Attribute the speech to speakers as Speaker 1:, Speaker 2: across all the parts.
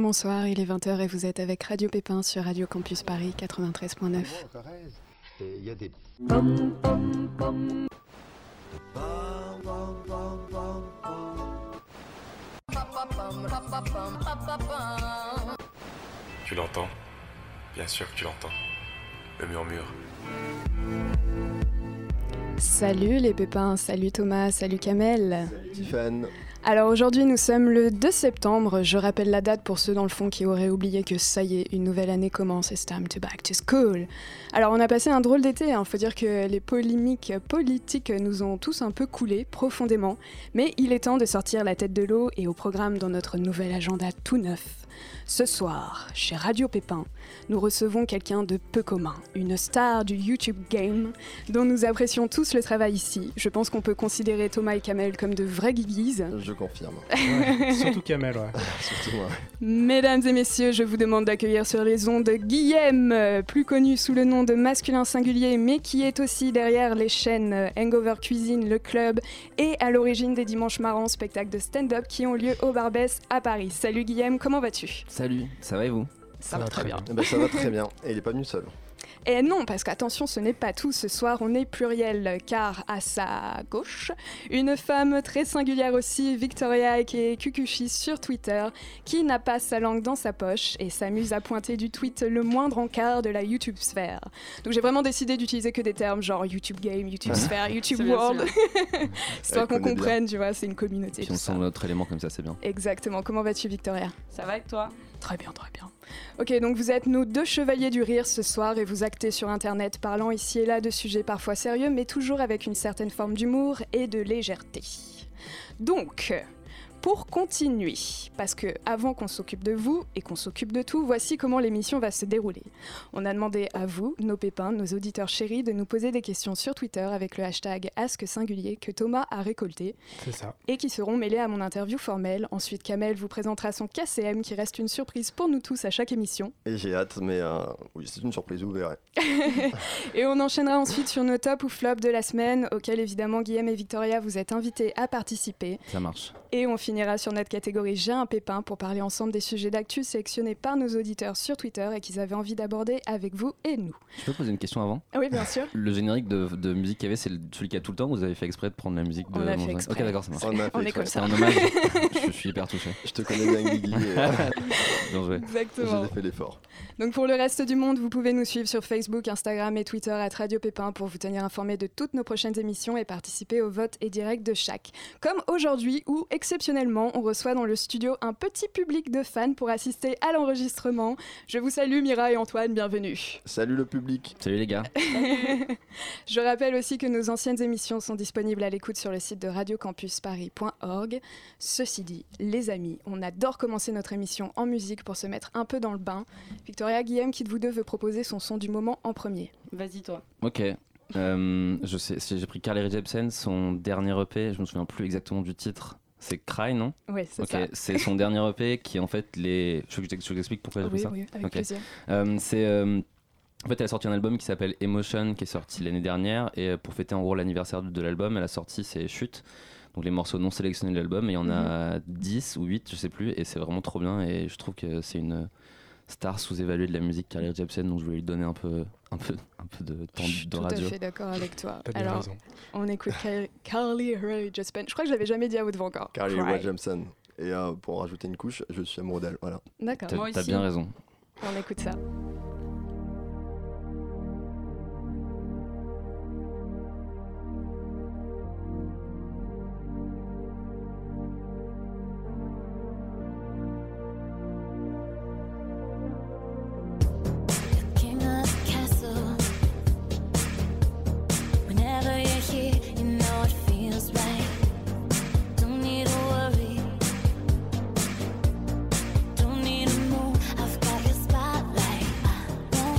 Speaker 1: Bonsoir, il est 20h et vous êtes avec Radio Pépin sur Radio Campus Paris 93.9.
Speaker 2: Il y a des
Speaker 3: Tu l'entends Bien sûr que tu l'entends. Le murmure.
Speaker 1: Salut les pépins, salut Thomas, salut Kamel.
Speaker 2: Tiffany.
Speaker 1: Alors aujourd'hui nous sommes le 2 septembre, je rappelle la date pour ceux dans le fond qui auraient oublié que ça y est, une nouvelle année commence, it's time to back to school. Alors on a passé un drôle d'été, hein. faut dire que les polémiques politiques nous ont tous un peu coulés profondément, mais il est temps de sortir la tête de l'eau et au programme dans notre nouvel agenda tout neuf. Ce soir, chez Radio Pépin, nous recevons quelqu'un de peu commun, une star du YouTube Game, dont nous apprécions tous le travail ici. Je pense qu'on peut considérer Thomas et Kamel comme de vrais guiguises.
Speaker 2: Je confirme.
Speaker 4: Surtout Kamel, ouais.
Speaker 2: Surtout moi.
Speaker 1: Mesdames et messieurs, je vous demande d'accueillir sur les ondes Guillaume, euh, plus connu sous le nom de masculin singulier, mais qui est aussi derrière les chaînes euh, Hangover Cuisine, Le Club, et à l'origine des Dimanches Marrants, spectacles de stand-up qui ont lieu au Barbès à Paris. Salut Guillaume, comment vas-tu
Speaker 5: Salut, ça va et vous
Speaker 1: Ça, va très bien.
Speaker 2: Eh ben, ça va très bien. Et il est pas venu seul.
Speaker 1: Et non, parce qu'attention, ce n'est pas tout. Ce soir, on est pluriel, car à sa gauche, une femme très singulière aussi, Victoria et Kukushi sur Twitter, qui n'a pas sa langue dans sa poche et s'amuse à pointer du tweet le moindre encart de la YouTube sphère. Donc j'ai vraiment décidé d'utiliser que des termes genre YouTube Game, YouTube Sphère, YouTube
Speaker 6: C'est bien,
Speaker 1: World, histoire
Speaker 2: Elle
Speaker 1: qu'on
Speaker 2: connaît bien.
Speaker 1: comprenne, tu vois, c'est une communauté.
Speaker 5: Puis on
Speaker 1: tout ça.
Speaker 5: sent notre élément comme ça, c'est bien.
Speaker 1: Exactement. Comment vas-tu, Victoria
Speaker 6: Ça va avec toi
Speaker 1: Très bien, très bien. Ok, donc vous êtes nos deux chevaliers du rire ce soir et vous actez sur Internet, parlant ici et là de sujets parfois sérieux, mais toujours avec une certaine forme d'humour et de légèreté. Donc, pour continuer, parce que avant qu'on s'occupe de vous et qu'on s'occupe de tout, voici comment l'émission va se dérouler. On a demandé à vous, nos pépins, nos auditeurs chéris, de nous poser des questions sur Twitter avec le hashtag Ask Singulier que Thomas a récolté
Speaker 4: C'est ça.
Speaker 1: et qui seront mêlés à mon interview formelle. Ensuite, Kamel vous présentera son KCM qui reste une surprise pour nous tous à chaque émission.
Speaker 2: Et j'ai hâte, mais euh, oui, c'est une surprise, vous verrez.
Speaker 1: Et on enchaînera ensuite sur nos tops ou flops de la semaine, auxquels évidemment Guillaume et Victoria vous êtes invités à participer.
Speaker 5: Ça marche.
Speaker 1: Et on finira sur notre catégorie J'ai un pépin pour parler ensemble des sujets d'actu sélectionnés par nos auditeurs sur Twitter et qu'ils avaient envie d'aborder avec vous et nous.
Speaker 5: Je peux poser une question avant
Speaker 1: Ah oui, bien sûr.
Speaker 5: Le générique de, de musique qu'il y avait, c'est le- celui qu'il y a tout le temps ou vous avez fait exprès de prendre la musique de
Speaker 1: On l'a fait
Speaker 5: Monza
Speaker 1: exprès.
Speaker 5: Ok, d'accord, ça marche.
Speaker 2: On, a fait
Speaker 1: On est
Speaker 2: exprès.
Speaker 1: comme
Speaker 5: C'est
Speaker 1: ça.
Speaker 5: un hommage. je, je suis hyper touché.
Speaker 2: Je te connais bien, Guigui. et euh,
Speaker 5: Bien joué.
Speaker 1: Exactement.
Speaker 2: J'ai fait l'effort.
Speaker 1: Donc pour le reste du monde, vous pouvez nous suivre sur Facebook, Instagram et Twitter à Radio Pépin pour vous tenir informé de toutes nos prochaines émissions et participer au vote et direct de chaque. Comme aujourd'hui où, exceptionnellement, on reçoit dans le studio un petit public de fans pour assister à l'enregistrement. Je vous salue Mira et Antoine, bienvenue.
Speaker 2: Salut le public.
Speaker 5: Salut les gars.
Speaker 1: Je rappelle aussi que nos anciennes émissions sont disponibles à l'écoute sur le site de radiocampusparis.org. Ceci dit, les amis, on adore commencer notre émission en musique pour se mettre un peu dans le bain. Victoria Guillaume, qui de vous deux veut proposer son son du moment en premier
Speaker 6: Vas-y toi.
Speaker 5: Ok. Euh, je sais, si j'ai pris Carly Rae Jepsen, son dernier EP, je me souviens plus exactement du titre. C'est Cry, non
Speaker 1: Oui, c'est
Speaker 5: Ok,
Speaker 1: ça.
Speaker 5: c'est son dernier EP qui est en fait les. Je veux que je je t'explique pourquoi j'ai pris
Speaker 1: oui,
Speaker 5: ça.
Speaker 1: oui, avec
Speaker 5: Ok.
Speaker 1: plaisir.
Speaker 5: Euh, c'est euh, en fait elle a sorti un album qui s'appelle Emotion qui est sorti l'année dernière et euh, pour fêter en gros l'anniversaire de, de l'album elle a sorti ses chutes donc les morceaux non sélectionnés de l'album et il y en
Speaker 1: Mhm.
Speaker 5: a 10 ou 8 je sais plus et c'est vraiment trop bien et je trouve que c'est une star sous-évaluée de la musique Carly Rae Jepsen donc je voulais lui donner un peu un peu un peu de temps
Speaker 1: Je suis
Speaker 5: de
Speaker 1: tout
Speaker 5: radio
Speaker 1: à fait d'accord avec toi.
Speaker 4: T'as bien
Speaker 1: Alors,
Speaker 4: raison.
Speaker 1: on écoute Car- Carly Rae Jepsen. Je crois que je l'avais jamais dit à haute voix encore.
Speaker 2: Carly
Speaker 1: Cry.
Speaker 2: Rae Jepsen. Et euh, pour rajouter une couche, je suis amoureux d'elle. Voilà.
Speaker 1: D'accord,
Speaker 5: T'as-
Speaker 6: Moi
Speaker 5: t'as
Speaker 6: aussi.
Speaker 5: bien raison
Speaker 1: on écoute ça.
Speaker 7: King of the castle. Whenever you're here, you know it feels right. Don't need to worry. Don't need to move. I've got your spotlight. I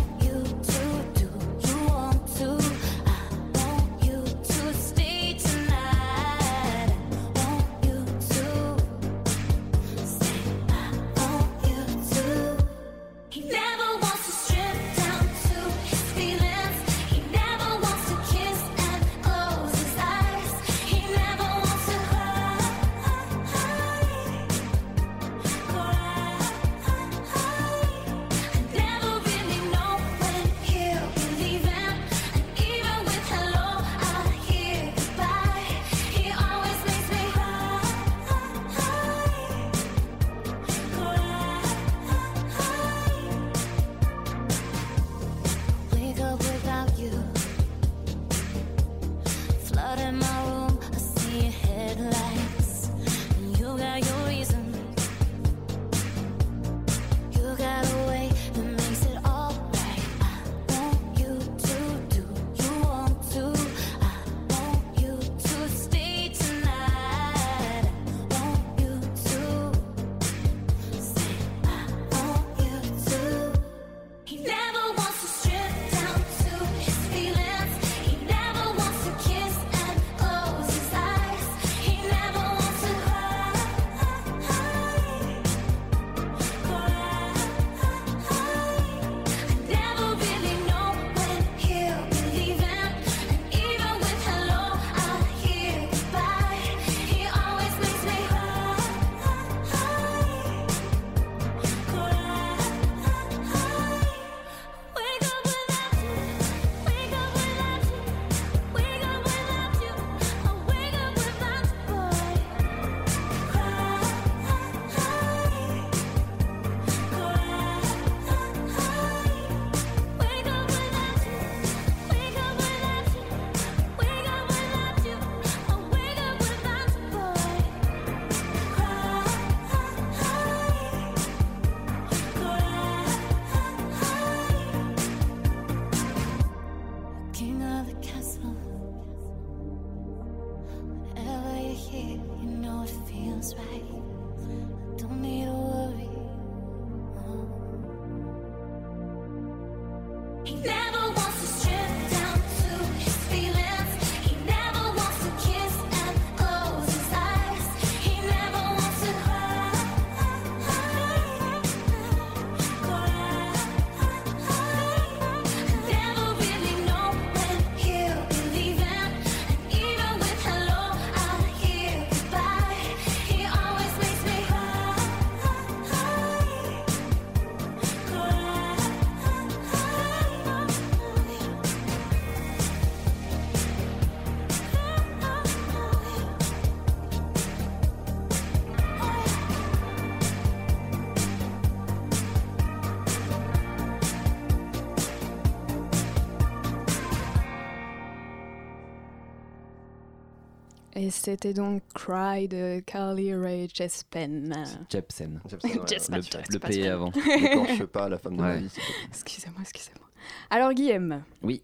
Speaker 1: Et c'était donc Cry de Carly Rae Jepsen.
Speaker 5: Jepsen.
Speaker 2: Jepsen, ouais,
Speaker 1: Jepsen.
Speaker 5: Le,
Speaker 1: Pas sûr,
Speaker 5: le
Speaker 1: Ah. c'est pas
Speaker 5: pays
Speaker 1: sûr.
Speaker 5: avant.
Speaker 2: ouais. N'écorche pas la femme de ma
Speaker 5: Ouais.
Speaker 2: vie. s'il te plaît.
Speaker 1: Excusez-moi, excusez-moi. Alors Guillaume.
Speaker 5: Oui.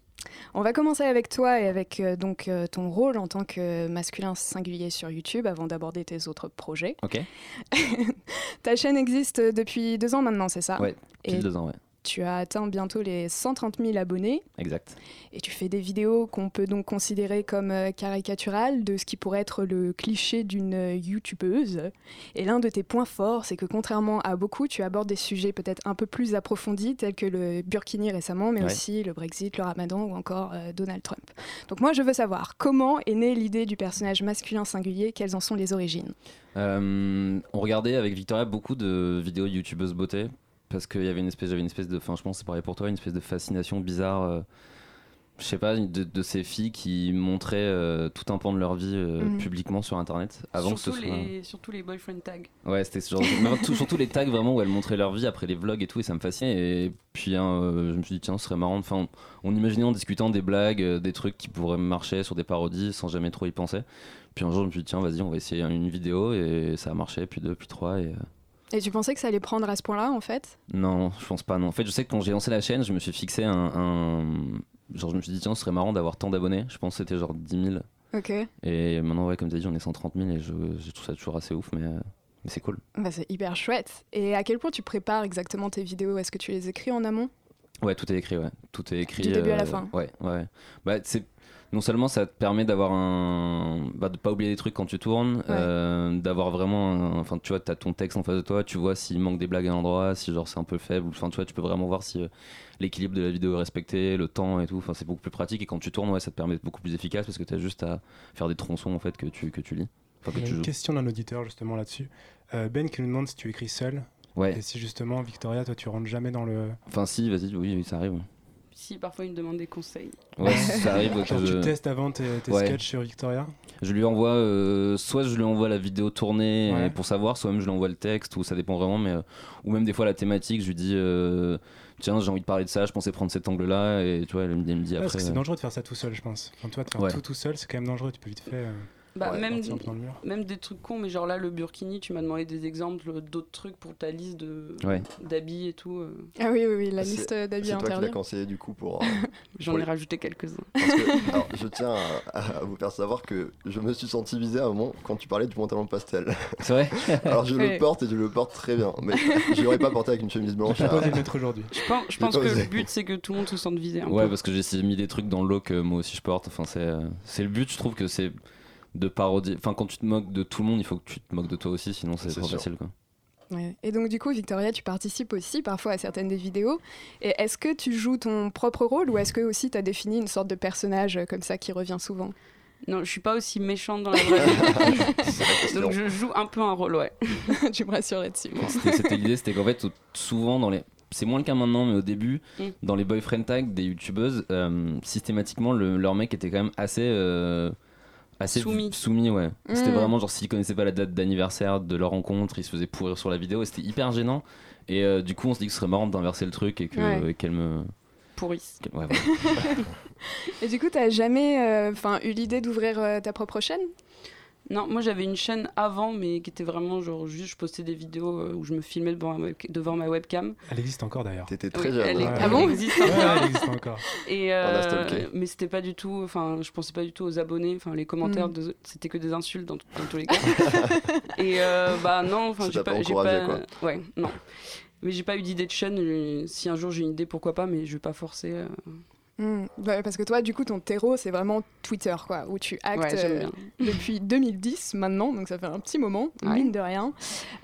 Speaker 1: On va commencer avec toi et avec euh, donc euh, ton rôle en tant que masculin singulier sur YouTube avant d'aborder tes autres projets.
Speaker 5: Ok.
Speaker 1: Ta chaîne existe depuis deux ans maintenant, c'est ça
Speaker 5: Ouais, Pile
Speaker 1: Et
Speaker 5: deux ans, ouais.
Speaker 1: tu as atteint bientôt les 130 000 abonnés
Speaker 5: Exact.
Speaker 1: et tu fais des vidéos qu'on peut donc considérer comme euh, caricaturales de ce qui pourrait être le cliché d'une euh, youtubeuse. Et l'un de tes points forts, c'est que contrairement à beaucoup, tu abordes des sujets peut-être un peu plus approfondis tels que le Burkini récemment, mais
Speaker 5: Ouais.
Speaker 1: aussi le Brexit, le Ramadan ou encore euh, Donald Trump. Donc moi, je veux savoir comment est née l'idée du personnage masculin singulier, quelles en sont les origines
Speaker 5: Euh, on regardait avec Victoria beaucoup de vidéos youtubeuses beauté parce qu'il y avait une espèce, j'avais une espèce de, enfin je pense que c'est pareil pour toi, une espèce de fascination bizarre, euh, je sais pas, de, de ces filles qui montraient euh, tout un pan de leur vie euh,
Speaker 1: Mhm.
Speaker 5: publiquement sur internet avant
Speaker 6: surtout,
Speaker 5: que ce soit.
Speaker 6: les, surtout les boyfriend tags.
Speaker 5: Ouais, c'était ce genre. de- mais tout- surtout les tags vraiment où elles montraient leur vie après les vlogs et tout, et ça me fascinait. Et puis hein, euh, je me suis dit tiens, ce serait marrant. Enfin, on, on imaginait en discutant des blagues, euh, des trucs qui pourraient marcher sur des parodies sans jamais trop y penser. Puis un jour, je me suis dit tiens, vas-y, on va essayer une vidéo et ça a marché. Puis deux, puis trois et euh,
Speaker 1: Et tu pensais que ça allait prendre à ce point-là, en fait
Speaker 5: non, je pense pas. Non, en fait, je sais que quand j'ai lancé la chaîne, je me suis fixé un, un- genre, je me suis dit tiens, ce serait marrant d'avoir tant d'abonnés. Je pense que c'était genre 10 000.
Speaker 1: Ok.
Speaker 5: Et maintenant, ouais, comme t'as dit, on est 130 000 et je, je trouve ça toujours assez ouf, mais, euh, mais c'est cool.
Speaker 1: Bah, c'est hyper chouette. Et à quel point tu prépares exactement tes vidéos Est-ce que tu les écris en amont
Speaker 5: Ouais, tout est écrit, ouais. Tout est écrit. euh,
Speaker 1: Du début à la fin.
Speaker 5: Ouais, ouais. Bah, c'est non seulement ça te permet d'avoir un, bah, de pas oublier des trucs quand tu tournes, euh, d'avoir vraiment, un- enfin, tu vois, t'as ton texte en face de toi, tu vois s'il manque des blagues à un endroit, si genre c'est un peu faible, enfin, tu vois, tu peux vraiment voir si euh, l'équilibre de la vidéo est respecté, le temps et tout. Enfin, c'est beaucoup plus pratique et quand tu tournes, ouais, ça te permet d'être beaucoup plus efficace parce que t'as juste à faire des tronçons en fait que tu que tu lis, enfin que
Speaker 4: Il y a
Speaker 5: tu
Speaker 4: une
Speaker 5: joues.
Speaker 4: question d'un auditeur justement là-dessus. Euh, ben qui nous demande si tu écris seul
Speaker 5: Ouais.
Speaker 4: et si justement Victoria, toi tu rentres jamais dans le.
Speaker 5: Enfin, si, vas-y, oui, oui, ça arrive. ouais.
Speaker 6: Si parfois ils me demandent des conseils.
Speaker 5: Ouais, ça arrive. ouais, que
Speaker 4: Genre
Speaker 5: je-
Speaker 4: tu testes avant tes, tes
Speaker 5: Ouais.
Speaker 4: sketchs sur Victoria.
Speaker 5: Je lui envoie, euh, soit je lui envoie la vidéo tournée euh,
Speaker 4: Ouais.
Speaker 5: pour savoir, soit même je lui envoie le texte, ou ça dépend vraiment, mais euh, ou même des fois la thématique, je lui dis, euh, tiens, j'ai envie de parler de ça, je pensais prendre cet angle-là, et tu vois, elle me elle me dit
Speaker 4: Ouais, parce
Speaker 5: après.
Speaker 4: que c'est
Speaker 5: euh,
Speaker 4: dangereux de faire ça tout seul, je pense. Enfin, toi, de faire
Speaker 5: Ouais.
Speaker 4: tout tout seul, c'est quand même dangereux. Tu peux vite fait euh,
Speaker 6: Bah,
Speaker 2: Ouais,
Speaker 6: même,
Speaker 4: partir un peu dans le mur.
Speaker 6: même des trucs cons, mais genre là, le burkini, tu m'as demandé des exemples d'autres trucs pour ta liste de-
Speaker 5: Ouais.
Speaker 6: d'habits et tout. euh,
Speaker 1: Ah oui, oui, oui, la
Speaker 2: C'est-
Speaker 1: liste d'habits
Speaker 2: C'est toi qui l'as
Speaker 1: intervient.
Speaker 2: conseillé du coup pour. euh,
Speaker 6: J'en
Speaker 2: pour
Speaker 6: ai
Speaker 2: les-
Speaker 6: rajouté quelques-uns.
Speaker 2: Parce que, alors, je tiens à, à vous faire savoir que je me suis senti visé à un moment quand tu parlais du pantalon pastel.
Speaker 5: euh, C'est vrai
Speaker 2: Alors je
Speaker 6: Ouais.
Speaker 2: le porte et je le porte très bien, mais je l'aurais pas porté avec une chemise blanche. hein.
Speaker 4: T'as pas
Speaker 2: à-
Speaker 4: osé le mettre aujourd'hui.
Speaker 6: Je pense, je
Speaker 2: J'ai
Speaker 6: pense
Speaker 2: pas
Speaker 6: que
Speaker 2: osé.
Speaker 6: le but, c'est que tout le monde se sente visé. Un
Speaker 5: Ouais,
Speaker 6: peu.
Speaker 5: parce que j'ai essayé de mis des trucs dans l'eau que moi aussi je porte, enfin, c'est euh, c'est le but, je trouve que c'est de parodier. Enfin, quand tu te moques de tout le monde, il faut que tu te moques de toi aussi, sinon c'est
Speaker 2: C'est
Speaker 5: trop
Speaker 2: sûr.
Speaker 5: facile, quoi.
Speaker 1: Ouais. Et donc, du coup, Victoria, tu participes aussi parfois à certaines des vidéos. Et est-ce que tu joues ton propre rôle ou est-ce que aussi tu as défini une sorte de personnage euh, comme ça qui revient souvent
Speaker 6: Non, je suis pas aussi méchante dans la vraie vie.
Speaker 2: C'est la question.
Speaker 6: Donc je joue un peu un rôle, ouais.
Speaker 1: Tu me rassures là-dessus. moi.
Speaker 5: C'était c'était l'idée, c'était qu'en fait, au- souvent dans les. C'est moins le cas maintenant, mais au début,
Speaker 6: Mm.
Speaker 5: dans les boyfriend tags des youtubeuses, euh, systématiquement, le- leur mec était quand même assez. euh, assez
Speaker 6: Soumis.
Speaker 5: ouais. C'était
Speaker 1: Mm.
Speaker 5: vraiment genre s'ils connaissaient pas la date d'anniversaire de leur rencontre, ils se faisaient pourrir sur la vidéo et c'était hyper gênant. Et euh, du coup, on se dit que ce serait marrant d'inverser le truc et que-
Speaker 1: Ouais.
Speaker 5: et qu'elle me.
Speaker 6: Pourris.
Speaker 5: qu'elle- ouais, voilà.
Speaker 1: Et du coup, tu n'as jamais euh, enfin, eu l'idée d'ouvrir euh, ta propre chaîne
Speaker 6: Non, moi j'avais une chaîne avant, mais qui était vraiment genre juste, je postais des vidéos euh, où je me filmais devant ma, webca- devant ma webcam.
Speaker 4: Elle existe encore d'ailleurs.
Speaker 2: T'étais très
Speaker 6: Oui,
Speaker 2: jeune. hein.
Speaker 6: elle est-
Speaker 4: ouais.
Speaker 6: elle
Speaker 1: Ah bon
Speaker 6: existe
Speaker 4: Ouais,
Speaker 6: encore.
Speaker 4: elle existe encore.
Speaker 6: Et
Speaker 2: a
Speaker 6: euh,
Speaker 2: stalké.
Speaker 6: mais c'était pas du tout, enfin, je pensais pas du tout aux abonnés, enfin, les commentaires,
Speaker 1: Mm.
Speaker 6: de- c'était que des insultes dans, dans tous les cas. et euh, bah non, enfin,
Speaker 2: Ça
Speaker 6: j'ai
Speaker 2: t'a
Speaker 6: pas,
Speaker 2: pas
Speaker 6: j'ai
Speaker 2: encouragé,
Speaker 6: pas- ouais, non. Mais j'ai pas eu d'idée de chaîne. euh, Si un jour j'ai une idée, pourquoi pas, mais je vais pas forcer. euh.
Speaker 1: Hmm. Bah, Parce que toi, du coup, ton terreau, c'est vraiment Twitter, quoi, où tu actes
Speaker 6: Ouais, j'aime
Speaker 1: euh,
Speaker 6: bien.
Speaker 1: depuis 2010 maintenant, donc ça fait un petit moment,
Speaker 6: Ouais.
Speaker 1: mine de rien.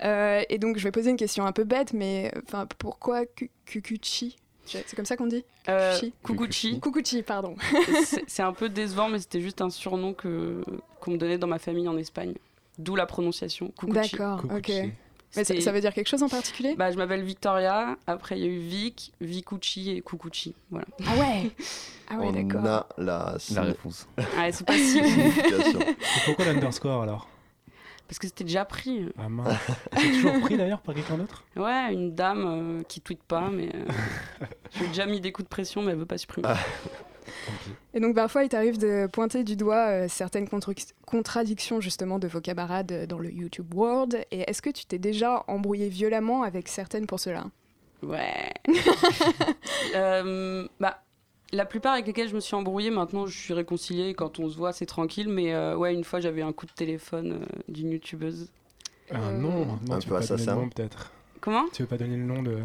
Speaker 1: Euh, et donc je vais poser une question un peu bête, mais enfin pourquoi cu- Cucucci C'est comme ça qu'on dit
Speaker 6: Euh,
Speaker 1: Chi.
Speaker 6: Kukuchi,
Speaker 1: Cucucci, pardon.
Speaker 6: c'est c'est un peu décevant, mais c'était juste un surnom que qu'on me donnait dans ma famille en Espagne. D'où la prononciation. Kukuchi.
Speaker 1: D'accord,
Speaker 4: Coucou,
Speaker 1: ok.
Speaker 4: tu sais.
Speaker 1: Mais ça,
Speaker 6: C'était-
Speaker 1: ça veut dire quelque chose en particulier
Speaker 6: Bah, je m'appelle Victoria, après il y a eu Vic, Vicucci et Kukuchi. Voilà.
Speaker 1: Ah ouais Ah ouais,
Speaker 2: On
Speaker 1: d'accord.
Speaker 2: a la
Speaker 5: La réponse.
Speaker 6: Ouais, c'est pas si.
Speaker 2: signification.
Speaker 4: Et pourquoi l'underscore alors
Speaker 6: Parce que c'était déjà pris. euh.
Speaker 4: Ah mince. C'est toujours pris d'ailleurs par quelqu'un d'autre
Speaker 6: Ouais, une
Speaker 2: Ah.
Speaker 6: dame euh, qui tweete pas, mais. euh, J'ai déjà mis des coups de pression, mais elle veut pas supprimer.
Speaker 1: Et donc parfois, il t'arrive de pointer du doigt euh, certaines contru- contradictions justement de vos camarades euh, dans le YouTube World. Et est-ce que tu t'es déjà embrouillé violemment avec certaines pour cela
Speaker 6: Ouais. Euh, bah, la plupart avec lesquelles je me suis embrouillée, maintenant je suis réconciliée. Quand on se voit, c'est tranquille. Mais euh, ouais, une fois, j'avais un coup de téléphone euh, d'une youtubeuse.
Speaker 1: Euh,
Speaker 4: Ah non, non,
Speaker 2: Un
Speaker 4: tu
Speaker 2: peu
Speaker 4: veux pas donner
Speaker 2: assassin.
Speaker 4: le nom peut-être.
Speaker 6: Comment
Speaker 4: Tu veux pas donner le nom de.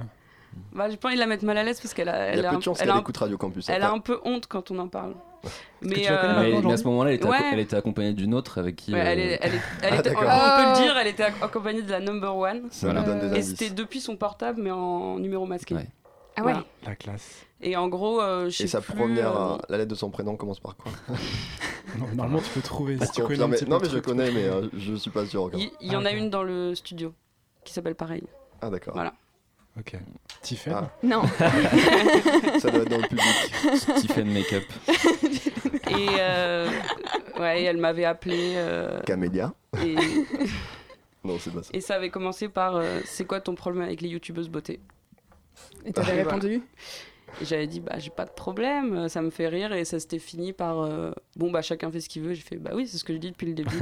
Speaker 6: Bah, j'ai pas envie de la mettre mal à l'aise parce qu'elle a,
Speaker 2: Il y
Speaker 6: elle
Speaker 2: a
Speaker 6: a,
Speaker 2: peu
Speaker 6: un,
Speaker 2: de chances
Speaker 6: elle
Speaker 2: qu'elle
Speaker 6: a un-
Speaker 2: écoute Radio Campus.
Speaker 6: elle a
Speaker 2: Attends.
Speaker 6: un peu honte quand on en parle.
Speaker 4: que
Speaker 6: Mais
Speaker 4: tu la connais
Speaker 6: euh,
Speaker 5: Mais, mais à
Speaker 4: aujourd'hui
Speaker 5: ce moment-là, elle était,
Speaker 6: Ouais.
Speaker 5: acco- elle était accompagnée d'une autre avec qui.
Speaker 6: ouais, elle, est-
Speaker 5: euh,
Speaker 6: elle est- elle
Speaker 2: Ah,
Speaker 6: était-
Speaker 2: d'accord.
Speaker 6: on peut
Speaker 1: Ah.
Speaker 6: le dire, elle était ac- accompagnée de la number one.
Speaker 2: Ça nous
Speaker 1: Voilà.
Speaker 2: donne des
Speaker 1: Euh,
Speaker 6: Et
Speaker 2: indices.
Speaker 6: c'était depuis son portable, mais en numéro masqué.
Speaker 5: Ouais.
Speaker 1: Ah
Speaker 6: ouais.
Speaker 4: La classe.
Speaker 6: Et en gros, euh, je sais
Speaker 2: Et sa
Speaker 6: plus,
Speaker 2: première,
Speaker 6: euh,
Speaker 2: euh, la lettre de son prénom commence par quoi
Speaker 4: Non, normalement, tu peux trouver. Si tu connais
Speaker 2: Non,
Speaker 4: un
Speaker 2: Ah, mais,
Speaker 4: petit peu
Speaker 2: non,
Speaker 4: le
Speaker 2: mais je
Speaker 4: truc, tu
Speaker 2: connais,
Speaker 4: peux
Speaker 2: mais
Speaker 4: trouver.
Speaker 2: euh, je suis pas sûr encore.
Speaker 6: Il il y, en
Speaker 4: Ah,
Speaker 6: a
Speaker 4: ok.
Speaker 6: une dans le studio qui s'appelle pareil.
Speaker 2: Ah, d'accord.
Speaker 6: Voilà.
Speaker 4: Ok. Tiffen
Speaker 2: Ah.
Speaker 1: Non.
Speaker 2: Ça doit être dans le public.
Speaker 5: Stephen Makeup. Ah,
Speaker 6: Et euh, ouais, elle m'avait appelé euh,
Speaker 2: Camélia
Speaker 6: et,
Speaker 2: Non, c'est pas ça.
Speaker 6: et ça avait commencé par euh, c'est quoi ton problème avec les youtubeuses beauté
Speaker 1: Et t'avais
Speaker 6: Voilà.
Speaker 1: répondu
Speaker 6: Et j'avais dit bah j'ai pas de problème, euh, ça me fait rire et ça s'était fini par euh, bon bah chacun fait ce qu'il veut. J'ai fait bah oui c'est ce que je dis depuis le début.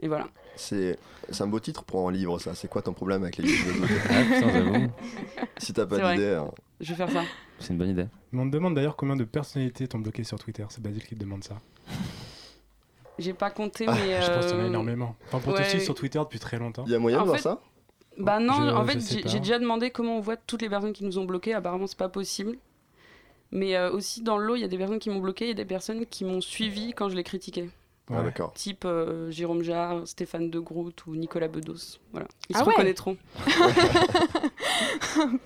Speaker 6: et voilà.
Speaker 2: C'est c'est un beau titre pour un livre, ça. C'est quoi ton problème avec les livres de-
Speaker 5: Ah putain, j'avoue.
Speaker 2: Si t'as pas
Speaker 6: C'est vrai.
Speaker 2: d'idée, hein,
Speaker 6: Je vais faire ça.
Speaker 5: C'est une bonne idée.
Speaker 4: Mais on te demande d'ailleurs combien de personnalités t'ont bloqué sur Twitter. C'est Basile qui te demande ça.
Speaker 6: J'ai pas compté mais
Speaker 4: Je pense qu'il y en a
Speaker 6: euh,
Speaker 4: énormément. Enfin, pour te
Speaker 6: ouais.
Speaker 4: suivre sur Twitter depuis très longtemps.
Speaker 2: il y a moyen
Speaker 6: En
Speaker 2: de voir
Speaker 6: fait-
Speaker 2: ça
Speaker 6: Bah non,
Speaker 4: Je-
Speaker 6: en
Speaker 4: je
Speaker 6: fait,
Speaker 4: sais
Speaker 6: j'ai
Speaker 4: pas. hein.
Speaker 6: j'ai déjà demandé comment on voit toutes les personnes qui nous ont bloqués. Apparemment, c'est pas possible. Mais euh, aussi, dans l'eau, il y a des personnes qui m'ont bloqué et des personnes qui m'ont suivi quand je les critiquais.
Speaker 4: Ouais.
Speaker 2: Ah, d'accord.
Speaker 6: Type euh, Jérôme Jarre, Stéphane De Groot ou Nicolas Bedos. Voilà. Ils
Speaker 1: Ah
Speaker 6: se
Speaker 1: ouais.
Speaker 6: reconnaîtront.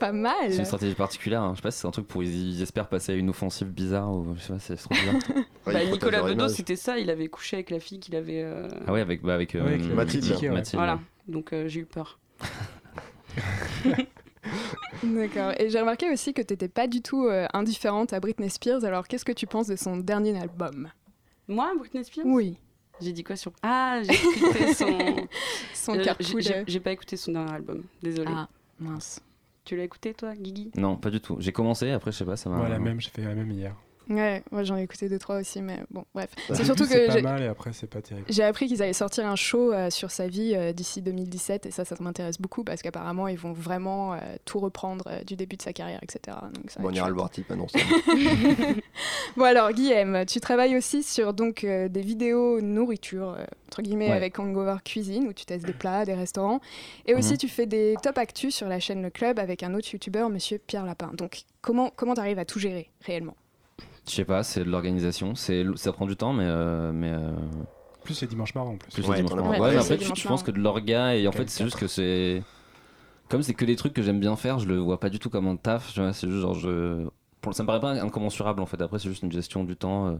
Speaker 1: Pas mal.
Speaker 5: C'est une stratégie particulière. hein. Je sais pas si c'est un truc pour. Ils, ils espèrent passer à une offensive bizarre ou je sais pas, c'est trop bizarre.
Speaker 2: Ouais,
Speaker 6: Bah,
Speaker 2: ils protègent
Speaker 6: Nicolas
Speaker 2: leur
Speaker 6: Bedos,
Speaker 2: image.
Speaker 6: c'était ça. Il avait couché avec la fille qu'il avait. euh,
Speaker 5: Ah ouais, avec, bah, avec, euh,
Speaker 4: Ouais, avec
Speaker 2: Mathilde.
Speaker 5: Mathilde.
Speaker 4: Ouais.
Speaker 6: Voilà. Donc euh, j'ai eu peur.
Speaker 1: D'accord. Et j'ai remarqué aussi que t'étais pas du tout euh, indifférente à Britney Spears. Alors qu'est-ce que tu penses de son dernier album
Speaker 6: Moi, Britney Spears
Speaker 1: Oui.
Speaker 6: J'ai dit quoi sur. Ah, j'ai écouté son.
Speaker 1: Son
Speaker 6: Euh,
Speaker 1: carpool.
Speaker 6: j'ai- j'ai j'ai pas écouté son dernier album. Désolé.
Speaker 1: Ah, mince.
Speaker 6: Tu l'as écouté, toi, Guigui
Speaker 5: Non, pas du tout. J'ai commencé, après, je sais pas, ça m'a.
Speaker 4: Moi,
Speaker 2: Ah.
Speaker 4: la même, j'ai fait la même hier.
Speaker 1: Ouais, moi j'en ai écouté deux, trois aussi, mais bon, bref.
Speaker 4: Au
Speaker 1: C'est
Speaker 4: début,
Speaker 1: surtout
Speaker 4: C'est
Speaker 1: que
Speaker 4: pas
Speaker 1: j'ai-
Speaker 4: mal et après, c'est pas terrible.
Speaker 1: j'ai appris qu'ils allaient sortir un show euh, sur sa vie euh, d'ici 2017, et ça, ça m'intéresse beaucoup parce qu'apparemment, ils vont vraiment euh, tout reprendre euh, du début de sa carrière, etc. Donc, ça va
Speaker 2: Bon, on
Speaker 1: être
Speaker 2: ira le
Speaker 1: chouette.
Speaker 2: voir, type, annonce. ça.
Speaker 1: Bon, alors, Guillaume, tu travailles aussi sur donc euh, des vidéos nourriture, euh, entre guillemets,
Speaker 5: Ouais.
Speaker 1: avec Hangover Cuisine, où tu testes des plats, des restaurants, et aussi
Speaker 5: Mhm.
Speaker 1: tu fais des top actus sur la chaîne Le Club avec un autre youtubeur, monsieur Pierre Lapin. Donc, comment comment t'arrives à tout gérer réellement
Speaker 5: Je sais pas, c'est de l'organisation. c'est- Ça prend du temps, mais. euh, mais euh,
Speaker 4: Plus c'est dimanche marrant en plus.
Speaker 5: Plus
Speaker 2: Ouais,
Speaker 5: le dimanche
Speaker 2: t'en as
Speaker 5: matin.
Speaker 2: marre.
Speaker 5: Ouais, mais
Speaker 1: Ouais,
Speaker 5: en
Speaker 1: c'est
Speaker 5: fait,
Speaker 1: le
Speaker 5: je-
Speaker 1: dimanche
Speaker 5: je pense
Speaker 1: matin.
Speaker 5: que de l'orga, et en fait, c'est
Speaker 4: Quatre.
Speaker 5: juste que c'est. Comme c'est que des trucs que j'aime bien faire, je le vois pas du tout comme un taf. tu vois, C'est juste genre, je. pour- Ça me paraît pas incommensurable en fait. Après, c'est juste une gestion du temps. euh.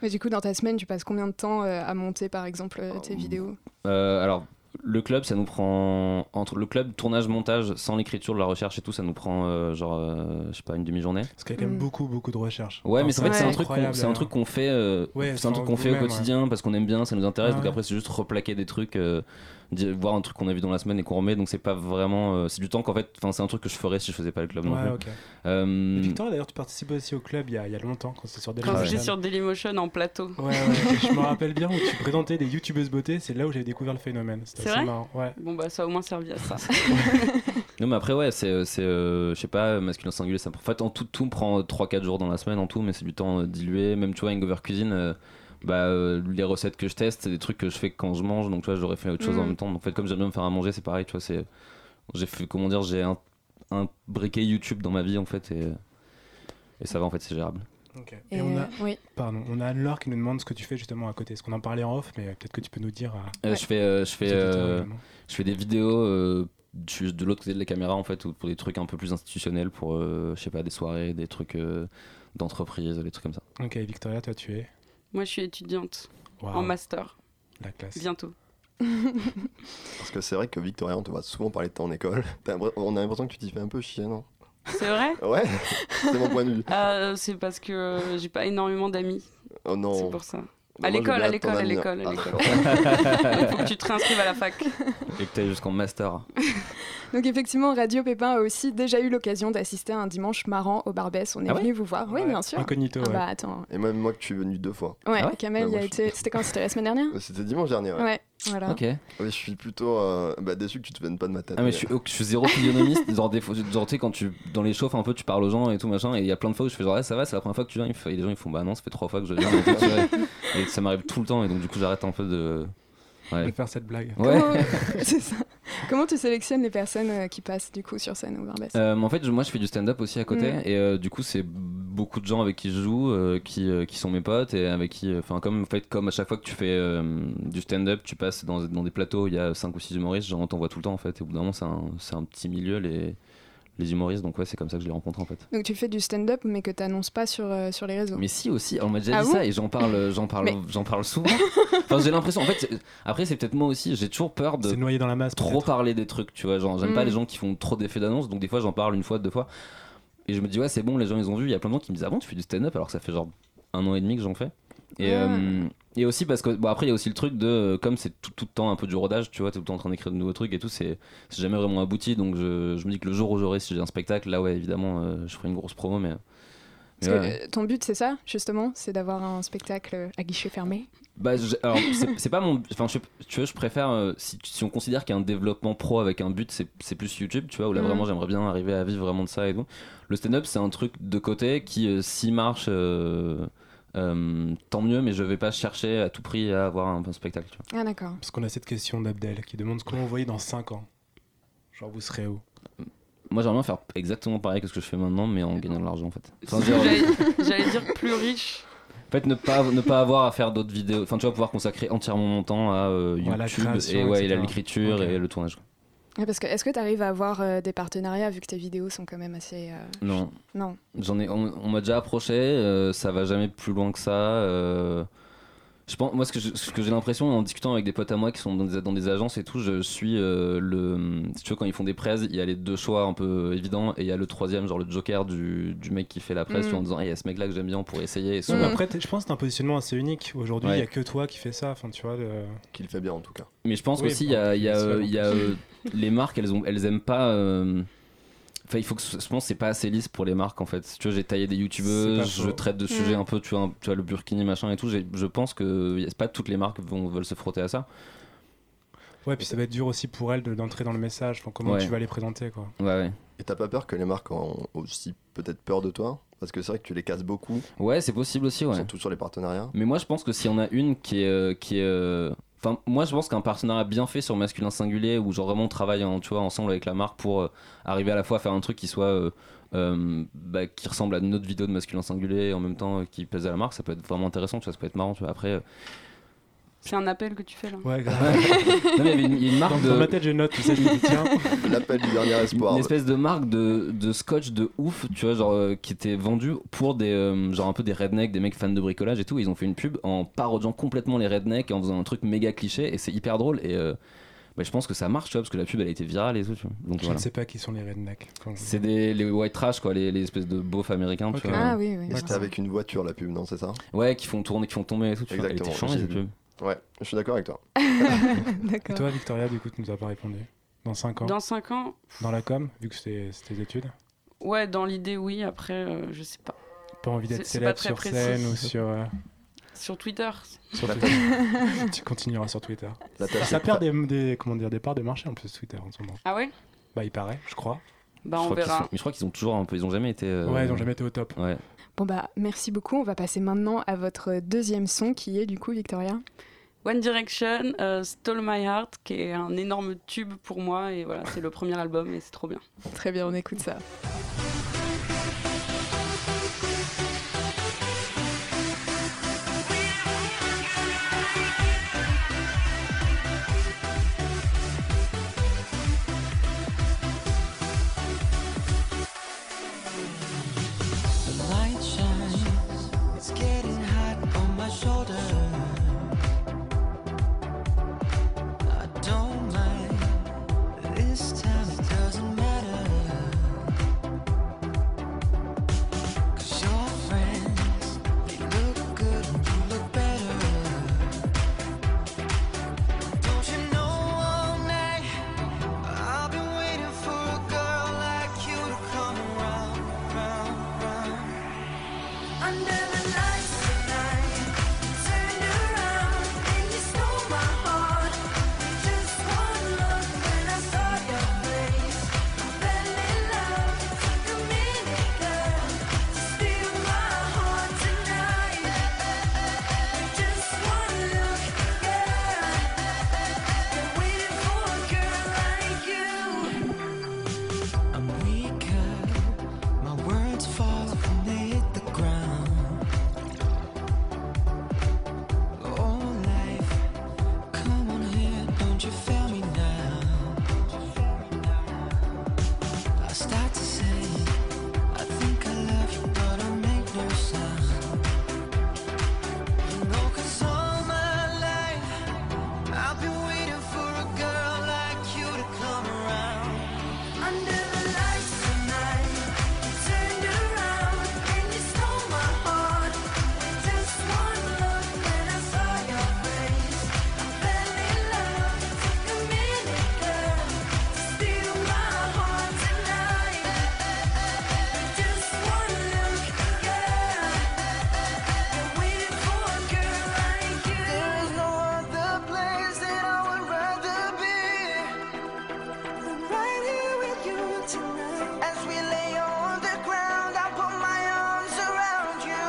Speaker 1: Mais du coup, dans ta semaine, tu passes combien de temps euh, à monter, par exemple, euh, tes
Speaker 5: Oh,
Speaker 1: vidéos
Speaker 5: Euh, alors, le club, ça nous prend. Entre le club, tournage, montage, sans l'écriture, la recherche et tout, ça nous prend euh, genre, euh, je sais pas, une demi-journée.
Speaker 4: Parce qu'il y a quand même
Speaker 1: Mm.
Speaker 4: beaucoup, beaucoup de recherches.
Speaker 5: Ouais,
Speaker 4: Enfin,
Speaker 5: mais en fait, c'est un truc qu'on
Speaker 4: incroyable,
Speaker 5: c'est un
Speaker 4: hein.
Speaker 5: truc qu'on fait, euh,
Speaker 4: Ouais,
Speaker 5: c'est un
Speaker 4: c'est
Speaker 5: truc
Speaker 4: en
Speaker 5: qu'on fait au
Speaker 4: vous-même,
Speaker 5: quotidien parce qu'on aime bien, ça nous intéresse.
Speaker 4: Ah
Speaker 5: donc
Speaker 4: ouais.
Speaker 5: après, c'est juste replaquer des trucs, euh, di- voir un truc qu'on a vu dans la semaine et qu'on remet. Donc c'est pas vraiment, euh, c'est du temps qu'en fait, enfin c'est un truc que je ferais si je faisais pas le club non
Speaker 4: Ouais,
Speaker 5: plus.
Speaker 4: ok.
Speaker 5: Euh,
Speaker 4: Et Victor, d'ailleurs, tu participais aussi au club il y a, il y a longtemps quand c'était sur
Speaker 6: Quand
Speaker 4: Dailymotion.
Speaker 6: j'étais sur Dailymotion en plateau.
Speaker 4: Ouais, ouais, je me rappelle bien où tu présentais des youtubeuses beauté, c'est là où j'avais découvert le phénomène. C'était
Speaker 6: C'est
Speaker 4: assez
Speaker 6: vrai
Speaker 4: marrant. Ouais.
Speaker 6: Bon, bah ça a au moins servi à ça.
Speaker 5: non mais après ouais, c'est euh, c'est euh, je sais pas masculin singulier. Ça, en fait, en tout tout me prend 3-4 jours dans la semaine en tout, mais c'est du temps euh, dilué. Même tu vois, Hangover Cuisine. euh, bah, euh, les recettes que je teste, c'est des trucs que je fais quand je mange, donc tu vois, j'aurais fait autre chose
Speaker 1: Mm.
Speaker 5: en même temps. Donc, en fait, comme j'aime bien me faire à manger, c'est pareil, tu vois, c'est. J'ai fait, comment dire, j'ai un, un briquet YouTube dans ma vie, en fait, et, et ça va, en fait, c'est gérable.
Speaker 4: Et, on
Speaker 1: euh,
Speaker 4: a,
Speaker 1: Oui.
Speaker 4: pardon, on a Anne-Laure qui nous demande ce que tu fais justement à côté. Est-ce qu'on en parlait en off, mais peut-être que tu peux nous dire. à-
Speaker 5: Euh,
Speaker 1: Ouais.
Speaker 5: Je fais, euh, je fais,
Speaker 4: aux auditeurs
Speaker 5: euh,
Speaker 4: également.
Speaker 5: je fais des vidéos euh, je suis de l'autre côté de la caméra, en fait, ou pour des trucs un peu plus institutionnels, pour, euh, je sais pas, des soirées, des trucs euh, d'entreprise, des trucs comme ça.
Speaker 4: Ok, Victoria, toi tu es.
Speaker 6: Moi, je suis étudiante
Speaker 4: Waouh,
Speaker 6: en master,
Speaker 4: La classe.
Speaker 6: bientôt.
Speaker 2: Parce que c'est vrai que Victoria, on te voit souvent parler de toi en école. T'as l'impre- On a l'impression que tu t'y fais un peu chier, non
Speaker 6: C'est vrai
Speaker 2: Ah
Speaker 6: Ah,
Speaker 2: Ouais, c'est mon point de vue.
Speaker 6: Euh, C'est parce que euh, j'ai pas énormément d'amis,
Speaker 2: Oh
Speaker 6: c'est
Speaker 2: non,
Speaker 6: pour ça.
Speaker 2: moi,
Speaker 6: À
Speaker 2: je
Speaker 6: l'école,
Speaker 2: vais
Speaker 6: à l'école, à
Speaker 2: attendre venir.
Speaker 6: l'école, à
Speaker 2: Ah,
Speaker 6: l'école.
Speaker 2: d'accord.
Speaker 6: Il faut que tu te réinscrives à la fac.
Speaker 5: Et que tu jusqu'en master.
Speaker 1: Donc effectivement, Radio Pépin a aussi déjà eu l'occasion d'assister à un dimanche marrant au Barbès. On est
Speaker 5: Ah ouais
Speaker 1: venu vous voir, oui
Speaker 4: Ouais,
Speaker 1: bien sûr.
Speaker 4: Incognito,
Speaker 1: Ah
Speaker 4: ouais.
Speaker 1: bah attends,
Speaker 2: Et même moi que tu suis venu deux fois.
Speaker 1: ouais,
Speaker 5: Ah ouais
Speaker 1: Kamel,
Speaker 2: Bah,
Speaker 1: il
Speaker 2: moi,
Speaker 1: a
Speaker 2: je-
Speaker 1: été. C'était quand C'était la semaine dernière
Speaker 2: C'était dimanche dernier. Ouais.
Speaker 1: Ouais, voilà.
Speaker 5: Ok.
Speaker 2: Oui, je suis plutôt euh, bah, déçu que tu te viennes pas de ma tête.
Speaker 5: Ah mais je suis, je suis zéro physionomiste, genre, des fois- genre, tu sais, quand tu dans les chauffes un peu tu parles aux gens et tout machin et il y a plein de fois où je fais genre ah, ça va c'est la première fois que tu viens Il fait- et les gens ils font bah non ça fait trois fois que je viens et, tout, tu vois. Et ça m'arrive tout le temps et donc du coup j'arrête un peu de
Speaker 4: de
Speaker 5: ouais,
Speaker 4: faire cette blague.
Speaker 5: ouais.
Speaker 1: Comment- C'est ça. Comment tu sélectionnes les personnes euh, qui passent du coup sur scène au Barbès
Speaker 5: Euh, en fait, je- moi, je fais du stand-up aussi à côté,
Speaker 1: Mm.
Speaker 5: et euh, du coup, c'est beaucoup de gens avec qui je joue, euh, qui, euh, qui sont mes potes, et avec qui, euh, enfin, comme en fait, comme à chaque fois que tu fais euh, du stand-up, tu passes dans, dans des plateaux, il y a 5 ou 6 humoristes, genre, on t'en voit tout le temps, en fait. Et au bout d'un moment, c'est un, c'est un petit milieu, les, les humoristes, donc ouais, c'est comme ça que je les rencontre, en fait.
Speaker 1: Donc tu fais du stand-up mais que tu n'annonces pas sur, euh, sur les réseaux.
Speaker 5: Mais si aussi, on m'a déjà
Speaker 1: Ah
Speaker 5: dit
Speaker 1: bon
Speaker 5: ça et j'en parle, j'en parle,
Speaker 1: Mais-
Speaker 5: j'en parle souvent. Enfin, j'ai l'impression. En fait, c'est- après, c'est peut-être moi aussi. J'ai toujours peur de
Speaker 4: C'est noyé dans la masse.
Speaker 5: trop
Speaker 4: peut-être.
Speaker 5: parler des trucs, tu vois. Genre, j'aime
Speaker 1: Mm.
Speaker 5: pas les gens qui font trop d'effets d'annonce, donc des fois j'en parle une fois, deux fois. Et je me dis, ouais, c'est bon, les gens ils ont vu. Il y a plein de gens qui me disent, ah bon, tu fais du stand-up alors que ça fait genre un an et demi que j'en fais. Et,
Speaker 1: Ah.
Speaker 5: euh, et aussi parce que, bon, après, il y a aussi le truc de, euh, comme c'est tout, tout le temps un peu du rodage, tu vois, t'es tout le temps en train d'écrire de nouveaux trucs et tout, c'est c'est jamais vraiment abouti. Donc je, je me dis que le jour où j'aurai, si j'ai un spectacle, là, ouais, évidemment, euh, je ferai une grosse promo, mais. mais
Speaker 1: Parce
Speaker 5: ouais.
Speaker 1: que euh, ton but c'est ça justement, c'est d'avoir un spectacle à guichet fermé.
Speaker 5: Bah, je- alors, c'est- c'est pas mon. Enfin, je, tu vois, je préfère. euh, si, si on considère qu'il y a un développement pro avec un but, c'est c'est plus YouTube, tu vois, où là
Speaker 1: Mhm.
Speaker 5: vraiment j'aimerais bien arriver à vivre vraiment de ça et tout. Le stand-up, c'est un truc de côté qui, euh, s'il marche, euh, euh, tant mieux, mais je vais pas chercher à tout prix à avoir un, un spectacle, tu vois.
Speaker 1: Ah d'accord.
Speaker 4: Parce qu'on a cette question d'Abdel qui demande ce qu'on vous voyez dans 5 ans. Genre, vous serez où
Speaker 5: Moi, j'aimerais bien faire exactement pareil que ce que je fais maintenant, mais en gagnant de l'argent, en fait. Enfin,
Speaker 6: C'est ce que J'allais
Speaker 5: genre,
Speaker 6: j'allais dire plus riche.
Speaker 5: en fait, ne pas, ne pas avoir à faire d'autres vidéos. Enfin, tu vas pouvoir consacrer entièrement mon temps à euh,
Speaker 4: Ouais, à la
Speaker 5: YouTube
Speaker 4: création,
Speaker 5: et, ouais, et
Speaker 4: etc.
Speaker 5: à l'écriture
Speaker 4: Ok.
Speaker 5: et le tournage. quoi.
Speaker 1: Ouais, Parce que est-ce que tu arrives à avoir euh, des partenariats vu que tes vidéos sont quand même assez euh,
Speaker 5: Non.
Speaker 1: non.
Speaker 5: J'en ai, on, on m'a déjà approché, euh, ça va jamais plus loin que ça. euh, je pense, moi, ce que, je- ce que j'ai l'impression en discutant avec des potes à moi qui sont dans des, dans des agences et tout, je suis euh, le. Si tu veux, quand ils font des prises, il y a les deux choix un peu évidents et il y a le troisième, genre le joker du, du mec qui fait la presse
Speaker 1: Mm.
Speaker 5: tu vois, en disant hey, il y a ce mec là que j'aime bien, on pourrait essayer. Et souvent,
Speaker 1: Mm.
Speaker 4: Après, t'es- je pense que c'est un positionnement assez unique. Aujourd'hui, il
Speaker 5: Ouais.
Speaker 4: n'y a que toi qui fais ça. Enfin, tu vois, le-
Speaker 2: Qu'il fait bien en tout cas.
Speaker 5: Mais je pense
Speaker 4: Oui,
Speaker 5: aussi il y a, il y a,
Speaker 4: bien sûr.
Speaker 5: euh, il y a, euh, les marques, elles ont, elles aiment pas. euh, Enfin, il faut que ce- je pense que c'est pas assez lisse pour les marques en fait. Tu vois, j'ai taillé des youtubeuses,
Speaker 4: C'est pas faux.
Speaker 5: je traite de sujets un peu, tu vois, un- tu vois le burkini machin et tout. j'ai- Je pense que y a- c'est pas toutes les marques vont, veulent se frotter à ça.
Speaker 4: Ouais, puis ça va être dur aussi pour elle de- d'entrer dans le message. Enfin, comment
Speaker 5: Ouais.
Speaker 4: tu vas les présenter, quoi.
Speaker 5: Ouais, ouais.
Speaker 2: Et t'as pas peur que les marques ont aussi peut-être peur de toi Parce que c'est vrai que tu les casses beaucoup,
Speaker 5: Ouais, c'est possible aussi, ouais.
Speaker 2: surtout sur les partenariats.
Speaker 5: Mais moi, je pense que s'il y en a une qui est. euh, qui est, euh, Enfin, moi, je pense qu'un partenariat bien fait sur masculin singulier, où genre vraiment on travaille en, tu vois, ensemble avec la marque pour euh, arriver à la fois à faire un truc qui soit. euh, euh, bah, qui ressemble à notre vidéo de masculin singulier et en même temps euh, qui pèse à la marque, ça peut être vraiment intéressant, tu vois, ça peut être marrant, tu vois. Après. euh,
Speaker 6: C'est un appel que tu fais là.
Speaker 4: Ouais,
Speaker 5: Non, mais il y avait une, il y a une
Speaker 4: dans,
Speaker 5: marque
Speaker 4: dans ma
Speaker 5: de.
Speaker 4: tête, j'ai note, tu sais, je me dis, tiens,
Speaker 2: L'appel du dernier espoir.
Speaker 5: Une espèce de marque de, de scotch de ouf, tu vois, genre euh, qui était vendue pour des euh, genre un peu des rednecks, des mecs fans de bricolage et tout. Ils ont fait une pub en parodiant complètement les rednecks et en faisant un truc méga cliché et c'est hyper drôle. Et euh, bah, je pense que ça marche, tu vois, parce que la pub elle a été virale et tout. tu vois. Donc
Speaker 4: je
Speaker 5: voilà.
Speaker 4: ne sais pas qui sont les rednecks. Quand-
Speaker 5: C'est des les white trash quoi, les, les espèces de beaufs américains, tu
Speaker 4: Ok.
Speaker 5: vois.
Speaker 1: Ah oui oui.
Speaker 2: Et C'était
Speaker 1: bien.
Speaker 2: avec une voiture la pub, non, c'est ça
Speaker 5: Ouais, qui font tourner, qui font tomber et tout. Tu vois. Elle était
Speaker 2: Exactement,
Speaker 5: changée,
Speaker 2: j'ai
Speaker 5: cette
Speaker 2: vu.
Speaker 5: pub.
Speaker 2: Ouais, je suis d'accord avec toi.
Speaker 4: Et
Speaker 1: D'accord.
Speaker 4: toi, Victoria, du coup, tu nous as pas répondu. Dans 5 ans
Speaker 6: Dans 5 ans,
Speaker 4: Dans la com, vu que c'était c'est tes études
Speaker 6: ouais, dans l'idée, oui. Après, euh, je sais pas.
Speaker 4: Pas envie d'être
Speaker 6: C'est- c'est pas
Speaker 4: célèbre
Speaker 6: très
Speaker 4: sur
Speaker 6: précis.
Speaker 4: scène ou sur. euh,
Speaker 6: Sur Twitter,
Speaker 4: sur
Speaker 2: Bah,
Speaker 4: Twitter. tu continueras sur Twitter.
Speaker 2: La tâche
Speaker 4: Ça
Speaker 2: est
Speaker 4: perd
Speaker 2: prête.
Speaker 4: des, des- comment dire, des parts de marché en plus, Twitter en ce moment.
Speaker 6: ah ouais
Speaker 4: Bah, il paraît, je crois.
Speaker 6: Bah,
Speaker 5: je
Speaker 6: on
Speaker 5: crois qu'ils sont-
Speaker 6: verra.
Speaker 5: mais je crois qu'ils ont toujours un peu, ils ont jamais été. euh,
Speaker 4: Ouais, ils n'ont jamais été au top.
Speaker 5: Ouais.
Speaker 1: Bon bah merci beaucoup. On va passer maintenant à votre deuxième son qui est du coup Victoria.
Speaker 6: One Direction, euh, Stole My Heart, qui est un énorme tube pour moi. Et voilà, c'est le premier album et c'est trop bien.
Speaker 1: Très bien, on écoute ça.
Speaker 8: The light shines, it's getting hot on my shoulder. I don't mind, this time it doesn't matter.
Speaker 7: we lay on the ground, I put my arms around you.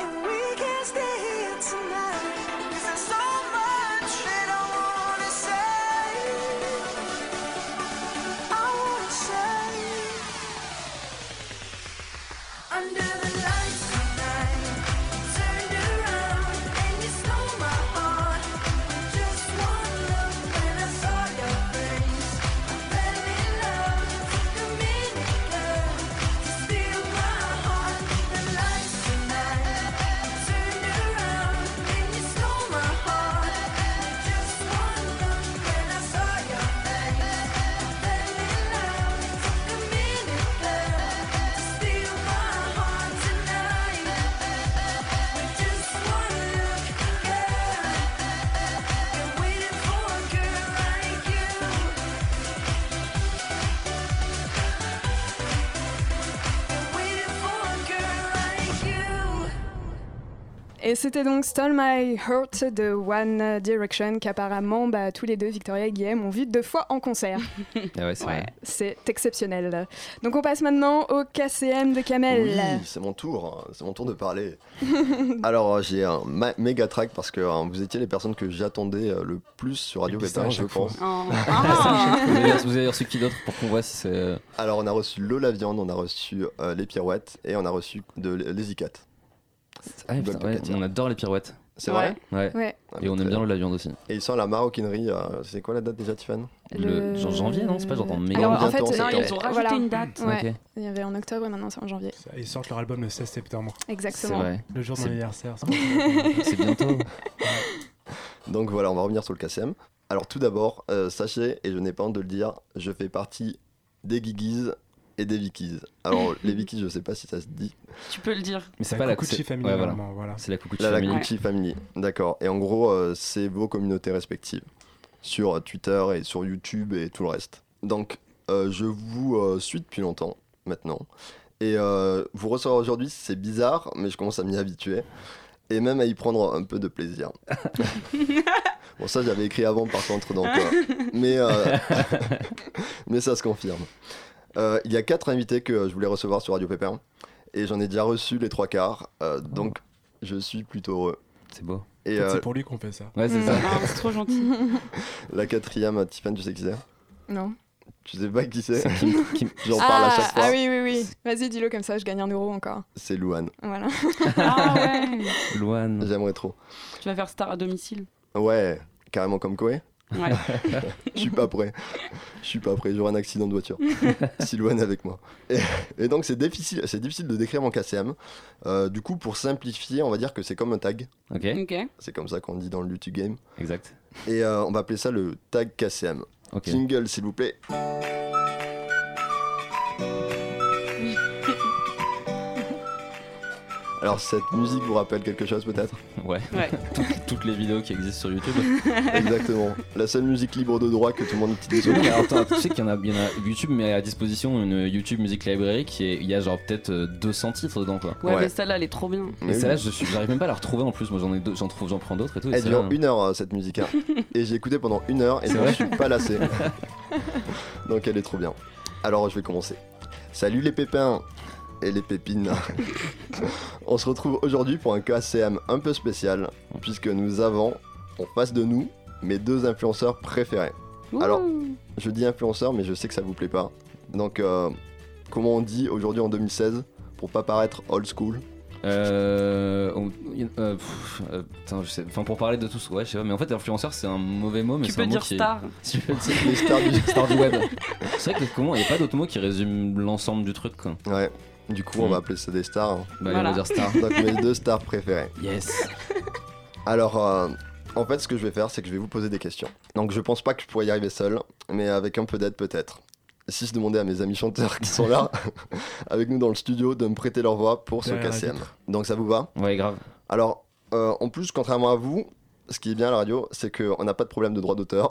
Speaker 7: And we can stay here tonight. 'Cause there's so much that I wanna say. I wanna say. Under the lights tonight, turned around and you stole my heart. Just one look when I saw your face. I fell in love. Took a minute, girl, to steal my heart. The lights tonight turned around and you stole my heart. Just one look when I saw your face. I fell in love. Took a minute, girl, to steal my heart tonight. With just one look, girl. Been waiting for a girl like you. Been waiting for a girl like you.
Speaker 1: Et c'était donc Stole My Heart de One Direction qu'apparemment bah, tous les deux, Victoria et Guillaume, ont vu deux fois en concert.
Speaker 5: Ah ouais, c'est
Speaker 6: Ouais.
Speaker 5: vrai.
Speaker 1: C'est exceptionnel. Donc on passe maintenant au KCM de
Speaker 2: Oui,
Speaker 1: Kamel.
Speaker 2: c'est mon tour, hein, c'est mon tour de parler. Alors euh, j'ai un ma- méga track parce que hein, vous étiez les personnes que j'attendais euh, le plus sur Radio
Speaker 4: Il dit ça
Speaker 2: Pétain,
Speaker 4: à
Speaker 2: je
Speaker 4: chaque fois.
Speaker 2: pense.
Speaker 6: Oh. Ah.
Speaker 5: Vous avez- Vous avez reçu qui d'autre pour qu'on voit si c'est. euh,
Speaker 2: Alors on a reçu Le La Viande, on a reçu euh, Les Pirouettes et on a reçu de l'Hésicat.
Speaker 5: Ah, putain,
Speaker 2: Golden
Speaker 5: ouais,
Speaker 2: Katia.
Speaker 5: on adore les pirouettes.
Speaker 2: C'est
Speaker 6: Ouais.
Speaker 2: vrai
Speaker 5: Ouais.
Speaker 1: Ouais,
Speaker 2: Ah,
Speaker 5: Et
Speaker 2: bah,
Speaker 5: on
Speaker 2: très
Speaker 5: aime bien la viande aussi.
Speaker 2: Et il sort la maroquinerie, euh, c'est quoi la date déjà Tiffany
Speaker 5: Le... genre janvier, non C'est pas genre en mai.
Speaker 1: Alors, en
Speaker 2: Bientôt
Speaker 1: fait, euh,
Speaker 2: en
Speaker 6: Non,
Speaker 2: septembre.
Speaker 6: ils ont rajouté
Speaker 1: Voilà.
Speaker 6: une date.
Speaker 1: ouais, il y avait en octobre et maintenant c'est en janvier.
Speaker 4: Ça, Ils sortent leur album le 16 septembre,
Speaker 5: c'est
Speaker 1: Exactement.
Speaker 5: vrai.
Speaker 4: le jour de
Speaker 5: C'est-
Speaker 4: mon anniversaire. c'est
Speaker 5: C'est bientôt.
Speaker 2: Donc voilà, on va revenir sur le KCM. Alors tout d'abord, euh, sachez, et je n'ai pas honte de le dire, je fais partie des Gigis et des Vikis. Alors les Vikis, je sais pas si ça se dit.
Speaker 6: Tu peux le dire.
Speaker 5: Mais
Speaker 4: C'est
Speaker 5: c'est pas
Speaker 4: la
Speaker 5: la
Speaker 4: Gucci Family,
Speaker 5: Ouais, voilà.
Speaker 4: normalement, voilà.
Speaker 5: C'est la coucou de
Speaker 2: La
Speaker 5: famille.
Speaker 2: Lacucci Family, d'accord. Et en gros, euh, c'est vos communautés respectives sur euh, Twitter et sur YouTube et tout le reste. Donc, euh, je vous euh, suis depuis longtemps maintenant. Et euh, vous recevoir aujourd'hui, c'est bizarre, mais je commence à m'y habituer. Et même à y prendre un peu de plaisir. bon, ça, j'avais écrit avant, par contre, donc. euh, mais, euh, mais ça se confirme. Euh, il y a quatre invités que je voulais recevoir sur Radio Pépin. Et j'en ai déjà reçu les trois quarts. euh, donc, je suis plutôt heureux.
Speaker 5: C'est beau.
Speaker 2: Et
Speaker 4: Peut-être
Speaker 2: euh,
Speaker 4: C'est pour lui qu'on fait ça.
Speaker 5: Ouais, c'est ça.
Speaker 6: Ah, c'est trop gentil.
Speaker 2: la quatrième, Tiffany, tu sais qui c'est
Speaker 1: Non
Speaker 2: Tu sais pas qui c'est
Speaker 5: C'est Kim- Kim-
Speaker 2: J'en parle à chaque fois.
Speaker 1: ah oui, oui, oui. Vas-y, dis-le comme ça, je gagne un euro encore.
Speaker 2: C'est Louane.
Speaker 1: Voilà.
Speaker 6: Ah ouais.
Speaker 5: Loane.
Speaker 2: J'aimerais trop.
Speaker 6: Tu vas faire star à domicile.
Speaker 2: Ouais, carrément comme Koé.
Speaker 6: Ouais.
Speaker 2: Je suis pas prêt. Je suis pas prêt. J'aurai un accident de voiture. si Louane est avec moi. Et, et donc, c'est difficile, c'est difficile de décrire mon KCM. Euh, du coup, pour simplifier, on va dire que c'est comme un tag.
Speaker 5: Ok,
Speaker 6: Ok.
Speaker 2: C'est comme ça qu'on dit dans le Lutu Game.
Speaker 5: exact.
Speaker 2: Et euh, on va appeler ça le tag KCM.
Speaker 5: Ok.
Speaker 2: Jingle, s'il vous plaît. Alors, cette musique vous rappelle quelque chose peut-être
Speaker 5: Ouais.
Speaker 6: Ouais.
Speaker 5: Toutes- Toutes les vidéos qui existent sur YouTube.
Speaker 2: Exactement. La seule musique libre de droit que tout le monde utilise.
Speaker 5: Oui, mais alors, attends, tu sais qu'il y, en a- il y en a YouTube met à disposition une YouTube Music Library qui est, il y a genre peut-être euh, 200 titres dedans quoi.
Speaker 6: Ouais,
Speaker 2: Ouais.
Speaker 6: mais celle-là, elle est trop bien.
Speaker 5: Mais
Speaker 2: Mais
Speaker 5: celle-là,
Speaker 2: oui.
Speaker 5: je suis- j'arrive même pas à la retrouver en plus. Moi, j'en ai deux- j'en trouve, j'en prends d'autres et tout. et
Speaker 2: Elle
Speaker 5: celle-là,
Speaker 2: dure une heure euh, cette musique. hein. Et j'ai écouté pendant une heure et
Speaker 5: C'est
Speaker 2: je
Speaker 5: vrai
Speaker 2: me suis pas lassé. Donc elle est trop bien. Alors je vais commencer. Salut les pépins et les pépines. On se retrouve aujourd'hui pour un KCM un peu spécial puisque nous avons, on passe de nous, mes deux influenceurs préférés. Alors-
Speaker 6: Ouh.
Speaker 2: Je dis influenceur, mais je sais que ça vous plaît pas. Donc, euh, comment on dit aujourd'hui en 2016 pour pas paraître old school
Speaker 5: Euh, on- euh, pff, euh, putain, je sais. Enfin, pour parler de tous, ouais, je sais pas. Mais en fait, influenceur, c'est un mauvais mot, mais
Speaker 6: Tu
Speaker 5: c'est un
Speaker 6: peux
Speaker 5: mot
Speaker 6: dire
Speaker 5: qui. est-
Speaker 6: star.
Speaker 5: Tu peux dire
Speaker 2: Les stars du-
Speaker 5: star du web. C'est vrai que comment il y a pas d'autre mot qui résume l'ensemble du truc quoi.
Speaker 2: Ouais. Du coup,
Speaker 5: Hmm.
Speaker 2: on va appeler ça des stars. hein.
Speaker 5: Bah,
Speaker 6: Voilà.
Speaker 5: on va dire star.
Speaker 2: Donc, mes deux stars préférées.
Speaker 5: Yes.
Speaker 2: Alors, euh, en fait, ce que je vais faire, c'est que je vais vous poser des questions. Donc, je pense pas que je pourrais y arriver seul, mais avec un peu d'aide, peut-être. Si je demandais à mes amis chanteurs qui sont là, avec nous dans le studio, de me prêter leur voix pour ce
Speaker 4: Derrière la
Speaker 2: KCM. Donc, ça vous va
Speaker 5: Ouais, grave.
Speaker 2: Alors, euh, en plus, contrairement à vous, ce qui est bien à la radio, c'est qu'on n'a pas de problème de droit d'auteur.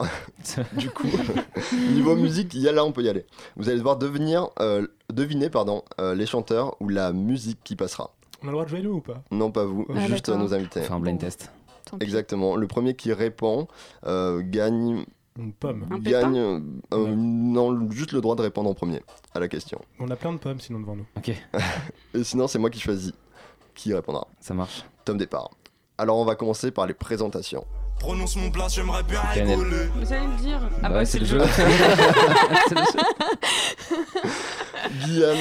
Speaker 2: du coup, niveau musique, il y a là, on peut y aller. Vous allez devoir devenir, euh, deviner pardon, euh, les chanteurs ou la musique qui passera.
Speaker 4: On a le droit de jouer nous ou pas
Speaker 2: Non, pas vous,
Speaker 1: Ah,
Speaker 2: juste euh,
Speaker 1: d'accord.
Speaker 2: nos invités.
Speaker 5: Faire un blind test.
Speaker 1: Tant pis.
Speaker 2: Exactement. Le premier qui répond euh, gagne
Speaker 4: Une pomme.
Speaker 6: Un pépin
Speaker 2: gagne euh, euh, non, juste le droit de répondre en premier à la question.
Speaker 4: On a plein de pommes sinon devant nous.
Speaker 2: Et sinon, c'est moi qui choisis qui répondra.
Speaker 5: Ça marche.
Speaker 2: Tom départ. Alors, on va commencer par les présentations.
Speaker 9: Prononce mon blast, j'aimerais bien
Speaker 5: Canel.
Speaker 9: rigoler.
Speaker 6: Vous allez me dire. Ah
Speaker 5: Bah
Speaker 6: bah,
Speaker 5: ouais,
Speaker 6: c'est le jeu.
Speaker 5: C'est le jeu.
Speaker 2: Guillaume,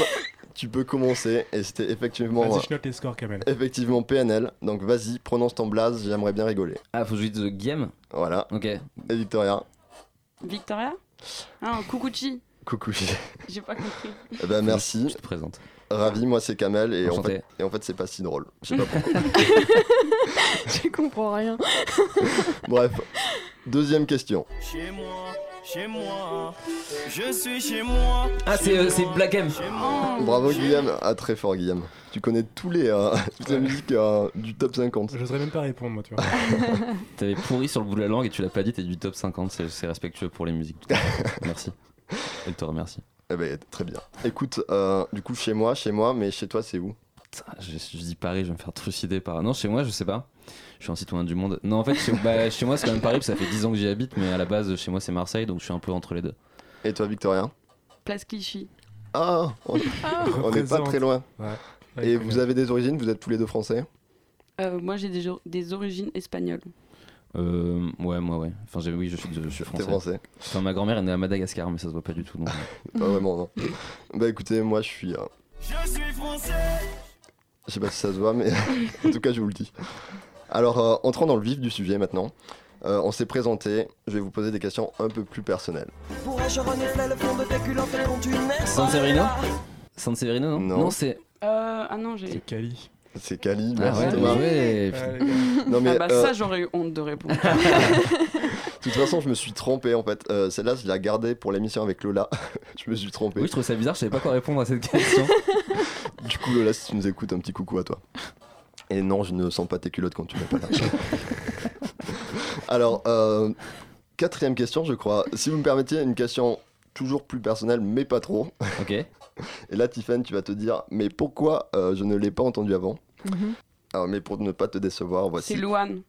Speaker 2: tu peux commencer. Et c'était effectivement,
Speaker 4: Vas-y,
Speaker 2: euh,
Speaker 4: je note les scores, Kamel.
Speaker 2: effectivement PNL. Donc, vas-y, prononce ton blase, j'aimerais bien rigoler.
Speaker 5: Ah, faut que je dise euh, game
Speaker 2: Voilà.
Speaker 5: Ok.
Speaker 2: Et Victoria,
Speaker 6: Victoria Ah, Kukuchi.
Speaker 2: coucou.
Speaker 6: J'ai pas compris.
Speaker 2: Eh ben,
Speaker 5: Je
Speaker 2: merci.
Speaker 5: te présente.
Speaker 2: Ravi, moi, c'est Kamel. Et en,
Speaker 5: Enchanté.
Speaker 2: fait, et en fait, c'est pas si drôle. Je sais pas pourquoi.
Speaker 1: Je comprends rien.
Speaker 2: Bref, deuxième question.
Speaker 9: Chez moi, chez moi, je suis chez moi.
Speaker 5: Ah, c'est, euh,
Speaker 9: chez
Speaker 5: c'est
Speaker 9: moi,
Speaker 5: Black M.
Speaker 9: chez moi.
Speaker 6: Oh.
Speaker 2: Bravo, Guillaume. Ah, très fort, Guillaume. Tu connais tous les, euh, toutes les musiques euh, du top 50.
Speaker 4: J'oserais même pas répondre, moi, tu vois.
Speaker 5: T'avais pourri sur le bout de la langue et tu l'as pas dit, t'es du top 50, c'est c'est respectueux pour les musiques. Merci. Elle te remercie.
Speaker 2: Eh ben, très bien. Écoute, euh, du coup, chez moi, chez moi, mais chez toi, c'est où
Speaker 5: Putain, Ah, je, je dis Paris, je vais me faire trucider par. Non, chez moi, je sais pas. Je suis un citoyen du monde. Non, en fait, chez, bah, chez moi, c'est quand même Paris, parce que ça fait 10 ans que j'y habite, mais à la base, chez moi, c'est Marseille, donc je suis un peu entre les deux.
Speaker 2: Et toi, Victoria
Speaker 6: Place Clichy.
Speaker 2: Ah On on n'est pas
Speaker 4: Représente.
Speaker 2: très loin.
Speaker 4: Ouais,
Speaker 2: Et
Speaker 4: Kamel.
Speaker 2: vous avez des origines Vous êtes tous les deux français
Speaker 6: Euh, moi, j'ai des, or- des origines espagnoles.
Speaker 5: Euh, ouais, moi, ouais. Enfin, j'ai- oui, je suis, de- je suis
Speaker 2: T'es
Speaker 5: français.
Speaker 2: français
Speaker 5: Enfin, ma grand-mère est née à Madagascar, mais ça se voit pas du tout. donc.
Speaker 2: Pas vraiment, non. bah écoutez, moi, je suis. euh,
Speaker 9: Je suis français.
Speaker 2: je sais pas si ça se voit, mais en tout cas, je vous le dis. Alors, euh, entrons dans le vif du sujet maintenant. Euh, on s'est présenté. Je vais vous poser des questions un peu plus personnelles.
Speaker 9: Pourrais-je renifler le fond de tes culottes quand tu naisses
Speaker 5: San Severino San Severino, non
Speaker 2: Non.
Speaker 5: c'est.
Speaker 6: Euh, ah non, j'ai.
Speaker 4: C'est Cali.
Speaker 2: Bah, C'est Cali,
Speaker 5: Ah
Speaker 2: merci
Speaker 5: ouais,
Speaker 2: Thomas.
Speaker 5: ouais, putain.
Speaker 4: Ouais, les gars.
Speaker 2: Non, mais
Speaker 6: ah bah,
Speaker 2: euh,
Speaker 6: ça, j'aurais eu honte de répondre.
Speaker 2: de toute façon, je me suis trompé en fait. Euh, Celle-là, je l'ai gardée pour l'émission avec Lola. je me suis trompé.
Speaker 5: Oui, je trouve ça bizarre, je savais pas quoi répondre à cette question.
Speaker 2: Du coup, Lola, si tu nous écoutes, un petit coucou à toi. Et non, je ne sens pas tes culottes quand tu n'es pas là. Alors, euh, quatrième question, je crois. Si vous me permettiez, une question toujours plus personnelle, mais pas trop.
Speaker 5: ok.
Speaker 2: Et là, Tiffen, tu vas te dire, mais pourquoi euh, je ne l'ai pas entendu avant
Speaker 1: Mhm.
Speaker 2: Alors, mais pour ne pas te décevoir,
Speaker 6: C'est
Speaker 2: voici.
Speaker 6: Louane.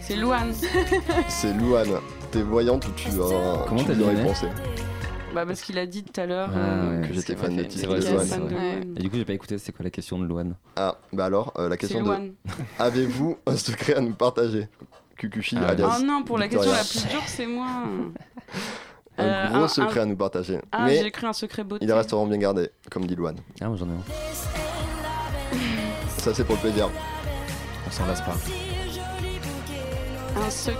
Speaker 6: C'est Louane.
Speaker 2: C'est Louane. T'es voyante ou tu, euh,
Speaker 5: Comment
Speaker 2: tu
Speaker 5: t'as
Speaker 2: y aurais
Speaker 5: deviné
Speaker 2: pensé
Speaker 6: Bah, parce qu'il a dit tout à l'heure.
Speaker 5: Ah,
Speaker 6: euh,
Speaker 5: ouais.
Speaker 2: que j'étais
Speaker 5: c'est
Speaker 2: fan
Speaker 5: vrai,
Speaker 2: de
Speaker 5: c'est
Speaker 2: Titi
Speaker 5: vrai,
Speaker 6: qu'il
Speaker 5: c'est
Speaker 6: est
Speaker 5: vrai, c'est
Speaker 6: fan de
Speaker 5: vrai.
Speaker 6: Louane.
Speaker 5: Et du coup, j'ai pas écouté, c'est quoi la question de Loane
Speaker 2: Ah, bah alors, euh, la question
Speaker 6: C'est
Speaker 2: de
Speaker 6: Louane.
Speaker 2: Avez-vous un secret à nous partager Kukushi,
Speaker 5: Ah ouais.
Speaker 2: alias.
Speaker 6: Oh non, pour la question
Speaker 2: Victoria.
Speaker 6: la plus dure, c'est moi.
Speaker 2: Un
Speaker 6: Euh,
Speaker 2: gros secret à nous partager.
Speaker 6: Ah,
Speaker 2: mais
Speaker 6: j'ai écrit un secret beauté.
Speaker 2: Il resteront bien gardés, comme dit Luan.
Speaker 5: Ah, moi j'en ai un.
Speaker 2: Ça, c'est pour le plaisir.
Speaker 5: On s'en lasse pas.
Speaker 6: Un secret.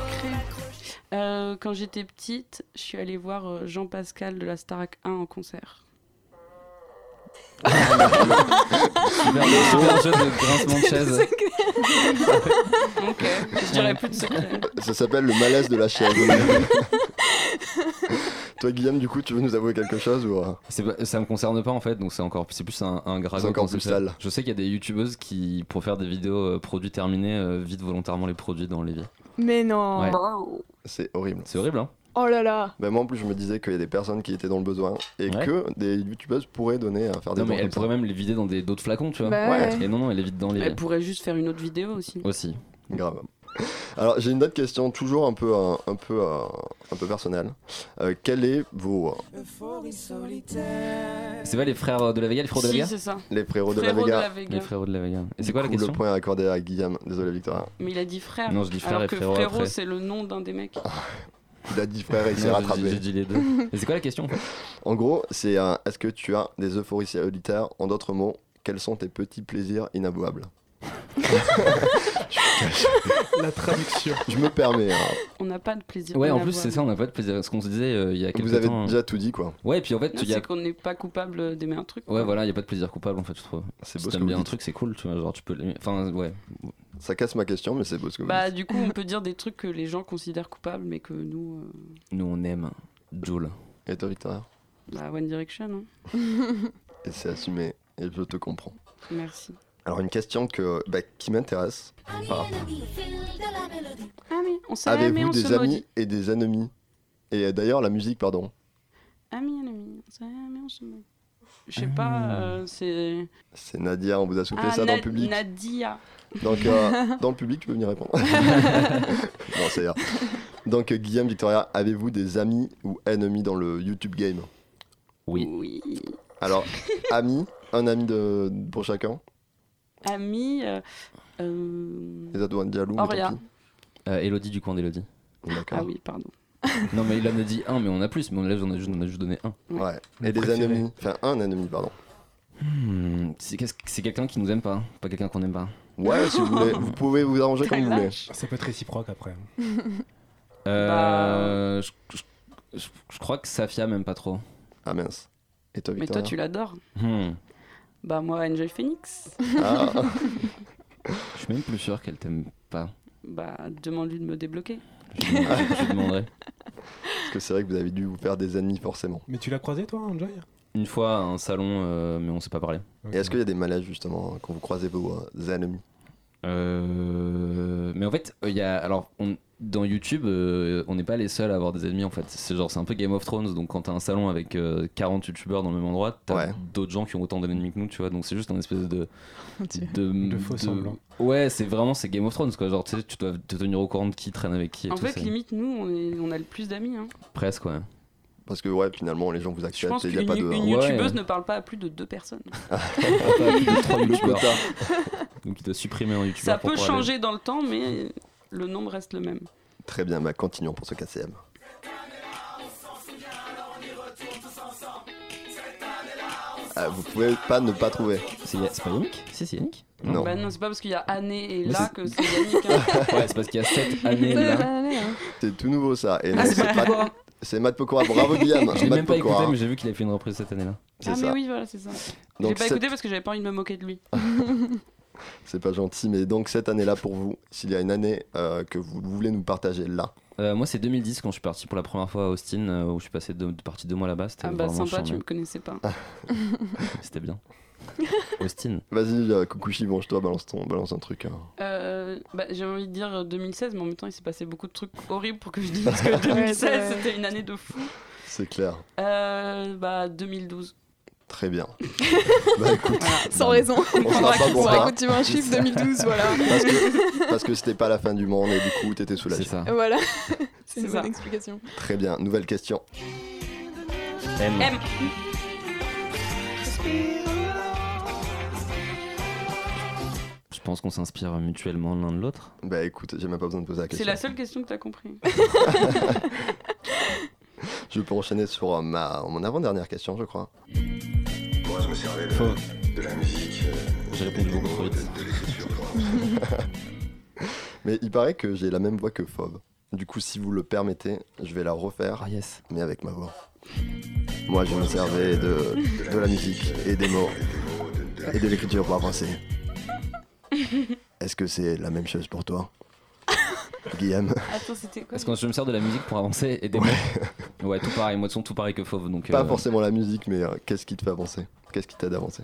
Speaker 6: Euh, quand j'étais petite, je suis allée voir euh, Jean-Pascal de la Starac 1 en concert.
Speaker 5: Super, super jeu de grincement de chaise.
Speaker 6: Ok, je dirais plus de secret.
Speaker 2: Ça s'appelle le malaise de la chaise. Toi, Guillaume, du coup, tu veux nous avouer quelque chose ou euh,
Speaker 5: C'est pas- ça me concerne pas en fait, donc c'est encore c'est plus un, un gragot
Speaker 2: C'est encore
Speaker 5: conceptuel.
Speaker 2: plus sale.
Speaker 5: Je sais qu'il y a des youtubeuses qui, pour faire des vidéos euh, produits terminés, euh, vident volontairement les produits dans l'évier.
Speaker 1: Mais non.
Speaker 5: Ouais.
Speaker 2: C'est horrible.
Speaker 5: C'est horrible, hein
Speaker 1: Oh là là.
Speaker 2: Ben, moi, en plus, je me disais qu'il y a des personnes qui étaient dans le besoin et
Speaker 5: Ouais.
Speaker 2: que des youtubeuses pourraient donner à faire Ah, des
Speaker 5: Non, mais
Speaker 2: dons
Speaker 5: elle
Speaker 2: comme
Speaker 5: pourrait même les vider dans des- d'autres flacons, tu vois.
Speaker 1: Bah
Speaker 2: Ouais.
Speaker 1: ouais.
Speaker 5: Et non, non, elle les vide dans l'évier.
Speaker 6: Elle pourrait juste faire une autre vidéo aussi.
Speaker 5: Aussi.
Speaker 2: ça. Grave. Alors, j'ai une autre question, toujours un peu, euh, un peu, euh, un peu personnelle. Euh, quel est vos. euh,
Speaker 9: Euphorie solitaire.
Speaker 5: C'est pas les frères euh, de la Vega, les frères de la
Speaker 6: si,
Speaker 5: Vega
Speaker 6: c'est ça.
Speaker 2: les frérots de la
Speaker 6: Frérot de
Speaker 2: Vega
Speaker 6: la Vega.
Speaker 5: Les frères de la Vega. Et c'est quoi la
Speaker 2: Du coup,
Speaker 5: question
Speaker 2: Le point est accordé à Guillaume. Désolé, Victoria.
Speaker 6: Mais il a dit frère.
Speaker 5: Non, je dis frère
Speaker 6: Alors
Speaker 5: et
Speaker 6: que
Speaker 5: frérot après. Ah.
Speaker 6: c'est le nom d'un des mecs.
Speaker 2: Il a dit frère et il
Speaker 5: Non,
Speaker 2: s'est
Speaker 5: j'ai-
Speaker 2: rattrapé.
Speaker 5: J'ai dit les deux. Et c'est quoi la question en fait
Speaker 2: En gros, c'est euh, est-ce que tu as des euphories solitaires En d'autres mots, quels sont tes petits plaisirs inavouables
Speaker 4: La traduction.
Speaker 2: Je me permets. hein.
Speaker 6: On n'a pas de plaisir.
Speaker 5: Ouais,
Speaker 6: à
Speaker 5: en
Speaker 6: la
Speaker 5: plus,
Speaker 6: voir.
Speaker 5: c'est ça, on n'a pas de plaisir. Parce qu'on se disait euh, il y a quelques
Speaker 2: Vous avez
Speaker 5: temps.
Speaker 2: déjà tout dit, quoi.
Speaker 5: Ouais, et puis en fait,
Speaker 6: Non,
Speaker 5: il y a.
Speaker 6: C'est qu'on n'est pas coupable d'aimer un truc.
Speaker 5: Ouais, voilà, il y a pas de plaisir coupable en fait, je trouve.
Speaker 2: C'est
Speaker 5: Si
Speaker 2: beau ce que
Speaker 5: t'aimes
Speaker 2: vous
Speaker 5: bien un
Speaker 2: dites.
Speaker 5: truc, c'est cool, tu vois. Genre, tu peux. l'aimer. Enfin, ouais.
Speaker 2: Ça casse ma question, mais c'est beau ce que vous
Speaker 6: Bah,
Speaker 2: dites.
Speaker 6: du coup, on peut dire des trucs que les gens considèrent coupables, mais que nous. euh,
Speaker 5: Nous, on aime Joule.
Speaker 2: Et toi, Victoria
Speaker 6: bah, One Direction, hein.
Speaker 2: Et c'est assumé, et je te comprends.
Speaker 6: Merci.
Speaker 2: Alors, une question que, bah, qui m'intéresse
Speaker 6: Ah, mais on s'est aimé,
Speaker 2: avez-vous
Speaker 6: on
Speaker 2: des
Speaker 6: se
Speaker 2: amis
Speaker 6: maudit.
Speaker 2: et des ennemis Et euh, d'ailleurs, la musique, pardon.
Speaker 6: Amis, ennemis, on s'est aimé, on se maudit. Je sais pas, euh, c'est.
Speaker 2: C'est Nadia, on vous a soufflé Ah. ça dans
Speaker 6: Ah, Na-
Speaker 2: le public.
Speaker 6: Nadia.
Speaker 2: Donc, euh, dans le public, tu peux venir répondre. non, c'est Donc, euh, Guillaume, Victoria, avez-vous des amis ou ennemis dans le YouTube game
Speaker 5: Oui.
Speaker 6: Oui.
Speaker 2: Alors, amis, un ami de, pour chacun.
Speaker 6: Ami. euh, euh,
Speaker 2: Les adouanes Dialou, mais
Speaker 6: Auréa.
Speaker 2: tant pis.
Speaker 5: Euh, Elodie du coin d'Elodie.
Speaker 2: D'accord.
Speaker 6: Ah oui, pardon.
Speaker 5: Non, mais il en a dit un, mais on a plus. Mais on, là, on, a, juste, on a juste donné un.
Speaker 2: Ouais.
Speaker 4: Mon
Speaker 2: Et des
Speaker 4: préféré.
Speaker 2: ennemis. Enfin, un ennemi, pardon.
Speaker 5: Hmm, c'est qu'est-ce que- c'est quelqu'un qui nous aime pas, hein, pas quelqu'un qu'on aime pas.
Speaker 2: Ouais, si vous voulez, vous pouvez vous arranger
Speaker 6: Très
Speaker 2: comme vous voulez.
Speaker 6: lâche.
Speaker 4: Ça peut être réciproque après. hein.
Speaker 5: Euh, je, je- je- je crois que Safia m'aime pas trop.
Speaker 2: Ah mince. Et toi,
Speaker 6: Mais toi,
Speaker 2: Victoria
Speaker 6: tu l'adores.
Speaker 5: Hmm,
Speaker 6: Bah, moi, Angel Phoenix.
Speaker 2: Ah.
Speaker 5: Je suis même plus sûr qu'elle t'aime pas.
Speaker 6: Bah, demande-lui de me débloquer.
Speaker 5: Je, je- je demanderai.
Speaker 2: Parce que c'est vrai que vous avez dû vous faire des ennemis, forcément.
Speaker 4: Mais tu l'as croisé toi, Enjoy
Speaker 5: Une fois à un salon, euh, mais on s'est pas parlé.
Speaker 4: Ok.
Speaker 2: Et est-ce qu'il y a des malaises, justement, quand vous croisez vos euh, ennemis
Speaker 5: Euh, mais en fait, il y a. Alors, on- dans YouTube, euh, on n'est pas les seuls à avoir des ennemis en fait. C'est genre, c'est un peu Game of Thrones. Donc, quand t'as un salon avec euh, 40 YouTubeurs dans le même endroit, t'as
Speaker 2: Ouais.
Speaker 5: d'autres gens qui ont autant d'ennemis que nous, tu vois. Donc, c'est juste un espèce de.
Speaker 1: Dieu.
Speaker 5: de,
Speaker 4: De faux semblants.
Speaker 5: Ouais, c'est vraiment c'est Game of Thrones quoi. Genre, tu sais, tu dois te tenir au courant de qui traîne avec qui et
Speaker 6: En
Speaker 5: tout.
Speaker 6: fait,
Speaker 5: c'est
Speaker 6: limite, nous, on, est- on a le plus d'amis. hein.
Speaker 5: Presque, ouais.
Speaker 2: Parce que, ouais, finalement, les gens vous
Speaker 6: Je
Speaker 2: acceptent
Speaker 6: pense
Speaker 2: et il n'y
Speaker 6: qu'une
Speaker 2: a pas de.
Speaker 6: une
Speaker 5: Ouais.
Speaker 6: youtubeuse ne parle pas à plus de deux personnes.
Speaker 5: Trois
Speaker 2: Le
Speaker 5: youtubeurs.
Speaker 2: quota.
Speaker 5: Donc, il doit supprimer un youtubeur.
Speaker 6: Ça
Speaker 5: pour
Speaker 6: peut
Speaker 5: pouvoir aller-
Speaker 6: changer dans le temps, mais le nombre reste le même.
Speaker 2: Très bien, bah, continuons pour ce KCM. Ah, vous pouvez pas ne pas trouver.
Speaker 5: C'est c'est pas Yannick Si, c'est Yannick.
Speaker 2: Non.
Speaker 6: Bah non, c'est pas parce qu'il y a année et
Speaker 5: Mais
Speaker 6: là
Speaker 5: c'est-
Speaker 6: que c'est Yannick. hein.
Speaker 5: Ouais, c'est parce qu'il y a 7 années là.
Speaker 1: hein.
Speaker 2: C'est tout nouveau ça. Et non,
Speaker 6: Ah, c'est
Speaker 2: c'est
Speaker 6: pas
Speaker 2: pas-
Speaker 6: toi.
Speaker 2: c'est Matt Pokora. Bravo Guillaume.
Speaker 5: Je l'ai
Speaker 2: Matt
Speaker 5: même pas écouté,
Speaker 2: Pokora.
Speaker 5: mais j'ai vu qu'il a fait une reprise cette année là.
Speaker 2: C'est
Speaker 6: Ah, mais
Speaker 2: ça.
Speaker 6: oui, voilà, c'est ça. J'ai
Speaker 2: Donc
Speaker 6: pas
Speaker 2: cette-
Speaker 6: écouté parce que j'avais pas envie de me moquer de lui.
Speaker 2: c'est pas gentil, mais donc cette année-là pour vous, s'il y a une année euh, que vous voulez nous partager là,
Speaker 5: Euh, moi, c'est 2010 quand je suis parti pour la première fois à Austin, euh, où je suis passé de, de partie deux mois là-bas. C'était
Speaker 6: Ah bah
Speaker 5: vraiment Ah.
Speaker 6: sympa, tu
Speaker 5: charmant.
Speaker 6: me connaissais pas.
Speaker 5: C'était bien. Austin.
Speaker 2: vas-y, euh, Kukushi, mange-toi, balance, ton, balance un truc. hein.
Speaker 6: Euh, bah, j'ai envie de dire 2016, mais en même temps, il s'est passé beaucoup de trucs horribles pour que je dise que
Speaker 1: Ouais, c'est
Speaker 6: 2016,
Speaker 1: vrai.
Speaker 6: c'était une année de fou.
Speaker 2: C'est clair.
Speaker 6: Euh, bah, 2012.
Speaker 2: Très bien. bah écoute,
Speaker 1: Sans raison.
Speaker 2: on sera pas bon
Speaker 1: Bah,
Speaker 2: hein,
Speaker 1: écoute, tu vois un chiffre 2012, voilà.
Speaker 2: parce que parce que c'était pas la fin du monde et du coup t'étais
Speaker 5: C'est
Speaker 2: soulagé.
Speaker 5: ça.
Speaker 1: Voilà. C'est
Speaker 6: C'est
Speaker 1: une
Speaker 6: ça.
Speaker 1: bonne explication.
Speaker 2: Très bien. Nouvelle question.
Speaker 5: M.
Speaker 6: M.
Speaker 5: Je pense qu'on s'inspire mutuellement l'un de l'autre.
Speaker 2: Bah écoute, j'ai même pas besoin de poser la question.
Speaker 6: C'est la seule question que t'as compris.
Speaker 2: Je peux enchaîner sur euh, ma mon avant-dernière question, je crois.
Speaker 3: Moi, je me servais de,
Speaker 4: Faux.
Speaker 3: de la musique, euh,
Speaker 5: J'ai répondu
Speaker 3: des
Speaker 5: beaucoup
Speaker 3: mots,
Speaker 5: trop
Speaker 3: de,
Speaker 5: vite.
Speaker 3: de l'écriture pour
Speaker 2: Mais il paraît que j'ai la même voix que Fauve. Du coup, si vous le permettez, je vais la refaire,
Speaker 5: Ah yes.
Speaker 2: mais avec ma voix. Moi, je me servais de, de la musique et des mots et de l'écriture pour avancer. Est-ce que c'est la même chose pour toi Guillaume
Speaker 6: Attends, c'était quoi
Speaker 5: Est-ce que je me sers de la musique pour avancer et des
Speaker 2: Ouais.
Speaker 5: mots Ouais, tout pareil. Moi, de son, tout pareil que Fauve. Donc,
Speaker 2: Pas
Speaker 5: euh,
Speaker 2: forcément la musique, mais euh, qu'est-ce qui te fait avancer Qu'est-ce qui t'aide à avancer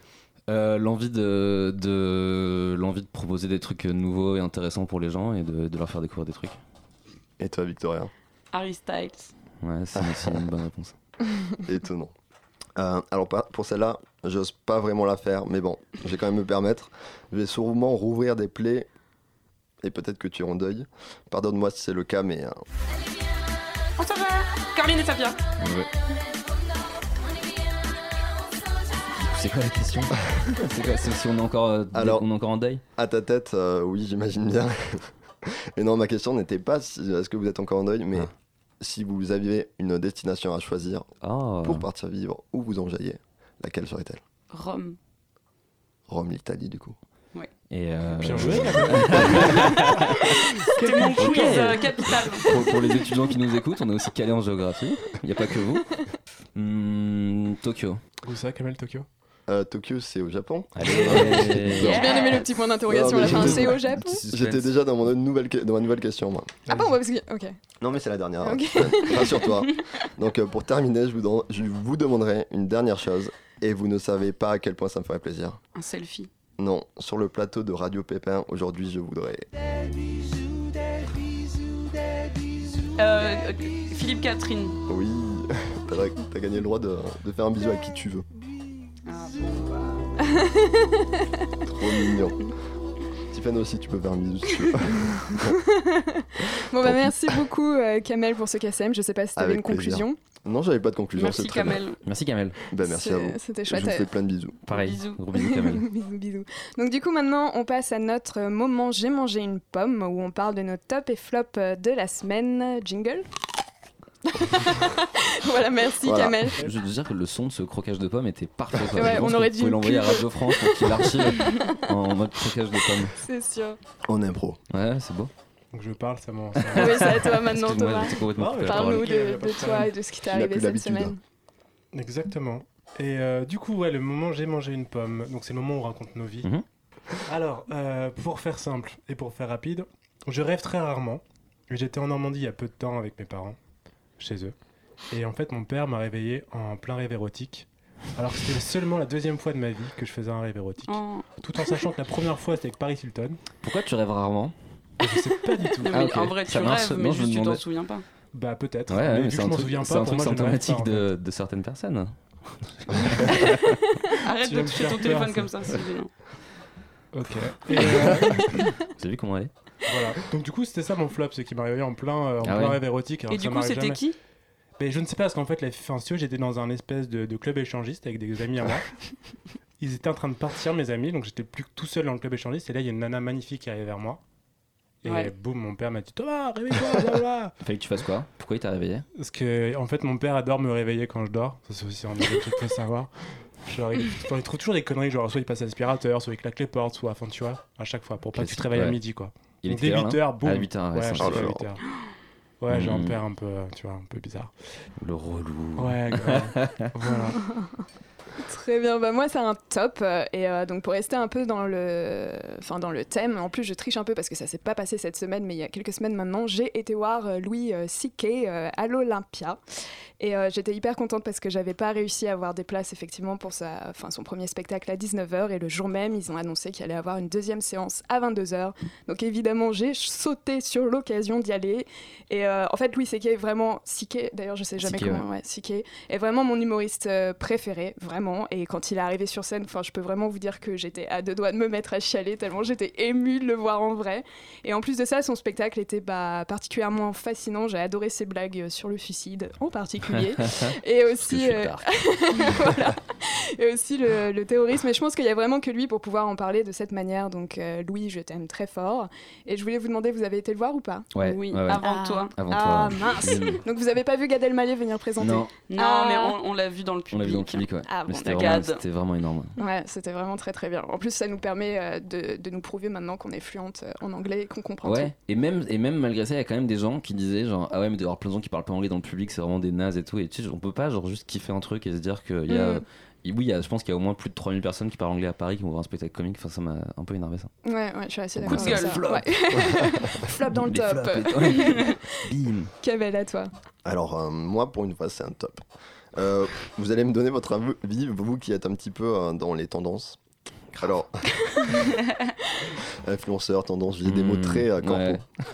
Speaker 5: euh, l'envie de, de l'envie de proposer des trucs nouveaux et intéressants pour les gens et de, de leur faire découvrir des trucs.
Speaker 2: Et toi, Victoria
Speaker 6: Harry Styles.
Speaker 5: Ouais, c'est c'est une bonne réponse.
Speaker 2: Étonnant. Euh, alors, pas- pour celle-là, j'ose pas vraiment la faire, mais bon, je vais quand même me permettre. Je vais sûrement rouvrir des plaies, et peut-être que tu es en deuil. Pardonne-moi si c'est le cas, mais euh,
Speaker 6: Oh, ça va Caroline et Safia.
Speaker 5: Ouais. C'est quoi la question C'est quoi C'est si on est encore, euh,
Speaker 2: Alors-
Speaker 5: on est encore en deuil
Speaker 2: à ta tête, euh, oui, j'imagine bien. et non, ma question n'était pas si, est-ce que vous êtes encore en deuil, mais
Speaker 5: Ah.
Speaker 2: si vous aviez une destination à choisir
Speaker 5: Oh.
Speaker 2: pour partir vivre ou vous enjailler, laquelle serait-elle
Speaker 6: Rome.
Speaker 2: Rome, l'Italie, du coup.
Speaker 5: Et euh,
Speaker 4: Bien joué.
Speaker 6: C'était mon
Speaker 5: Ok.
Speaker 6: quiz euh, capital.
Speaker 5: pour, pour les étudiants qui nous écoutent, on est aussi calés en géographie. Il n'y a pas que vous. Hmm, Tokyo.
Speaker 4: Où ça, Kamel Tokyo
Speaker 2: Euh, Tokyo, c'est au Japon.
Speaker 5: Allez.
Speaker 1: J'ai bien aimé le petit point d'interrogation à la
Speaker 2: Non,
Speaker 1: fin.
Speaker 2: mais-
Speaker 1: C'est au Japon
Speaker 2: J'étais déjà dans, mon nouvelle, que- dans ma nouvelle question, moi.
Speaker 1: Ah bon, ouais, parce que. Ok.
Speaker 2: Non, mais c'est la dernière.
Speaker 1: Ok.
Speaker 2: Ouais, Rassure-toi. Donc, euh, pour terminer, je vous, don- je vous demanderai une dernière chose. Et vous ne savez pas à quel point ça me ferait plaisir.
Speaker 6: Un selfie.
Speaker 2: Non, sur le plateau de Radio Pépin, aujourd'hui, je voudrais.
Speaker 6: Euh, Philippe Catherine.
Speaker 2: Oui, t'as t'as gagné le droit de, de faire un bisou à qui tu veux.
Speaker 1: Ah.
Speaker 2: Trop mignon. Stéphane aussi, tu peux faire un bisou si tu veux.
Speaker 1: Bon, bah
Speaker 2: Tant pis.
Speaker 1: merci beaucoup, euh, Kamel, pour ce KSM. Je sais pas si t'avais
Speaker 2: Avec
Speaker 1: une
Speaker 2: plaisir.
Speaker 1: conclusion.
Speaker 2: Non, j'avais pas de conclusion, c'est
Speaker 6: Merci
Speaker 2: très bien.
Speaker 6: Kamel.
Speaker 5: Merci Kamel.
Speaker 2: Ben, merci
Speaker 1: C'est-
Speaker 2: à vous.
Speaker 1: C'était
Speaker 2: Je
Speaker 1: chouette.
Speaker 2: vous fais plein de bisous.
Speaker 5: Pareil.
Speaker 6: Bisous.
Speaker 5: Gros bisous Kamel.
Speaker 1: bisous, bisous. Donc du coup maintenant on passe à notre euh, moment J'ai mangé une pomme où on parle de nos top et flop euh, de la semaine. Jingle. voilà, merci
Speaker 2: Voilà.
Speaker 1: Kamel.
Speaker 5: Je veux dire que le son de ce croquage de pomme était parfait. quoi.
Speaker 1: Ouais,
Speaker 5: Je pense
Speaker 1: on
Speaker 5: que
Speaker 1: aurait
Speaker 5: vous
Speaker 1: dû
Speaker 5: pouvez
Speaker 1: le
Speaker 5: l'envoyer à
Speaker 1: plus-
Speaker 5: Radio France pour qu'il l'archive en mode croquage de pomme.
Speaker 1: C'est sûr.
Speaker 2: En impro.
Speaker 5: Ouais, c'est beau.
Speaker 4: Donc je parle, ça m'en.
Speaker 1: Ah oui, c'est à toi maintenant
Speaker 5: Excuse-moi,
Speaker 1: Thomas.
Speaker 5: j'étais complètement
Speaker 4: Non,
Speaker 5: coupé
Speaker 4: mais
Speaker 5: la parole.
Speaker 1: Parle-nous
Speaker 4: parole. Il y
Speaker 1: de,
Speaker 4: a pas de
Speaker 1: de toi et de ce qui t'est
Speaker 2: Il a
Speaker 1: arrivé
Speaker 2: plus
Speaker 1: cette
Speaker 2: l'habitude.
Speaker 1: semaine.
Speaker 4: Exactement. Et euh, du coup, ouais, le moment j'ai mangé une pomme. Donc c'est le moment où on raconte nos vies.
Speaker 5: Mhm.
Speaker 4: Alors, euh, pour faire simple et pour faire rapide, je rêve très rarement. Et J'étais en Normandie il y a peu de temps avec mes parents, chez eux. Et en fait, mon père m'a réveillé en plein rêve érotique. Alors que c'était seulement la deuxième fois de ma vie que je faisais un rêve érotique.
Speaker 6: Oh.
Speaker 4: Tout en sachant que la première fois c'était avec Paris Hilton.
Speaker 5: Pourquoi tu rêves rarement
Speaker 4: Et je sais pas du tout.
Speaker 6: Non,
Speaker 5: Ah,
Speaker 6: mais
Speaker 5: ok.
Speaker 6: En vrai, tu
Speaker 5: Ça marche.
Speaker 6: rêves,
Speaker 5: Non,
Speaker 6: mais
Speaker 5: je me
Speaker 6: juste tu t'en
Speaker 5: demandais.
Speaker 6: souviens pas.
Speaker 4: Bah peut-être.
Speaker 5: Ouais, ouais,
Speaker 4: mais
Speaker 5: mais
Speaker 4: vu
Speaker 5: c'est
Speaker 4: que je
Speaker 5: un
Speaker 4: m'en
Speaker 5: truc,
Speaker 4: souviens
Speaker 5: c'est
Speaker 4: pas,
Speaker 5: un
Speaker 4: pour
Speaker 5: truc
Speaker 4: moi, je ne rêve
Speaker 5: symptomatique
Speaker 4: pas, en fait.
Speaker 5: de, de certaines personnes.
Speaker 6: Arrête
Speaker 4: Tu
Speaker 6: de
Speaker 4: vas me
Speaker 6: toucher
Speaker 4: faire
Speaker 6: ton
Speaker 4: peur,
Speaker 6: téléphone
Speaker 4: ça.
Speaker 6: comme ça, c'est gênant.
Speaker 4: Ok. Et, euh,
Speaker 5: Vous avez vu comment elle est
Speaker 4: Voilà. Donc du coup, c'était ça mon flop, c'est qu'il m'est arrivé en plein, euh, en
Speaker 5: Ah
Speaker 4: plein
Speaker 5: ouais.
Speaker 4: rêve érotique. alors
Speaker 6: Et
Speaker 4: que
Speaker 6: du
Speaker 4: ça
Speaker 6: coup,
Speaker 4: m'arrive
Speaker 6: c'était
Speaker 4: jamais.
Speaker 6: qui
Speaker 4: Mais je ne sais pas, parce qu'en fait, la fin si tu veux, j'étais dans un espèce de, de club échangiste avec des amis à moi. Ils étaient en train de partir, mes amis, donc j'étais plus que tout seul dans le club échangiste. Et là, il y a une nana magnifique qui arrive vers moi. Et
Speaker 6: Ouais.
Speaker 4: boum, mon père m'a dit Thomas, réveille-toi, blablabla.
Speaker 5: Fallait que tu fasses quoi Pourquoi il t'a réveillé
Speaker 4: Parce que, en fait, mon père adore me réveiller quand je dors. Ça, c'est aussi un truc qu'il faut savoir. Genre, il, enfin, il trouve toujours des conneries, genre, soit il passe l'aspirateur, soit il claque les portes, soit, enfin, tu vois, à chaque fois, pour pas que tu te
Speaker 5: Classique,
Speaker 4: réveilles à
Speaker 5: ouais.
Speaker 4: midi, quoi.
Speaker 5: Il
Speaker 4: Donc,
Speaker 5: était
Speaker 4: dès
Speaker 5: là, là
Speaker 4: 8 heures, boum.
Speaker 5: hein. À 8 heures,
Speaker 4: Ouais,
Speaker 5: ouais,
Speaker 4: je
Speaker 5: c'est
Speaker 2: oh
Speaker 4: sais
Speaker 5: un
Speaker 2: là
Speaker 4: pas,
Speaker 2: là.
Speaker 4: huit heures. Ouais, j'ai un
Speaker 5: Mm.
Speaker 4: père un peu, euh, tu vois, un peu bizarre.
Speaker 5: peu Le relou.
Speaker 4: Ouais, grave. voilà.
Speaker 1: Très bien, bah moi c'est un top euh, et euh, donc pour rester un peu dans le, enfin dans le thème, en plus je triche un peu parce que ça s'est pas passé cette semaine, mais il y a quelques semaines maintenant, j'ai été voir euh, Louis euh, C.K. euh, à l'Olympia et euh, j'étais hyper contente parce que j'avais pas réussi à avoir des places effectivement pour sa, enfin son premier spectacle à 19h et le jour même ils ont annoncé qu'il allait avoir une deuxième séance à 22h, donc évidemment j'ai sauté sur l'occasion d'y aller et euh, en fait Louis C.K. est vraiment C.K. d'ailleurs je sais jamais
Speaker 5: C.K.,
Speaker 1: comment, ouais, C.K est vraiment mon humoriste euh, préféré, vraiment. Et quand il est arrivé sur scène, enfin, je peux vraiment vous dire que j'étais à deux doigts de me mettre à chialer tellement j'étais émue de le voir en vrai. Et en plus de ça, son spectacle était bah, particulièrement fascinant. J'ai adoré ses blagues euh, sur le suicide, en particulier, et
Speaker 5: Parce que je
Speaker 1: aussi
Speaker 5: suis
Speaker 1: euh,
Speaker 5: dark.
Speaker 1: voilà. Et aussi le, le terrorisme. Et je pense qu'il y a vraiment que lui pour pouvoir en parler de cette manière. Donc euh, Louis, je t'aime très fort. Et je voulais vous demander, vous avez été le voir ou pas
Speaker 5: Ouais,
Speaker 6: Oui,
Speaker 5: ouais, ouais.
Speaker 6: avant
Speaker 1: Ah.
Speaker 6: toi.
Speaker 5: Avant
Speaker 1: Ah
Speaker 5: toi.
Speaker 1: mince.
Speaker 5: Mmh.
Speaker 1: Donc vous avez pas vu Gad Elmaleh venir présenter
Speaker 5: Non,
Speaker 6: Non,
Speaker 1: Ah.
Speaker 6: mais on, on l'a vu dans le
Speaker 5: on l'a vu dans le
Speaker 6: public.
Speaker 5: public, ouais.
Speaker 1: Ah
Speaker 5: Mais
Speaker 1: bon,
Speaker 5: c'était
Speaker 6: la
Speaker 5: vraiment,
Speaker 6: gade.
Speaker 5: c'était vraiment énorme.
Speaker 1: Ouais, c'était vraiment très très bien. En plus, ça nous permet euh, de, de nous prouver maintenant qu'on est fluente euh, en anglais et qu'on comprend tout.
Speaker 5: Ouais, et même, et même malgré ça, il y a quand même des gens qui disaient genre ah ouais, mais d'avoir plein de gens qui parlent pas anglais dans le public, c'est vraiment des nazes et tout. Et tu sais, on peut pas genre juste kiffer un truc et se dire que il y a.
Speaker 1: Mm.
Speaker 5: Oui, il y a, je pense qu'il y a au moins plus de 3000 personnes qui parlent anglais à Paris qui vont voir un spectacle comique. Enfin, ça m'a un peu énervé ça.
Speaker 1: Ouais, ouais, je suis assez
Speaker 5: Coup
Speaker 1: d'accord.
Speaker 5: de
Speaker 1: avec
Speaker 5: gueule,
Speaker 1: ça.
Speaker 5: flop.
Speaker 1: Ouais. flop dans le
Speaker 5: Les
Speaker 1: top.
Speaker 5: flops et tout. Ouais. Bim.
Speaker 1: Kamel, à toi.
Speaker 2: Alors, euh, moi, pour une fois, c'est un top. Euh, vous allez me donner votre avis, vous qui êtes un petit peu euh, dans les tendances. Alors, influenceur, tendance, j'ai des mots
Speaker 5: Mmh,
Speaker 2: très euh, corpo.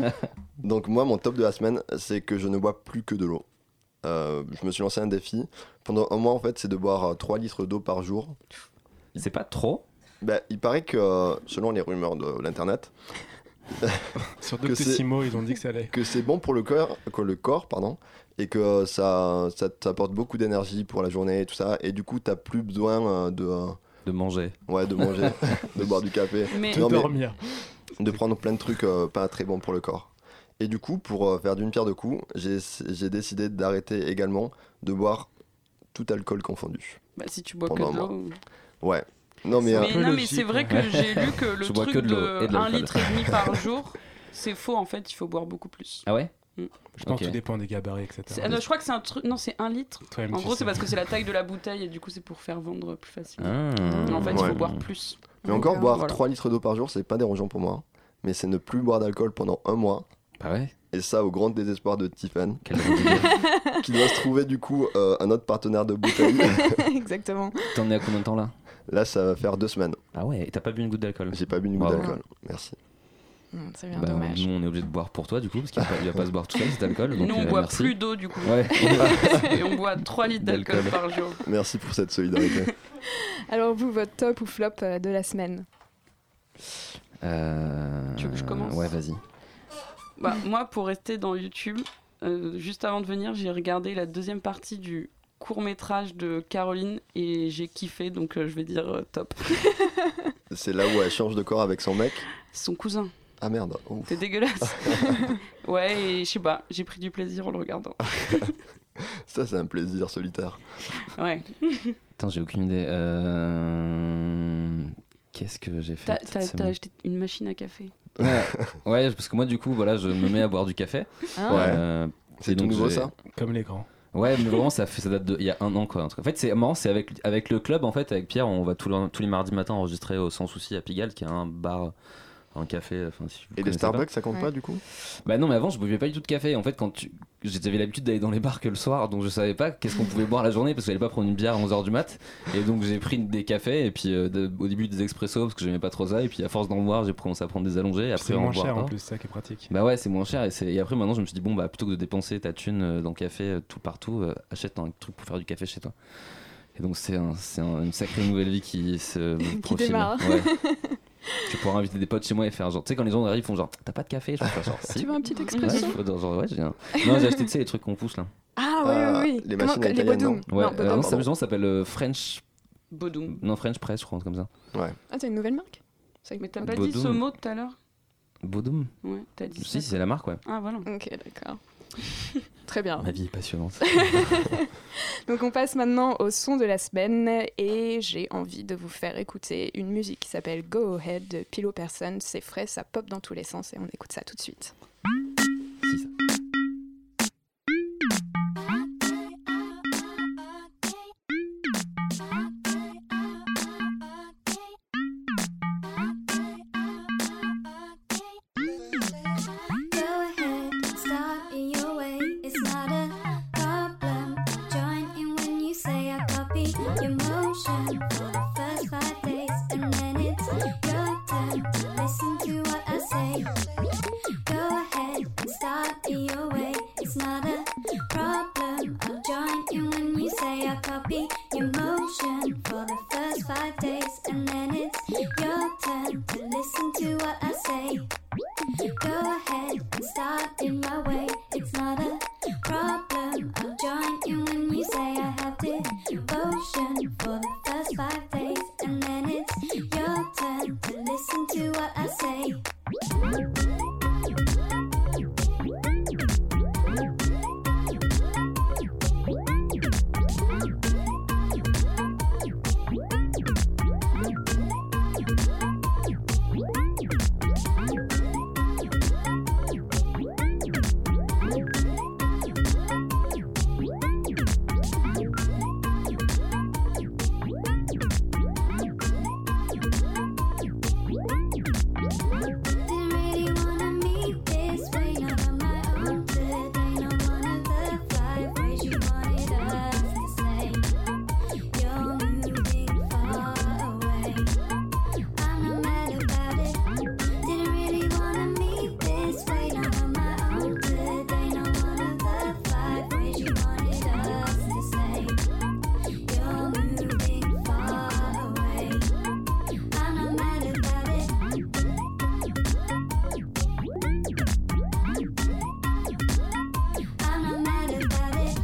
Speaker 5: ouais.
Speaker 2: Donc, moi, mon top de la semaine, c'est que je ne bois plus que de l'eau. Euh, je me suis lancé un défi. Pendant un mois, en fait, c'est de boire euh, 3 litres d'eau par jour.
Speaker 5: C'est pas trop.
Speaker 2: Bah, il paraît que, euh, selon les rumeurs de l'internet,
Speaker 4: Sur
Speaker 2: Que c'est-
Speaker 4: Doctissimo, ils ont dit que ça allait.
Speaker 2: que c'est bon pour le corps, que le corps pardon, et que euh, ça, ça t'apporte beaucoup d'énergie pour la journée et tout ça. Et du coup, t'as plus besoin euh, de, euh,
Speaker 5: De manger.
Speaker 2: ouais, de manger, de boire du café,
Speaker 6: Mais
Speaker 4: De
Speaker 2: Non, mais-
Speaker 4: dormir.
Speaker 2: de prendre plein de trucs euh, pas très bons pour le corps. Et du coup, pour euh, faire d'une pierre deux coups, j'ai j'ai décidé d'arrêter également de boire tout alcool confondu.
Speaker 6: bah, si tu bois que de
Speaker 2: Pendant un
Speaker 6: l'eau.
Speaker 2: Ouais. Non mais,
Speaker 6: Mais,
Speaker 2: euh,
Speaker 4: peu
Speaker 6: non, mais
Speaker 4: logique,
Speaker 6: c'est vrai que
Speaker 5: ouais.
Speaker 6: j'ai lu que le
Speaker 5: Je bois
Speaker 6: truc
Speaker 5: que de
Speaker 6: de,
Speaker 5: l'eau et de
Speaker 6: 1
Speaker 5: l'alcool.
Speaker 6: litre et demi par jour, c'est faux en fait, il faut boire beaucoup plus.
Speaker 5: Ah ouais
Speaker 4: Je pense
Speaker 5: Ok.
Speaker 4: que tout dépend des gabarits,
Speaker 6: C'est-
Speaker 4: etc.
Speaker 6: ah non, je crois que c'est un truc. Non, c'est 1 litre.
Speaker 4: Toi-même,
Speaker 6: En
Speaker 4: tu
Speaker 6: gros,
Speaker 4: sais.
Speaker 6: c'est parce que c'est la taille de la bouteille et du coup, c'est pour faire vendre plus facilement.
Speaker 5: Ah.
Speaker 6: Mais en fait, il
Speaker 2: Ouais.
Speaker 6: faut boire plus.
Speaker 2: mais encore boire
Speaker 6: Voilà.
Speaker 2: 3 litres d'eau par jour, c'est pas dérangeant pour moi. Mais c'est ne plus boire d'alcool pendant un mois.
Speaker 5: Bah ouais.
Speaker 2: Et ça, au grand désespoir de Tiffany,
Speaker 5: Quel drôle de gars.
Speaker 2: qui doit se trouver du coup euh, un autre partenaire de bouteille.
Speaker 1: Exactement.
Speaker 5: T'en es à combien de temps là
Speaker 2: Là, ça va faire deux semaines.
Speaker 5: Ah ouais, et t'as pas bu une goutte d'alcool
Speaker 2: J'ai pas bu une goutte
Speaker 5: Bravo.
Speaker 2: d'alcool. Merci.
Speaker 1: Hum,
Speaker 6: Ah,
Speaker 1: C'est bien
Speaker 5: Bah,
Speaker 1: dommage.
Speaker 5: nous, on est obligé de boire pour toi, du coup, parce qu'il va pas, il va pas se boire tout seul cet alcool. Donc,
Speaker 6: Nous, on
Speaker 5: euh,
Speaker 6: boit
Speaker 5: merci.
Speaker 6: plus d'eau du coup.
Speaker 5: Ouais.
Speaker 6: Et on boit 3 litres d'alcool
Speaker 5: D'alcool.
Speaker 6: par jour.
Speaker 2: Merci pour cette solidarité.
Speaker 1: Alors vous, votre top ou flop euh, de la semaine
Speaker 5: Euh,
Speaker 6: Tu veux que je commence
Speaker 5: Ouais, vas-y.
Speaker 6: Bah, moi, pour rester dans YouTube, euh, juste avant de venir, j'ai regardé la deuxième partie du court métrage de Caroline et j'ai kiffé, donc euh, je vais dire euh, top.
Speaker 2: C'est là où elle change de corps avec son mec.
Speaker 6: Son cousin,
Speaker 2: Ah merde. ouf.
Speaker 6: t'es dégueulasse. ouais, et je sais pas, j'ai pris du plaisir en le regardant.
Speaker 2: Ça, c'est un plaisir solitaire.
Speaker 6: Ouais.
Speaker 5: Putain, j'ai aucune idée. Euh, Qu'est-ce que j'ai fait
Speaker 6: T'as-
Speaker 5: cette
Speaker 6: T'as t'as
Speaker 5: semaine
Speaker 6: acheté une machine à café.
Speaker 5: ouais. ouais, parce que moi, du coup, voilà, je me mets à boire du café.
Speaker 6: Ah.
Speaker 1: Hein
Speaker 2: Ouais.
Speaker 5: Euh,
Speaker 2: C'est
Speaker 5: Et
Speaker 2: tout
Speaker 5: donc,
Speaker 2: nouveau
Speaker 5: j'ai-
Speaker 2: ça
Speaker 4: Comme les grands.
Speaker 5: Ouais, mais vraiment, ça, fait, ça date de, il y a un an quoi. un truc. En fait, c'est marrant, c'est avec, avec le club, en fait, avec Pierre, on va tous les, tous les mardis matin enregistrer au Sans Souci à Pigalle, qui a un bar, un café. Enfin, si vous
Speaker 2: Et les
Speaker 5: connaissez pas.
Speaker 2: Starbucks, ça compte
Speaker 1: Ouais.
Speaker 2: pas du coup
Speaker 5: Bah non, mais avant, je buvais pas du tout de café. En fait, quand tu... j'avais l'habitude d'aller dans les bars que le soir, donc je savais pas qu'est-ce qu'on pouvait boire la journée parce que j'allais pas prendre une bière à 11h du mat. Et donc j'ai pris des cafés et puis euh, de- au début des expressos parce que j'aimais pas trop ça. Et puis à force d'en boire, j'ai commencé à prendre des allongés. Et après, hein.
Speaker 4: C'est
Speaker 5: en
Speaker 4: moins
Speaker 5: boire
Speaker 4: cher hein.
Speaker 5: pas.
Speaker 4: en plus, c'est ça qui est pratique.
Speaker 5: Bah ouais, c'est moins cher. Et, c'est- et après, maintenant, je me suis dit, bon, bah plutôt que de dépenser ta thune euh, dans le café euh, tout partout, euh, achète un truc pour faire du café chez toi. Et donc, c'est un- c'est un- une sacrée nouvelle vie qui se profile.
Speaker 1: démarre. hein.
Speaker 5: Ouais. Je vais pouvoir inviter des potes chez moi et faire genre, tu sais, quand les gens arrivent, ils font genre, t'as pas de café Je vais faire genre, si.
Speaker 1: Tu veux un petit
Speaker 5: Ouais,
Speaker 1: expression
Speaker 5: je peux dire, genre, ouais, j'ai un- Non, j'ai acheté, tu sais, les trucs qu'on pousse là.
Speaker 1: Ah
Speaker 2: Euh,
Speaker 1: oui, oui, oui.
Speaker 2: les
Speaker 1: Comment-
Speaker 2: machines à
Speaker 1: les
Speaker 2: italiennes, non
Speaker 1: Bodum.
Speaker 5: Ouais, euh,
Speaker 1: Bodum.
Speaker 5: non, ça ça s'appelle euh, French.
Speaker 6: Bodum.
Speaker 5: Non, French Press, je crois, un truc comme ça.
Speaker 1: Ah, t'as une nouvelle marque
Speaker 6: Mais t'as pas dit
Speaker 5: Bodum.
Speaker 6: ce mot tout à l'heure
Speaker 5: Bodum
Speaker 6: Ouais, t'as dit ça.
Speaker 5: Si, c'est la marque, ouais.
Speaker 6: Ah, voilà.
Speaker 1: Ok, d'accord. Très bien.
Speaker 5: Ma vie est passionnante.
Speaker 1: Donc on passe maintenant au son de la semaine et j'ai envie de vous faire écouter une musique qui s'appelle Go Ahead de Pilo Person. C'est frais, ça pop dans tous les sens et on écoute ça tout de suite.
Speaker 5: Si, ça.
Speaker 7: Go ahead, stop in your way. It's not a problem. Join in when you say I copy your motion for the first five days, and then it's your turn. Listen to what I say. Go ahead, start in your way. It's not a problem. I'll join in when you say I copy your motion for the first five days, and then it's your turn to listen to what I say. Go ahead and start in my way. It's not a problem. I'll join you when you say I have devotion for the first five days, and then it's your turn to listen to what I say. Didn't really wanna meet this way, not on my own today. Not one of the five ways you wanted us to say. You're moving far away. I'm not mad about it. Didn't really wanna meet this way, not on my own today. Not one of the five ways you wanted us to say. You're moving far away. I'm not mad about it. I'm not mad about it.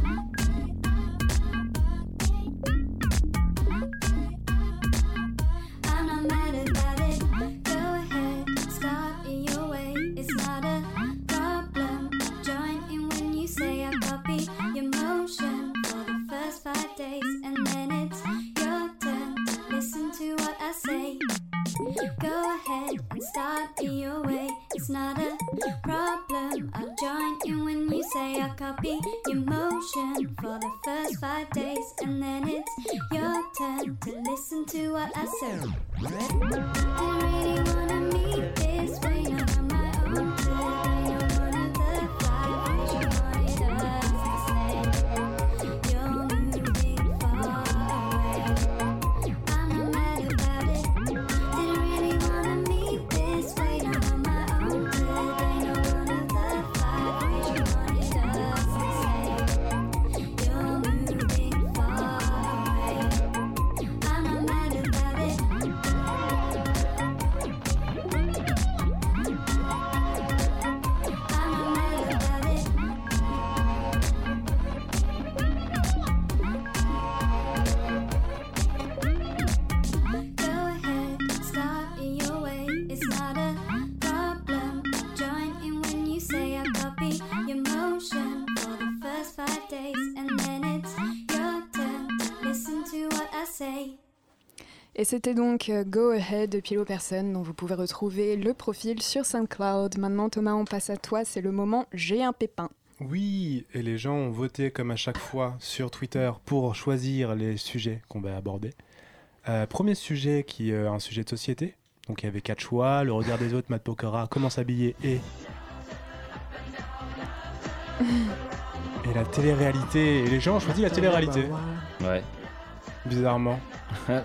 Speaker 7: I'm not mad about it. Go ahead, start in your way. It's not a problem. I'll join in when you say I copy your motion for the first five days, and then it's your turn to listen to what I say. Go ahead and start in your way. It's not a problem. I'll join in when you say I copy your motion for the first five days, and then it's your turn to listen to what I say. Didn't really wanna meet this way, not on my own today. You're one of the five ways you wanted us to say. You're moving far away. I'm not mad about it. Didn't really wanna meet this way, not on my own
Speaker 1: Et c'était donc euh, Go Ahead de Pilo Personne, dont vous pouvez retrouver le profil sur SoundCloud. Maintenant, Thomas, on passe à toi. C'est le moment J'ai un pépin.
Speaker 4: Oui, et les gens ont voté comme à chaque fois sur Twitter pour choisir les sujets qu'on va aborder. Euh, premier sujet qui est un sujet de société. Donc il y avait quatre choix, le regard des autres, Matt Pokora, comment s'habiller et... Et la télé-réalité. Et les gens ont choisi la télé-réalité,
Speaker 5: Ouais. Ah,
Speaker 4: bizarrement.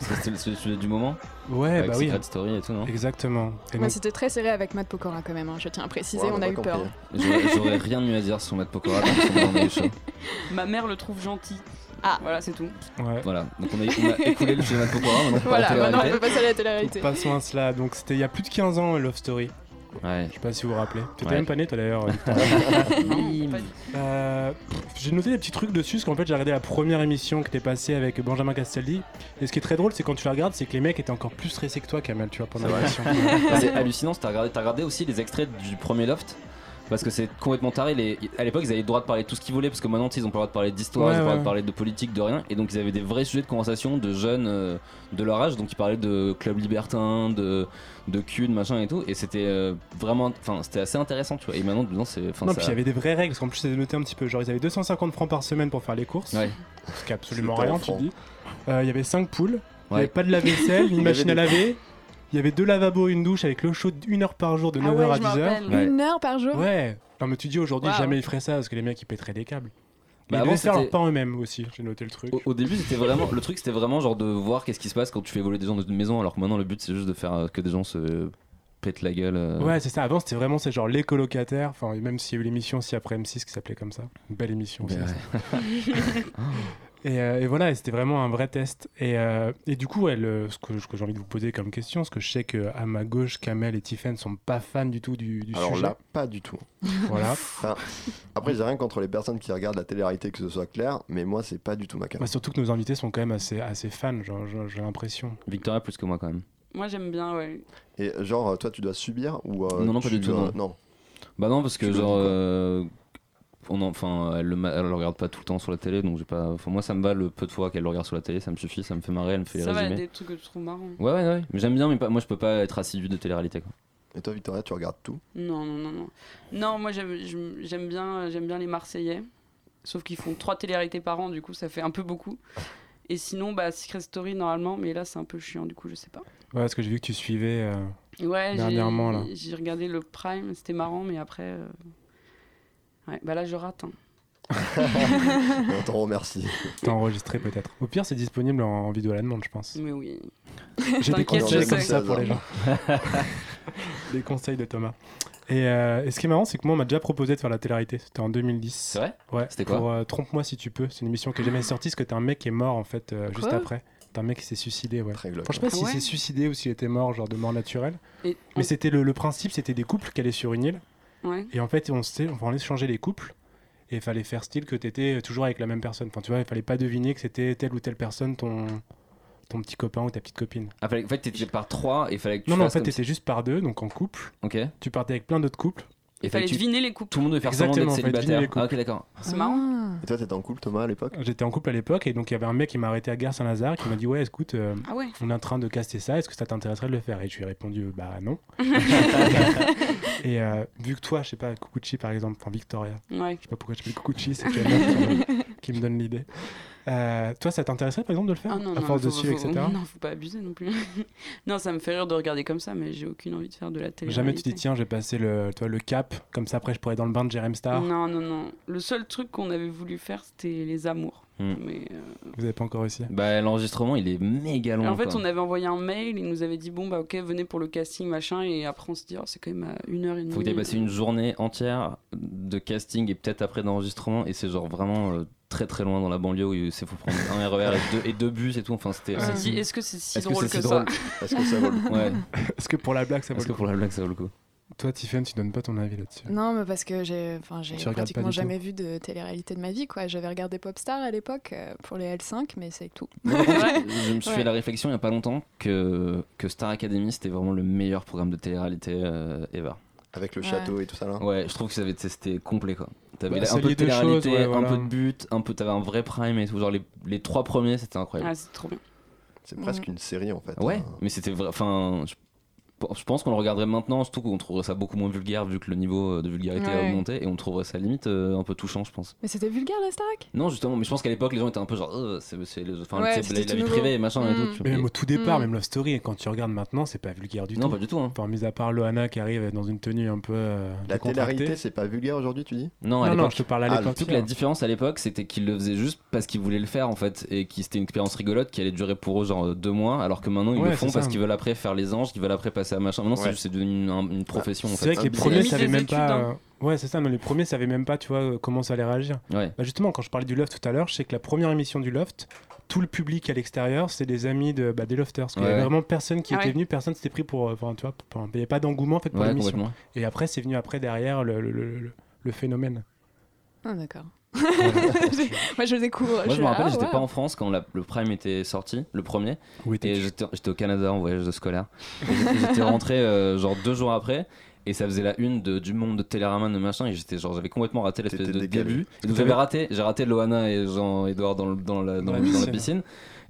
Speaker 5: C'était le sujet du moment.
Speaker 4: Ouais,
Speaker 5: avec
Speaker 4: bah oui.
Speaker 5: Secret Story Eh et tout, non
Speaker 4: Exactement. Et
Speaker 1: Ouais,
Speaker 4: donc,
Speaker 1: C'était très serré avec Matt Pokora quand même, hein, je tiens à préciser,
Speaker 2: Ouais,
Speaker 1: on a
Speaker 2: pas
Speaker 1: eu
Speaker 2: compris.
Speaker 1: peur.
Speaker 5: J'aurais j'aurais rien de mieux à dire sur Matt Pokora. donc on en a eu chaud.
Speaker 6: Ma mère le trouve gentil. Ah, voilà, c'est tout.
Speaker 4: ouais.
Speaker 5: Voilà, donc on a, on a écoulé le sujet Matt Pokora. Maintenant, on parle
Speaker 1: Voilà, maintenant on
Speaker 5: télé-réalité.
Speaker 1: peut passer à la télé-réalité.
Speaker 4: Passons à cela. Donc c'était il y a plus de 15 ans, Love Story.
Speaker 5: Ouais.
Speaker 4: Je sais pas si vous vous rappelez. T'étais
Speaker 5: Ouais.
Speaker 4: même pas né, toi d'ailleurs. euh, Victor.
Speaker 6: Non, pas du tout.
Speaker 4: Euh, pff, j'ai noté des petits trucs dessus, parce qu'en fait j'ai regardé la première émission qui était passée avec Benjamin Castaldi. Et ce qui est très drôle, c'est quand tu la regardes, c'est que les mecs étaient encore plus stressés que toi, Kamel, tu vois, pendant
Speaker 5: C'est vrai.
Speaker 4: l'émission.
Speaker 5: Bah, C'est hallucinant, t'as regardé, t'as regardé aussi les extraits du premier loft parce que c'est complètement taré. Les, à l'époque, ils avaient le droit de parler de tout ce qu'ils voulaient parce que maintenant, tu sais, ils ont pas le droit de parler d'histoire,
Speaker 4: Ouais,
Speaker 5: ils ont pas le droit
Speaker 4: ouais.
Speaker 5: de parler de politique, de rien. Et donc, ils avaient des vrais sujets de conversation de jeunes euh, de leur âge. Donc, ils parlaient de club libertin, de, de cul, de machin et tout. Et c'était euh, vraiment, enfin, c'était assez intéressant, tu vois. Et maintenant, dedans, c'est. enfin,
Speaker 4: non,
Speaker 5: ça-
Speaker 4: puis il y avait des vraies règles, parce qu'en plus c'était noté un petit peu. Genre ils avaient 250 francs par semaine pour faire les courses,
Speaker 5: Ouais.
Speaker 4: ce qui est absolument
Speaker 2: C'était
Speaker 4: rien,
Speaker 2: en
Speaker 4: tu te
Speaker 2: francs.
Speaker 4: dis. Euh, Il y avait 5 poules, il y
Speaker 5: Ouais.
Speaker 4: avait pas de lave-vaisselle, ni de
Speaker 2: y
Speaker 4: machine à
Speaker 2: avait
Speaker 4: laver. Il y avait deux lavabos, une douche avec l'eau chaude une heure par jour de 9h
Speaker 6: Ah ouais,
Speaker 4: à
Speaker 6: je
Speaker 4: 10h.
Speaker 6: me rappelle.
Speaker 5: Ouais.
Speaker 1: Une heure par jour
Speaker 4: Ouais. Non, mais tu dis aujourd'hui,
Speaker 6: Waouh.
Speaker 4: jamais ils feraient ça parce que les mecs ils pèteraient des câbles. Mais
Speaker 5: Bah,
Speaker 4: ils
Speaker 5: avant,
Speaker 4: devaient faire leur
Speaker 5: c'était-
Speaker 4: pain eux-mêmes aussi, j'ai noté le truc.
Speaker 5: Au, au début, c'était vraiment le truc, c'était vraiment genre de voir qu'est-ce qui se passe quand tu fais voler des gens dans une maison, alors que maintenant, le but, c'est juste de faire euh, que des gens se pètent la gueule. euh.
Speaker 4: Ouais, c'est ça. Avant, c'était vraiment c'est genre les colocataires. Enfin, même s'il y a eu l'émission aussi après M6 qui s'appelait comme ça. Une belle émission aussi.
Speaker 5: Ouais.
Speaker 4: ça. Et, euh, et voilà, et c'était vraiment un vrai test. Et, euh, et du coup, elle, euh, ce que, ce que j'ai envie de vous poser comme question, ce que je sais que à ma gauche, Kamel et Tiffen sont pas fans du tout du, du
Speaker 2: Alors
Speaker 4: sujet.
Speaker 2: là, pas du tout.
Speaker 4: Voilà.
Speaker 2: Après, j'ai rien contre les personnes qui regardent la télé-réalité, que ce soit clair, mais moi, c'est pas du tout ma carte.
Speaker 4: Bah, surtout que nos invités sont quand même assez, assez fans, genre, j'ai- j'ai l'impression.
Speaker 5: Victoria, plus que moi quand même.
Speaker 6: Moi, j'aime bien, ouais.
Speaker 2: Et genre, toi, tu dois subir ou. euh,
Speaker 5: Non, non, pas
Speaker 2: tu
Speaker 5: du tout,
Speaker 2: dois-
Speaker 5: non. Bah non, parce que
Speaker 2: Tu
Speaker 5: genre.
Speaker 2: le dis, quoi.
Speaker 5: euh, on en- enfin, elle, le, ma- elle le regarde pas tout le temps sur la télé, donc j'ai pas. Enfin, moi, ça me va le peu de fois qu'elle le regarde sur la télé, ça me suffit, ça me fait marrer, elle me fait
Speaker 6: Ça
Speaker 5: les
Speaker 6: va, il y a
Speaker 5: résumés.
Speaker 6: des trucs que tu trouves marrants.
Speaker 5: Ouais, ouais, ouais. Mais j'aime bien, mais pas, moi, je peux pas être assidu de télé-réalité. quoi.
Speaker 2: Et toi, Victoria, tu regardes tout.
Speaker 6: Non, non, non, non. Non, moi j'aime- j'aime j'aime bien, j'aime bien les Marseillais. Sauf qu'ils font trois télé-réalités par an, du coup ça fait un peu beaucoup. Et sinon, bah, Secret Story normalement, mais là c'est un peu chiant, du coup je sais pas.
Speaker 4: Ouais, parce que j'ai vu que tu suivais. euh,
Speaker 6: Ouais, j'ai-
Speaker 4: Dernièrement, là.
Speaker 6: j'ai regardé le Prime, c'était marrant, mais après. euh, Ouais, bah là je rate. hein.
Speaker 2: Et on t'en remercie.
Speaker 4: T'as enregistré peut-être. Au pire, c'est disponible en, en vidéo à la demande, je pense.
Speaker 6: Mais oui.
Speaker 4: J'ai des
Speaker 6: T'inquiète,
Speaker 4: conseils
Speaker 6: je
Speaker 4: comme
Speaker 6: sais.
Speaker 4: ça pour les gens. des conseils de Thomas. Et, euh, et ce qui est marrant, c'est que moi, on m'a déjà proposé de faire la télé-réalité. C'était en 2010.
Speaker 5: C'est vrai
Speaker 4: Ouais.
Speaker 5: C'était quoi
Speaker 4: Pour euh, Trompe-moi si tu peux. C'est une émission que j'ai jamais sortie parce que t'as un mec qui est mort en fait euh, juste
Speaker 1: Quoi
Speaker 4: après. T'as un mec qui s'est suicidé, ouais.
Speaker 2: Très glauque.
Speaker 4: Enfin, je sais pas
Speaker 6: Ah
Speaker 4: s'il
Speaker 6: ouais
Speaker 4: s'est suicidé ou s'il était mort, genre de mort naturelle.
Speaker 6: Et
Speaker 4: Mais c'était le, le principe, c'était des couples qui allaient sur une île.
Speaker 6: ouais.
Speaker 4: Et en fait, on, s'est- on allait changer les couples. Et il fallait faire style que t'étais euh, toujours avec la même personne. Enfin, tu vois, il fallait pas deviner que c'était telle ou telle personne, ton, ton petit copain ou ta petite copine.
Speaker 5: Ah, fallait- En fait, t'étais par trois et fallait que tu.
Speaker 4: non, non, en
Speaker 5: fasses
Speaker 4: fait,
Speaker 5: comme
Speaker 4: t'étais juste par deux, donc en couple.
Speaker 5: si- Ok. Et
Speaker 4: Tu partais avec plein d'autres couples.
Speaker 6: Il fallait
Speaker 5: que tu-
Speaker 6: deviner les couples.
Speaker 5: Tout le monde devait faire semblant d'être
Speaker 4: Exactement, fallait deviner
Speaker 5: célibataire.
Speaker 4: les couples.
Speaker 5: Ah, ok, d'accord.
Speaker 6: C'est marrant.
Speaker 2: Et toi, t'étais en couple, Thomas, à l'époque
Speaker 4: J'étais en couple à l'époque et donc il y avait un mec qui m'a arrêté à Gare Saint-Lazare qui m'a dit Ouais, écoute, euh,
Speaker 6: Ah ouais.
Speaker 4: on est en train de caster ça, est-ce que ça t'intéresserait de le faire Et je lui ai répondu euh, Bah non. et euh, vu que toi, je sais pas, Kukuchi par exemple, enfin Victoria,
Speaker 6: Ouais.
Speaker 4: je sais pas pourquoi je fais Kukuchi, c'est quelqu'un qui, me- qui me donne l'idée. Euh, toi, ça t'intéresserait par exemple de le faire
Speaker 6: Ah non,
Speaker 4: À
Speaker 6: non,
Speaker 4: force
Speaker 6: faut-
Speaker 4: de suivre,
Speaker 6: faut-
Speaker 4: etc.
Speaker 6: Non, faut pas abuser non plus. non, ça me fait rire de regarder comme ça, mais j'ai aucune envie de faire de la télé.
Speaker 4: Jamais tu dis Tiens, j'ai passé le, toi, le cap, comme ça après je pourrais dans le bain de Jerem Star.
Speaker 6: Non, non, non. Le seul truc qu'on avait voulu faire, c'était les amours.
Speaker 5: Hmm.
Speaker 6: Mais euh,
Speaker 4: Vous avez pas encore réussi
Speaker 5: Bah, l'enregistrement, il est méga long.
Speaker 6: en fait,
Speaker 5: quoi.
Speaker 6: on avait envoyé un mail, ils nous avaient dit bon bah ok, venez pour le casting machin, et après on se dit oh, c'est quand même à une heure et demie.
Speaker 5: Faut que
Speaker 4: Mm.
Speaker 5: t'aies passé une journée entière de casting et peut-être après d'enregistrement et c'est genre vraiment euh, très très loin dans la banlieue où c'est faut prendre un RER et deux, et deux bus et tout. Enfin, c'était.
Speaker 6: On s'est dit, Ah, Est-ce que c'est si
Speaker 5: Est-ce que
Speaker 6: drôle
Speaker 5: c'est
Speaker 6: que,
Speaker 5: si
Speaker 6: ça
Speaker 5: drôle
Speaker 2: Est-ce que ça vaut le coup
Speaker 5: Ouais.
Speaker 4: Est-ce que pour la blague, ça vaut
Speaker 5: Est-ce
Speaker 4: le coup
Speaker 5: que pour la blague, ça vaut le coup
Speaker 4: Toi, Tiffany, tu donnes pas ton avis là-dessus.
Speaker 1: Non, mais parce que j'ai enfin, j'ai
Speaker 4: Tu regardes pas
Speaker 1: pratiquement
Speaker 4: du tout.
Speaker 1: jamais vu de télé-réalité de ma vie. quoi. J'avais regardé Popstar à l'époque euh, pour les L5, mais c'est tout.
Speaker 5: Je me suis fait la réflexion il y a pas longtemps que, que Star Academy c'était vraiment le meilleur programme de télé-réalité euh, ever.
Speaker 2: Avec le
Speaker 1: Ouais.
Speaker 2: château et tout ça là
Speaker 5: Ouais, je trouve que ça avait- c'était complet quoi. T'avais
Speaker 4: Ah. Bah,
Speaker 5: là, un
Speaker 4: ça
Speaker 5: peu de
Speaker 4: liait deux
Speaker 5: télé-réalité,
Speaker 4: choses, ouais,
Speaker 5: un
Speaker 4: voilà.
Speaker 5: peu de but, un peu t'avais un vrai prime et tout. Genre les, les trois premiers c'était incroyable.
Speaker 6: Ah, c'est trop bien.
Speaker 2: C'est presque une série en fait.
Speaker 5: Ouais,
Speaker 2: hein.
Speaker 5: mais c'était vrai. Enfin, je, je pense qu'on le regarderait maintenant, surtout qu'on trouverait ça beaucoup moins vulgaire vu que le niveau euh, de vulgarité a
Speaker 1: Ouais.
Speaker 5: augmenté et on trouverait ça limite euh, un peu touchant, je pense.
Speaker 1: Mais c'était vulgaire la Starac
Speaker 5: Non, justement, mais je pense qu'à l'époque, les gens étaient un peu genre, Euh, c'est c'est le- enfin,
Speaker 1: Ouais,
Speaker 5: tu sais,
Speaker 1: c'était
Speaker 5: la, la
Speaker 1: tout
Speaker 5: vie
Speaker 1: nouveau.
Speaker 5: privée, machin et
Speaker 1: Mm.
Speaker 5: tout. tu-
Speaker 4: Mais même au tout départ,
Speaker 1: Mm.
Speaker 4: même Love Story, quand tu regardes maintenant, c'est pas vulgaire du
Speaker 5: non,
Speaker 4: tout.
Speaker 5: pas du tout. hein.
Speaker 4: Enfin, mis à part Loana qui arrive dans une tenue un peu. euh,
Speaker 2: La
Speaker 4: décontractée.
Speaker 2: télé-réalité, c'est pas vulgaire aujourd'hui, tu dis
Speaker 5: Non,
Speaker 4: Non, non,
Speaker 5: à l'époque.
Speaker 4: je te parle à
Speaker 2: Ah,
Speaker 4: l'époque.
Speaker 5: Toute la différence à l'époque, c'était qu'ils le faisaient juste parce qu'ils voulaient le faire en fait, et que c'était une expérience rigolote qui allait durer pour eux genre euh, deux mois, alors que maintenant ils
Speaker 4: Ouais,
Speaker 5: le font
Speaker 4: c'est ça.
Speaker 5: parce qu'ils veulent après faire les anges, qu'ils veulent après passer à machin. Maintenant c'est
Speaker 2: Ouais. Ah,
Speaker 5: juste- c'est devenu une, un- une profession en
Speaker 4: Bah, C'est
Speaker 5: fait. hein.
Speaker 4: vrai que les
Speaker 2: C'est
Speaker 4: premiers
Speaker 6: limite
Speaker 4: savaient
Speaker 6: des
Speaker 4: même
Speaker 6: études,
Speaker 4: pas.
Speaker 6: hein.
Speaker 4: euh, Ouais, c'est ça, mais les premiers savaient même pas, tu vois, euh, comment ça allait réagir.
Speaker 5: Ouais.
Speaker 4: Bah justement, quand je parlais du Loft tout à l'heure, je sais que la première émission du Loft, tout le public à l'extérieur, c'est des amis de, bah, des Lofters. Parce qu'il y
Speaker 5: Ouais.
Speaker 4: avait vraiment personne qui
Speaker 6: Ah
Speaker 4: était
Speaker 6: ouais.
Speaker 4: venu, personne s'était pris pour. euh, Enfin, tu vois, pour- pour- il n'y avait pas d'engouement en fait pour
Speaker 5: Ouais,
Speaker 4: l'émission.
Speaker 5: complètement.
Speaker 4: Et après, c'est venu après derrière le, le- le- le- le phénomène.
Speaker 1: Ah d'accord.
Speaker 4: Ouais.
Speaker 1: Moi je le découvre.
Speaker 5: Moi, je
Speaker 1: suis
Speaker 5: me
Speaker 1: là,
Speaker 5: rappelle,
Speaker 1: ah,
Speaker 5: j'étais
Speaker 1: ouais.
Speaker 5: pas en France quand la- le Prime était sorti, le premier,
Speaker 4: Où était
Speaker 5: et j'étais j'étais au Canada en voyage de scolaire. Et j'étais- J'étais rentré euh, genre deux jours après. Et ça faisait la une de- du monde de Télérama, de machin, et j'étais genre, j'avais complètement raté l'espèce
Speaker 2: T'étais
Speaker 5: de
Speaker 2: décalé.
Speaker 5: début. Et donc
Speaker 4: T'avais-
Speaker 5: j'avais raté, j'ai raté Loana et Jean-Edouard dans, le- dans,
Speaker 4: Dans
Speaker 5: la, dans,
Speaker 4: la
Speaker 5: le- dans la
Speaker 4: piscine.
Speaker 5: piscine.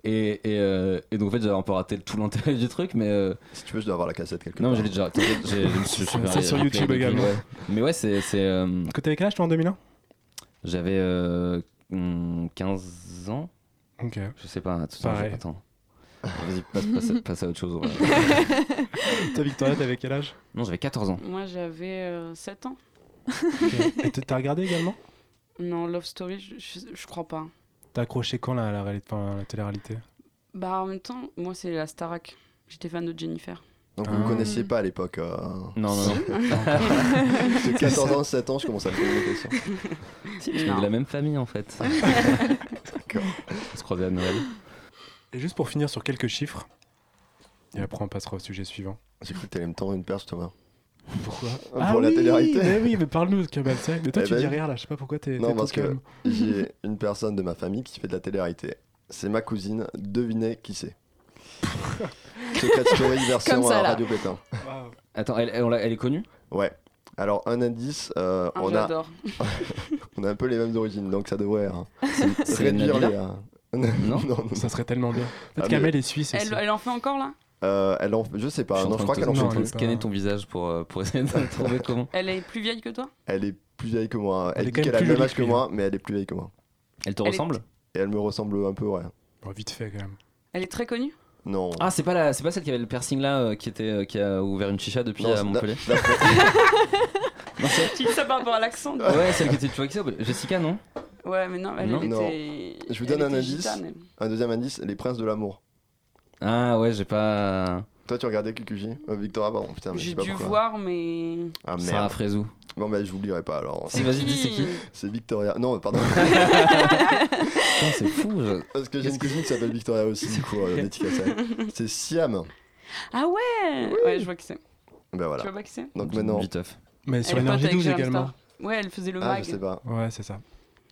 Speaker 5: Et, et, euh, et donc en fait, j'avais un peu raté tout l'intérêt du truc, mais euh,
Speaker 2: Si tu veux, je dois avoir la cassette quelque
Speaker 5: non, mais
Speaker 2: part.
Speaker 5: j'ai déjà. t'inquiète, j'ai- je me suis- je suis
Speaker 4: C'est sur
Speaker 5: fait-
Speaker 4: YouTube
Speaker 5: ouais.
Speaker 4: également.
Speaker 5: Mais ouais, c'est. c'est, euh,
Speaker 4: Que t'avais quel âge toi en 2001
Speaker 5: j'avais euh, hmm, 15 ans.
Speaker 4: Ok.
Speaker 5: Je sais pas. Attends,
Speaker 4: Pareil.
Speaker 5: je- attends. Vas-y, passe, passe- passe à autre chose. ouais.
Speaker 4: Toi, Victoria, t'avais quel âge
Speaker 5: Non, j'avais 14 ans.
Speaker 6: Moi, j'avais 7 ans.
Speaker 4: Et t- t'as regardé également
Speaker 6: Non, Love Story, je, je- je crois pas.
Speaker 4: T'as accroché quand la, la, réalité- enfin, la télé-réalité
Speaker 6: Bah, en même temps, moi, c'est la Starac. J'étais fan de Jennifer.
Speaker 2: Donc vous ne
Speaker 4: Ah.
Speaker 2: connaissiez pas à l'époque. euh,
Speaker 5: Non, non, non.
Speaker 2: J'ai 14 ans, 7 ans, je commence à me poser des questions.
Speaker 5: On est
Speaker 6: Non.
Speaker 5: de la même famille en fait.
Speaker 2: D'accord.
Speaker 5: On se croisait à Noël.
Speaker 4: Et juste pour finir sur quelques chiffres, et après on passera au sujet suivant.
Speaker 2: J'ai cru que t'allais me tendre une perche, Thomas.
Speaker 4: Pourquoi
Speaker 2: Ah Pour la
Speaker 4: oui,
Speaker 2: télé-réalité.
Speaker 4: Mais oui, mais parle-nous de Cabal Mais toi,
Speaker 2: Eh
Speaker 4: tu
Speaker 2: ben,
Speaker 4: dis rien là, je sais pas pourquoi t'es.
Speaker 2: non,
Speaker 4: t'es tout
Speaker 2: parce que-
Speaker 4: calme.
Speaker 2: J'ai une personne de ma famille qui fait de la télé-réalité. C'est ma cousine. Devinez qui c'est. Secret Story version
Speaker 1: Comme ça,
Speaker 2: euh,
Speaker 1: là.
Speaker 2: Radio Pétain.
Speaker 5: Attends, elle, elle, on l'a- elle est connue
Speaker 2: Ouais. Alors un indice, euh,
Speaker 6: Ah,
Speaker 2: on, a,
Speaker 6: J'adore.
Speaker 2: on a un peu les mêmes origines, donc ça devrait hein,
Speaker 5: C'est
Speaker 2: réduire
Speaker 5: Nabila
Speaker 2: les... euh, non, non, non.
Speaker 4: Ça serait tellement bien. Peut-être
Speaker 2: Ah,
Speaker 4: Kamel est suisse aussi.
Speaker 6: Elle, elle en fait encore, là
Speaker 2: Euh, elle en... Je sais
Speaker 5: Je
Speaker 2: pas,
Speaker 5: suis en
Speaker 2: non, je
Speaker 5: train
Speaker 2: crois
Speaker 5: de-
Speaker 2: qu'elle en
Speaker 5: je suis
Speaker 2: fait
Speaker 5: en train de
Speaker 2: plus.
Speaker 4: plus.
Speaker 5: scanner ton visage pour, euh, pour essayer de trouver comment.
Speaker 6: Elle est plus vieille que toi
Speaker 2: Elle est plus vieille que moi.
Speaker 4: Elle est
Speaker 2: Elle,
Speaker 4: quand
Speaker 2: dit
Speaker 4: même
Speaker 2: qu'elle a
Speaker 4: plus
Speaker 2: le même
Speaker 4: jolie
Speaker 2: âge
Speaker 4: que
Speaker 2: que
Speaker 4: lui.
Speaker 2: moi, mais elle est plus vieille que moi.
Speaker 5: Elle te
Speaker 6: Elle est-
Speaker 5: ressemble
Speaker 2: Et elle me ressemble un peu, ouais.
Speaker 4: Bon, vite fait quand même.
Speaker 6: Elle est très connue
Speaker 2: Non.
Speaker 5: Ah, c'est pas, la, c'est pas celle qui avait le piercing là euh, qui, était, euh, qui a ouvert une chicha depuis
Speaker 2: Non,
Speaker 5: à
Speaker 2: c'est-
Speaker 5: Montpellier
Speaker 2: la- la-
Speaker 6: Tu dis ça par rapport à l'accent toi.
Speaker 5: Ouais, celle qui était. Tu vois qui c'est ou- Jessica, non
Speaker 6: Ouais, mais non, elle
Speaker 5: Non.
Speaker 6: était.
Speaker 2: Je vous
Speaker 6: elle
Speaker 2: donne un
Speaker 6: était
Speaker 2: indice.
Speaker 6: gitane, elle.
Speaker 2: Un deuxième indice, les princes de l'amour.
Speaker 5: Ah ouais, j'ai pas.
Speaker 2: Toi, tu regardais QQJ euh, Victoria, pardon, putain, mais je
Speaker 6: J'ai
Speaker 2: sais pas
Speaker 6: dû
Speaker 2: pourquoi.
Speaker 6: voir, mais.
Speaker 2: Ah
Speaker 5: Sarah
Speaker 2: merde.
Speaker 5: Frézou.
Speaker 2: Bon, bah, je vous le dirai pas alors.
Speaker 5: Si, vas-y, dis c'est qui
Speaker 2: C'est Victoria. Non, pardon.
Speaker 5: Putain, c'est fou. je-
Speaker 2: Parce que j'ai une cousine qui s'appelle Victoria aussi, du coup, euh, dédicace à elle. C'est Siam.
Speaker 6: Ah ouais Ouais, je vois qui c'est.
Speaker 2: Ben
Speaker 6: Tu
Speaker 2: voilà.
Speaker 6: vois pas qui c'est
Speaker 2: Donc maintenant.
Speaker 5: Viteuf.
Speaker 4: Mais sur
Speaker 6: Elle est pote
Speaker 4: Énergie
Speaker 6: avec
Speaker 4: 12
Speaker 6: Jérôme
Speaker 4: également.
Speaker 6: Star. Ouais, elle faisait le
Speaker 2: Ah,
Speaker 6: mag.
Speaker 2: je sais pas.
Speaker 4: Ouais, c'est ça.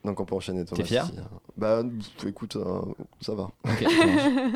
Speaker 2: Donc on peut enchaîner, Thomas.
Speaker 5: T'es fier
Speaker 2: si- Bah, pff, écoute, euh, ça va.
Speaker 5: Ok, ça marche.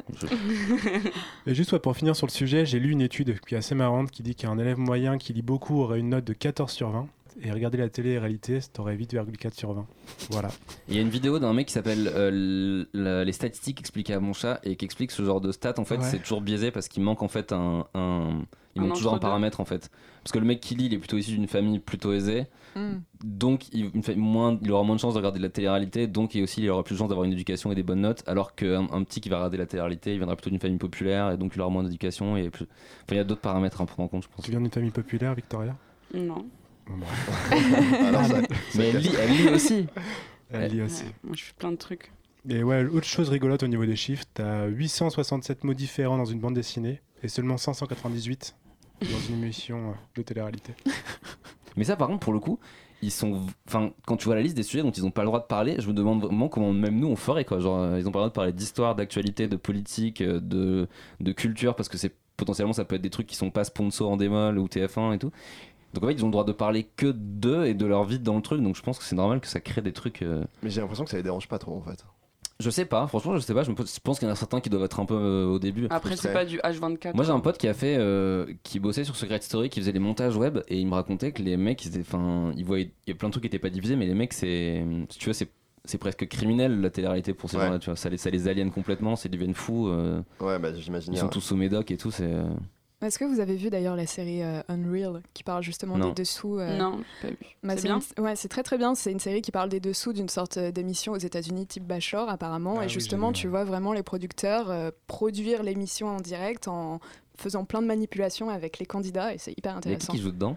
Speaker 5: Je-
Speaker 4: Et juste ouais, pour finir sur le sujet, j'ai lu une étude qui est assez marrante qui dit qu'un élève moyen qui lit beaucoup aurait une note de 14 sur 20. Et regarder la télé-réalité, t'aurais 8,4 sur 20. Voilà.
Speaker 5: Il y a une vidéo d'un mec qui s'appelle euh, l- la- Les statistiques expliquées à mon chat et qui explique ce genre de stats. En fait,
Speaker 4: Ouais.
Speaker 5: c'est toujours biaisé parce qu'il manque en fait un. un- Il
Speaker 6: Un
Speaker 5: manque toujours un
Speaker 6: entre-deux.
Speaker 5: paramètre en fait. Parce que le mec qui lit, il est plutôt issu d'une famille plutôt aisée.
Speaker 1: Hmm.
Speaker 5: Donc il, une famille moins, il aura moins de chances de regarder de la télé-réalité. Donc et aussi, il aura plus de chances d'avoir une éducation et des bonnes notes. Alors qu'un un petit qui va regarder la télé-réalité, il viendra plutôt d'une famille populaire et donc il aura moins d'éducation. Et plus... Enfin, il y a d'autres paramètres à prendre en compte, je pense.
Speaker 4: Tu viens d'une famille populaire, Victoria
Speaker 6: Non.
Speaker 4: Bon, bah,
Speaker 2: Alors, Ah, ça,
Speaker 5: Mais elle lit, elle lit aussi.
Speaker 4: Elle lit aussi.
Speaker 6: Ouais, moi, je fais plein de trucs.
Speaker 4: Et ouais, autre chose rigolote au niveau des chiffres, t'as 867 mots différents dans une bande dessinée et seulement 598 dans une émission euh, de télé-réalité.
Speaker 5: Mais ça, par contre, pour le coup, ils sont. Enfin, quand tu vois la liste des sujets dont ils n'ont pas le droit de parler, je me demande vraiment comment même nous on ferait quoi. Genre, euh, ils ont pas le droit de parler d'histoire, d'actualité, de politique, euh, de, de culture, parce que c'est potentiellement ça peut être des trucs qui sont pas sponsors en démol ou TF1 et tout. Donc en fait, ils ont le droit de parler que d'eux et de leur vie dans le truc. Donc je pense que c'est normal que ça crée des trucs. euh,
Speaker 2: mais j'ai l'impression que ça les dérange pas trop en fait.
Speaker 5: Je sais pas, franchement, je sais pas. Je, me pose- je pense qu'il y en a certains qui doivent être un peu euh, au début.
Speaker 6: Après,
Speaker 2: Frustré.
Speaker 6: c'est pas du H24.
Speaker 5: Moi j'ai un pote qui a fait, euh, qui bossait sur Secret Story, qui faisait les montages web et il me racontait que les mecs, ils étaient, enfin, ils voyaient, il y a plein de trucs qui étaient pas divisés, mais les mecs, c'est, si tu veux, c'est c'est presque criminel la télé-réalité pour ces
Speaker 2: Ouais.
Speaker 5: gens-là, tu vois. Ça les, ça les aliène complètement, c'est deviennent fous. euh,
Speaker 2: Ouais, bah j'imagine.
Speaker 5: ils
Speaker 2: bien,
Speaker 5: sont
Speaker 2: ouais.
Speaker 5: tous sous médoc et tout. C'est euh,
Speaker 1: Est-ce que vous avez vu d'ailleurs la série euh, Unreal qui parle justement
Speaker 5: Non.
Speaker 1: des dessous euh,
Speaker 6: Non, j'ai pas vu.
Speaker 1: bah,
Speaker 6: C'est bien.
Speaker 1: une- Ouais, c'est très très bien. C'est une série qui parle des dessous d'une sorte euh, d'émission aux États-Unis type Bachelor apparemment. et
Speaker 4: Ah oui, j'ai
Speaker 1: justement,
Speaker 4: vu,
Speaker 1: tu
Speaker 4: ouais.
Speaker 1: vois vraiment les producteurs euh, produire l'émission en direct en faisant plein de manipulations avec les candidats et c'est hyper
Speaker 5: il y a qui
Speaker 1: intéressant.
Speaker 5: qui joue dedans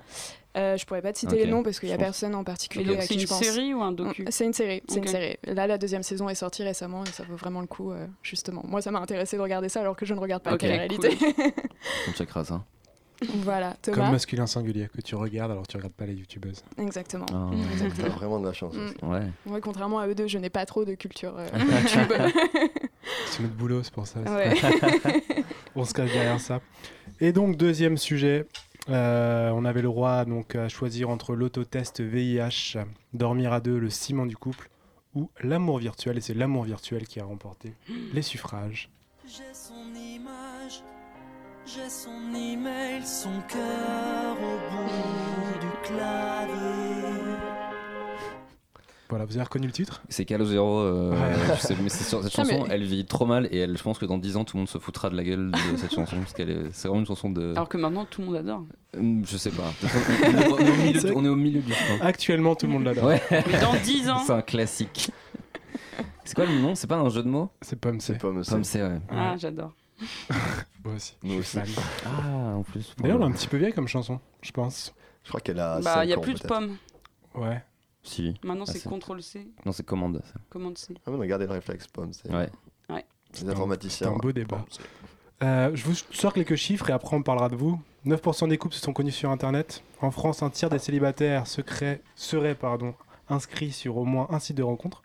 Speaker 1: Euh, je pourrais pas te citer
Speaker 5: Ok,
Speaker 1: les noms parce qu'il y a
Speaker 5: je pense.
Speaker 1: personne en
Speaker 6: Mais
Speaker 1: particulier
Speaker 6: donc
Speaker 1: à
Speaker 6: c'est
Speaker 1: qui
Speaker 6: une
Speaker 1: je pense.
Speaker 6: série ou un docu
Speaker 1: C'est une série, c'est une
Speaker 6: Ok.
Speaker 1: série. Là, la deuxième saison est sortie récemment et ça vaut vraiment le coup, euh, justement. Moi, ça m'a intéressé de regarder ça alors que je ne regarde pas
Speaker 6: Ok,
Speaker 1: la réalité.
Speaker 5: On checkera ça.
Speaker 1: voilà,
Speaker 4: Comme
Speaker 1: Thomas.
Speaker 4: masculin singulier, que tu regardes alors tu regardes pas les youtubeuses.
Speaker 1: Exactement.
Speaker 5: Ah,
Speaker 2: T'as vraiment de la chance. hein.
Speaker 1: Mm.
Speaker 5: ouais.
Speaker 1: Moi, contrairement à eux deux, je n'ai pas trop de culture euh, YouTube.
Speaker 4: C'est notre boulot, c'est pour ça. c'est-
Speaker 1: Ouais.
Speaker 4: On se cache derrière ça. Et donc, deuxième sujet, euh, on avait le droit donc, à choisir entre l'autotest VIH, dormir à deux, le ciment du couple, ou l'amour virtuel. Et c'est l'amour virtuel qui a remporté les suffrages.
Speaker 9: J'ai son image, j'ai son email, son cœur au bout du clavier.
Speaker 4: Voilà, vous avez reconnu le titre
Speaker 5: C'est Calogero, euh,
Speaker 4: Ouais.
Speaker 5: je sais- mais c'est sûr, cette
Speaker 1: Ah, mais-
Speaker 5: chanson, elle vit trop mal et elle, je pense que dans 10 ans, tout le monde se foutra de la gueule de cette chanson parce qu'elle est, c'est vraiment une chanson de.
Speaker 6: Alors que maintenant tout le monde adore.
Speaker 5: Hum, Je sais pas. On est au milieu du- on est au milieu du chemin.
Speaker 4: Actuellement, tout le monde l'adore.
Speaker 5: Ouais,
Speaker 6: Mais dans 10 ans.
Speaker 5: c'est un classique. C'est quoi le nom C'est pas un jeu de mots
Speaker 4: C'est Pomme C.
Speaker 2: C'est pas me
Speaker 5: Comme c'est, ouais.
Speaker 6: Ah, j'adore.
Speaker 4: Moi aussi.
Speaker 2: Nous
Speaker 4: je suis
Speaker 2: aussi.
Speaker 4: fan.
Speaker 5: Ah, en plus.
Speaker 4: D'ailleurs, on est un petit peu vieille comme chanson, je pense.
Speaker 2: Je crois qu'elle a.
Speaker 6: bah, il y a
Speaker 2: cinq ans,
Speaker 6: plus de
Speaker 2: Ah, peut-être.
Speaker 6: pommes.
Speaker 4: Ouais.
Speaker 5: Si.
Speaker 6: Maintenant
Speaker 5: Ah,
Speaker 6: c'est
Speaker 5: c'est-
Speaker 6: CTRL C,
Speaker 5: Non, c'est commande. ça.
Speaker 6: commande C.
Speaker 2: Ah, mais on a gardé le réflexe, pomme. C'est
Speaker 5: Ouais.
Speaker 2: les informaticiens.
Speaker 4: C'est un beau débat.
Speaker 2: Pomme, c'est-
Speaker 4: Euh, je vous sors quelques chiffres et après on parlera de vous. 9% des couples se sont connus sur Internet. En France, un tiers des célibataires se créent- seraient pardon, inscrits sur au moins un site de rencontre.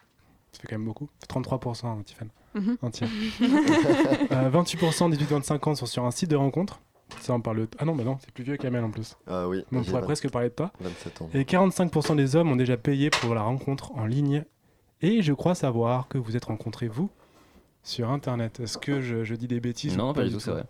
Speaker 4: Ça fait quand même beaucoup. C'est 33%, hein, Tiffany.
Speaker 1: Mhm.
Speaker 4: Un tiers. Euh, 28% des 18-25 ans sont sur un site de rencontre. Ça, on parle de... Ah non, bah non, c'est plus vieux qu'Amel en plus.
Speaker 2: Ah oui,
Speaker 4: Mais on
Speaker 2: j'ai
Speaker 4: pourrait
Speaker 2: vingt-
Speaker 4: presque parler de toi.
Speaker 2: 27 ans.
Speaker 4: Et 45% des hommes ont déjà payé pour la rencontre en ligne. Et je crois savoir que vous êtes rencontrés, vous, sur Internet. Est-ce que je, je dis des bêtises ou
Speaker 5: Non, pas du tout, c'est vrai.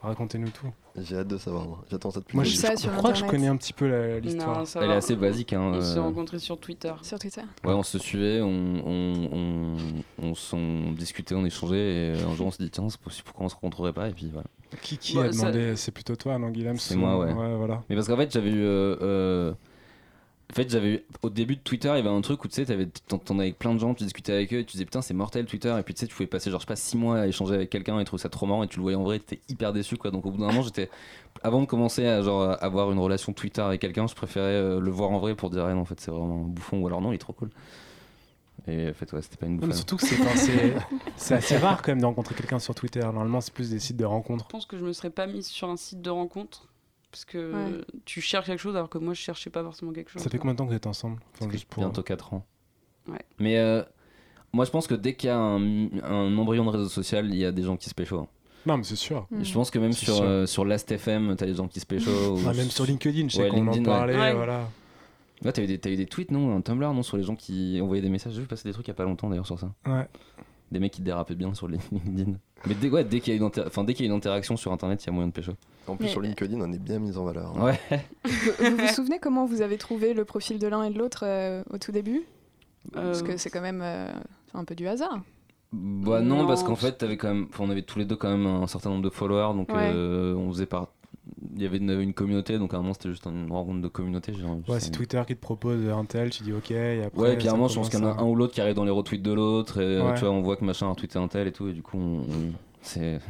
Speaker 4: Racontez-nous tout.
Speaker 2: J'ai hâte de savoir, moi. J'attends ça depuis
Speaker 4: Moi,
Speaker 1: Tout
Speaker 4: je,
Speaker 1: ça
Speaker 4: je
Speaker 1: sur
Speaker 4: crois que je
Speaker 1: Internet.
Speaker 4: connais un petit peu la- l'histoire.
Speaker 6: Non, ça
Speaker 5: Elle est
Speaker 6: va.
Speaker 5: assez basique. Hein,
Speaker 6: On se
Speaker 5: euh,
Speaker 6: rencontrait sur Twitter.
Speaker 1: Sur Twitter.
Speaker 5: Ouais, on se suivait, on, on, on, on s'en discutait, on échangeait, et un jour on s'est dit, tiens, c'est possible, pourquoi on se rencontrerait pas Et puis voilà.
Speaker 4: Qui, qui
Speaker 6: Bah,
Speaker 4: a
Speaker 6: ça-
Speaker 4: demandé C'est plutôt toi, non, Guillaume
Speaker 5: C'est moi, ouais.
Speaker 4: voilà.
Speaker 5: Mais parce qu'en fait, j'avais eu. euh, euh, en fait, j'avais eu- au début de Twitter, il y avait un truc où tu sais, t'avais- t'en- t'en avais avec plein de gens, tu discutais avec eux, et tu disais putain, c'est mortel Twitter, et puis tu sais, tu pouvais passer genre, je sais pas, 6 mois à échanger avec quelqu'un et trouver ça trop marrant, et tu le voyais en vrai, t'étais hyper déçu quoi. Donc au bout d'un moment, j'étais. Avant de commencer à genre avoir une relation Twitter avec quelqu'un, je préférais euh, le voir en vrai pour dire, ah, non, en fait, c'est vraiment un bouffon, ou alors non, il est trop cool. Et en fait, ouais, c'était pas une
Speaker 4: Non, mais
Speaker 5: bouffe.
Speaker 4: surtout que c'est enfin, c'est- c'est assez rare quand même de rencontrer quelqu'un sur Twitter. Normalement, c'est plus des sites de rencontres.
Speaker 6: Je pense que je me serais pas mise sur un site de rencontre parce que
Speaker 1: Ouais.
Speaker 6: tu cherches quelque chose alors que moi je cherchais pas forcément quelque chose.
Speaker 4: Ça fait combien de temps que vous êtes ensemble Enfin, juste pour...
Speaker 5: Bientôt 4 ans.
Speaker 6: Ouais.
Speaker 5: Mais euh, moi, je pense que dès qu'il y a un, un embryon de réseau social, il y a des gens qui se pécho. hein.
Speaker 4: Non, mais c'est sûr.
Speaker 1: Mm.
Speaker 5: Je pense que même
Speaker 4: C'est
Speaker 5: sur,
Speaker 4: sûr.
Speaker 5: euh, sur Last.fm, t'as des gens qui se pécho. ou-
Speaker 4: Hmm. Ah, même sur LinkedIn, je sais
Speaker 5: Ouais,
Speaker 4: qu'on en
Speaker 5: LinkedIn, ouais.
Speaker 4: parlait.
Speaker 6: Ouais.
Speaker 4: Voilà.
Speaker 5: Ouais, t'as eu, des- t'as eu des tweets, non Un Tumblr, non Sur les gens qui envoyaient des messages. J'ai vu passer des trucs il y a pas longtemps d'ailleurs sur ça.
Speaker 4: Ouais.
Speaker 5: Des mecs qui dérapaient bien sur les LinkedIn. Mais dès, ouais, dès qu'il y, a une inter- enfin, dès qu'il y a une interaction sur internet, il y a moyen de pécho.
Speaker 2: En plus,
Speaker 1: Mais-
Speaker 2: sur LinkedIn, on est bien mis en valeur. hein.
Speaker 5: Ouais.
Speaker 1: Vous vous souvenez comment vous avez trouvé le profil de l'un et de l'autre euh, au tout début
Speaker 6: Euh,
Speaker 1: Parce que c'est quand même euh, un peu du hasard.
Speaker 5: Bah non,
Speaker 6: Non,
Speaker 5: parce qu'en
Speaker 6: c'est-
Speaker 5: fait, t'avais quand même, enfin, on avait tous les deux quand même un certain nombre de followers, donc
Speaker 1: Ouais.
Speaker 5: euh, on faisait part. Il y avait une, une communauté, donc à un moment c'était juste une rencontre de communauté. j'ai-
Speaker 4: Ouais, c'est Twitter qui te propose un tel, tu dis ok, et après.
Speaker 5: Ouais, et puis à un
Speaker 4: ça
Speaker 5: moment, je pense
Speaker 4: commence
Speaker 5: qu'il y en a
Speaker 4: à-
Speaker 5: un ou l'autre qui arrive dans les retweets de l'autre, et euh,
Speaker 4: Ouais.
Speaker 5: tu vois, on voit que machin a tweeté un tel et tout, et du coup, on, on- c'est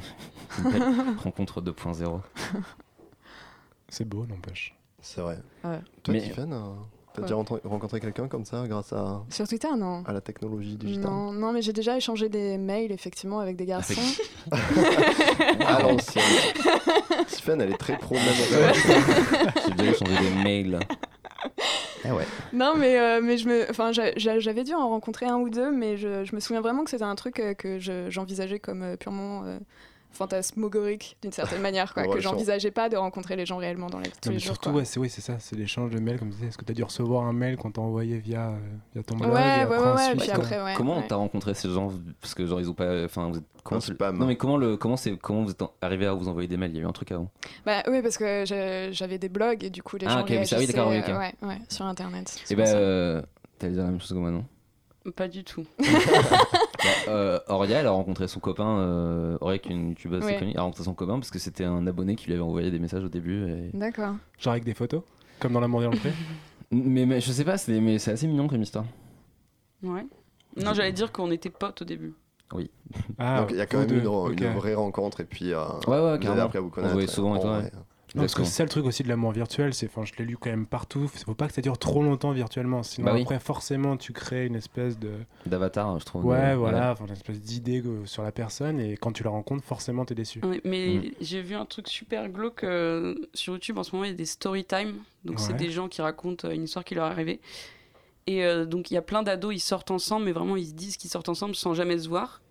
Speaker 5: une belle rencontre 2.0.
Speaker 4: C'est beau, n'empêche.
Speaker 2: C'est vrai.
Speaker 1: Ouais.
Speaker 2: Toi,
Speaker 5: Mais-
Speaker 2: Tiffen, euh, t'as
Speaker 1: Ouais.
Speaker 2: déjà rentré- rencontré quelqu'un comme ça grâce à,
Speaker 1: Sur Twitter, non
Speaker 2: à la technologie digitale
Speaker 1: non, non, mais j'ai déjà échangé des mails effectivement avec des garçons.
Speaker 2: Ah non, c'est. Tiffen, elle est très pro, même en fait.
Speaker 5: J'ai déjà échangé des mails. Ah ouais.
Speaker 1: Non, mais, euh, mais je me, enfin, j'a- j'a- j'avais dû en rencontrer un ou deux, mais je, je me souviens vraiment que c'était un truc euh, que je- j'envisageais comme euh, purement euh, fantasmagorique d'une certaine manière, quoi,
Speaker 2: Ouais,
Speaker 1: que
Speaker 2: sûr.
Speaker 1: j'envisageais pas de rencontrer les gens réellement dans la vie de tous
Speaker 4: Non,
Speaker 1: les
Speaker 4: mais
Speaker 1: jours.
Speaker 4: surtout,
Speaker 1: quoi.
Speaker 4: ouais, c'est ouais, c'est ça, c'est l'échange de mails, comme tu disais. Est-ce que t'as dû recevoir un mail qu'on t'a envoyé via, euh, via ton blog
Speaker 1: Ouais,
Speaker 4: et
Speaker 1: ouais,
Speaker 4: après
Speaker 1: ouais, ouais,
Speaker 4: ensuite,
Speaker 1: puis
Speaker 4: euh,
Speaker 1: après, ouais.
Speaker 5: comment
Speaker 1: ouais.
Speaker 5: t'as rencontré ces gens Parce que genre, ils ont pas. Enfin, vous êtes. Comment,
Speaker 2: Un spam.
Speaker 5: Non, mais comment, le, comment, c'est, comment vous êtes arrivé à vous envoyer des mails Il y a eu un truc avant.
Speaker 1: Bah oui, parce que je- j'avais des blogs et du coup les
Speaker 5: Ah,
Speaker 1: gens
Speaker 5: ok, oui, ça, oui,
Speaker 1: réagissaient,
Speaker 5: d'accord, oui, ok.
Speaker 1: euh, ouais, ouais, sur internet.
Speaker 5: Et
Speaker 1: c'est
Speaker 5: ben,
Speaker 1: pour ça.
Speaker 5: euh, t'as déjà la même chose que moi, non
Speaker 6: Pas du tout.
Speaker 5: Euh, Auria, elle a rencontré son copain, euh, Auria, qui est une youtubeuse assez
Speaker 1: Ouais.
Speaker 5: connue, a rencontré son copain parce que c'était un abonné qui lui avait envoyé des messages au début. et-
Speaker 1: D'accord.
Speaker 4: Genre avec des photos Comme dans L'amour dans le pré
Speaker 5: Mais, mais je sais pas, c'est mais c'est assez mignon comme histoire.
Speaker 6: Ouais. Non, j'allais dire qu'on était potes au début.
Speaker 4: Ah,
Speaker 2: Donc il y a quand
Speaker 4: vous
Speaker 2: même une,
Speaker 4: deux, ok.
Speaker 2: une vraie rencontre et puis euh,
Speaker 5: Ouais, ouais,
Speaker 2: vous avez
Speaker 5: carrément.
Speaker 2: appris à vous
Speaker 5: On se
Speaker 2: connaître.
Speaker 5: voyait souvent et
Speaker 2: en
Speaker 5: toi, ouais.
Speaker 2: vrai.
Speaker 4: Non, parce que
Speaker 5: Exactement.
Speaker 4: c'est ça le truc aussi de l'amour virtuel, c'est, enfin, je l'ai lu quand même partout. Faut pas que ça dure trop longtemps virtuellement, sinon
Speaker 5: Bah oui.
Speaker 4: après forcément tu crées une espèce de,
Speaker 5: D'avatar, je trouve.
Speaker 4: ouais,
Speaker 5: Euh,
Speaker 4: voilà, enfin, une espèce d'idée euh, sur la personne et quand tu la rencontres, forcément t'es déçu.
Speaker 6: Ouais, Mais j'ai vu un truc super glauque euh, sur YouTube. En ce moment, il y a des story time. Donc, c'est
Speaker 4: Ouais.
Speaker 6: des gens qui racontent euh, une histoire qui leur est arrivée. Et euh, donc, il y a plein d'ados, ils sortent ensemble, mais vraiment, ils se disent qu'ils sortent ensemble sans jamais se voir.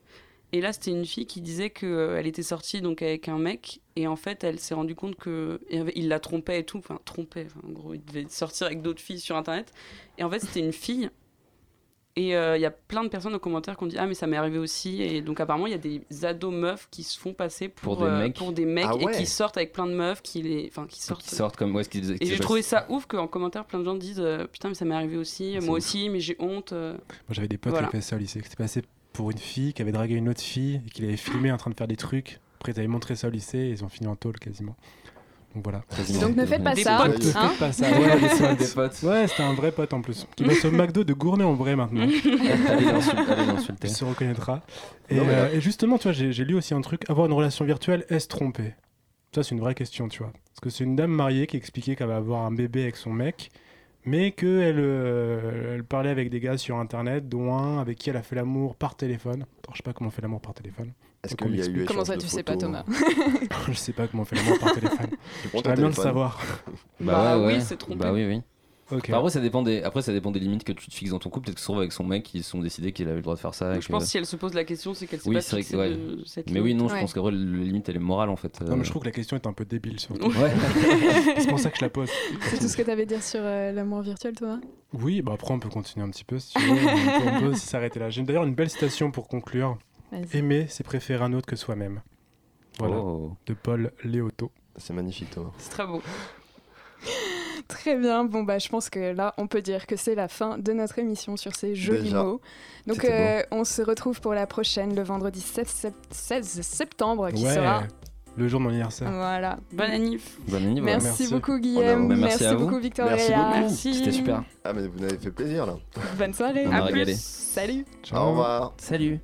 Speaker 6: Et là, c'était une fille qui disait qu'elle était sortie donc, avec un mec. Et en fait, elle s'est rendue compte qu'il la trompait et tout. Enfin, trompait. Enfin, en gros, il devait sortir avec d'autres filles sur Internet. Et en fait, c'était une fille. Et euh, il y a plein de personnes aux commentaires qui ont dit Ah, mais ça m'est arrivé aussi. Et donc, apparemment, il y a des ados meufs qui se font passer pour, euh,
Speaker 5: Pour des mecs.
Speaker 6: pour des mecs
Speaker 2: Ah
Speaker 6: et
Speaker 2: ouais.
Speaker 6: qui sortent avec plein de meufs, qui, les... enfin, qui
Speaker 5: Qui
Speaker 6: sortent.
Speaker 5: sortent comme. Ouais, ce qu'ils-
Speaker 6: Et
Speaker 5: qu'ils-
Speaker 6: j'ai trouvé ça ouf qu'en commentaire, plein de gens disent euh, Putain, mais ça m'est arrivé aussi,
Speaker 5: C'est
Speaker 6: moi
Speaker 5: ouf.
Speaker 6: aussi, mais j'ai honte. euh.
Speaker 4: Moi, j'avais des potes
Speaker 6: Voilà.
Speaker 4: qui avaient fait ça au lycée, qui étaient passés pour une fille qui avait dragué une autre fille et qui l'avait filmée en train de faire des trucs. Après, ils avaient montré ça au lycée et ils ont fini en tôle quasiment. Donc voilà.
Speaker 5: quasiment.
Speaker 1: Donc ne faites pas
Speaker 6: Des
Speaker 1: ça.
Speaker 2: potes.
Speaker 4: Ne
Speaker 1: hein.
Speaker 4: faites pas ça.
Speaker 5: Ouais,
Speaker 4: Ouais,
Speaker 5: des soins des potes.
Speaker 4: Ouais, c'était un vrai pote en plus. Qui bosse au McDo de Gournay en vrai maintenant.
Speaker 5: Allez l'insulter. allez l'insulter.
Speaker 4: Il se reconnaîtra. Et,
Speaker 2: Non, mais là-
Speaker 4: euh, et justement, tu vois, j'ai j'ai lu aussi un truc. Avoir une relation virtuelle, est-ce tromper Ça, c'est une vraie question, tu vois. Parce que c'est une dame mariée qui expliquait qu'elle va avoir un bébé avec son mec, mais qu'elle euh, elle parlait avec des gars sur Internet, dont un avec qui elle a fait l'amour par téléphone. Attends, je sais pas comment on fait l'amour par téléphone.
Speaker 2: Est-ce
Speaker 4: Comment
Speaker 2: qu'il y a eu
Speaker 1: Comment
Speaker 2: échange
Speaker 1: ça,
Speaker 2: de
Speaker 1: tu sais pas,
Speaker 2: photos
Speaker 1: Thomas
Speaker 5: hein.
Speaker 4: je sais pas comment on fait l'amour par téléphone.
Speaker 2: Tu prends ton
Speaker 4: J'aimerais bien le
Speaker 2: téléphone.
Speaker 4: savoir.
Speaker 6: Bah oui, c'est trompé.
Speaker 5: Bah oui, oui.
Speaker 4: Ok.
Speaker 5: Enfin, après, ça dépend des... après, ça dépend des limites que tu te fixes dans ton couple. Peut-être que se trouve avec son mec, ils se sont décidés qu'il avait le droit de faire ça. et
Speaker 6: Donc, je
Speaker 5: que-
Speaker 6: pense que si elle se pose la question, c'est qu'elle s'est
Speaker 5: Oui,
Speaker 6: pas
Speaker 5: c'est vrai
Speaker 6: fixée
Speaker 5: que- ouais.
Speaker 6: de cette
Speaker 5: Mais oui, non, je
Speaker 1: Ouais.
Speaker 5: pense qu'après, la limite, elle est morale en fait.
Speaker 4: Non, mais je
Speaker 5: Euh,
Speaker 4: trouve que la question est un peu débile, surtout.
Speaker 5: Ouais.
Speaker 4: c'est pour ça que je la pose.
Speaker 1: C'est tout ce que t'avais à dire sur euh, l'amour virtuel, Thomas
Speaker 4: Oui, bah après, on peut continuer un petit peu si tu veux. on peut, on peut aussi s'arrêter là. J'ai d'ailleurs une belle citation pour conclure.
Speaker 1: Vas-y.
Speaker 4: Aimer, c'est préférer un autre que soi-même. Voilà,
Speaker 5: Oh.
Speaker 4: de Paul Léoto.
Speaker 2: C'est magnifique, Thomas.
Speaker 6: C'est très beau.
Speaker 1: Très bien. Bon, bah, je pense que là, on peut dire que c'est la fin de notre émission sur ces jolis
Speaker 2: Déjà.
Speaker 1: mots. Donc,
Speaker 2: C'était
Speaker 1: euh, on se retrouve pour la prochaine, le vendredi 16, sept- 16 septembre, qui sera.
Speaker 4: le jour de mon anniversaire.
Speaker 1: Voilà.
Speaker 6: Bonne annif.
Speaker 5: Bonne année, voilà.
Speaker 1: Merci,
Speaker 4: Merci.
Speaker 1: beaucoup,
Speaker 2: On
Speaker 1: Guillaume.
Speaker 2: a-
Speaker 5: Bah, merci
Speaker 1: merci
Speaker 5: à vous.
Speaker 1: beaucoup, Victoria.
Speaker 2: Merci beaucoup.
Speaker 6: Merci.
Speaker 5: C'était super.
Speaker 2: Ah, mais vous nous avez fait plaisir là.
Speaker 1: Bonne soirée.
Speaker 5: On a
Speaker 6: À plus.
Speaker 5: régalé.
Speaker 1: Salut.
Speaker 4: Ciao.
Speaker 2: Au revoir.
Speaker 5: Salut.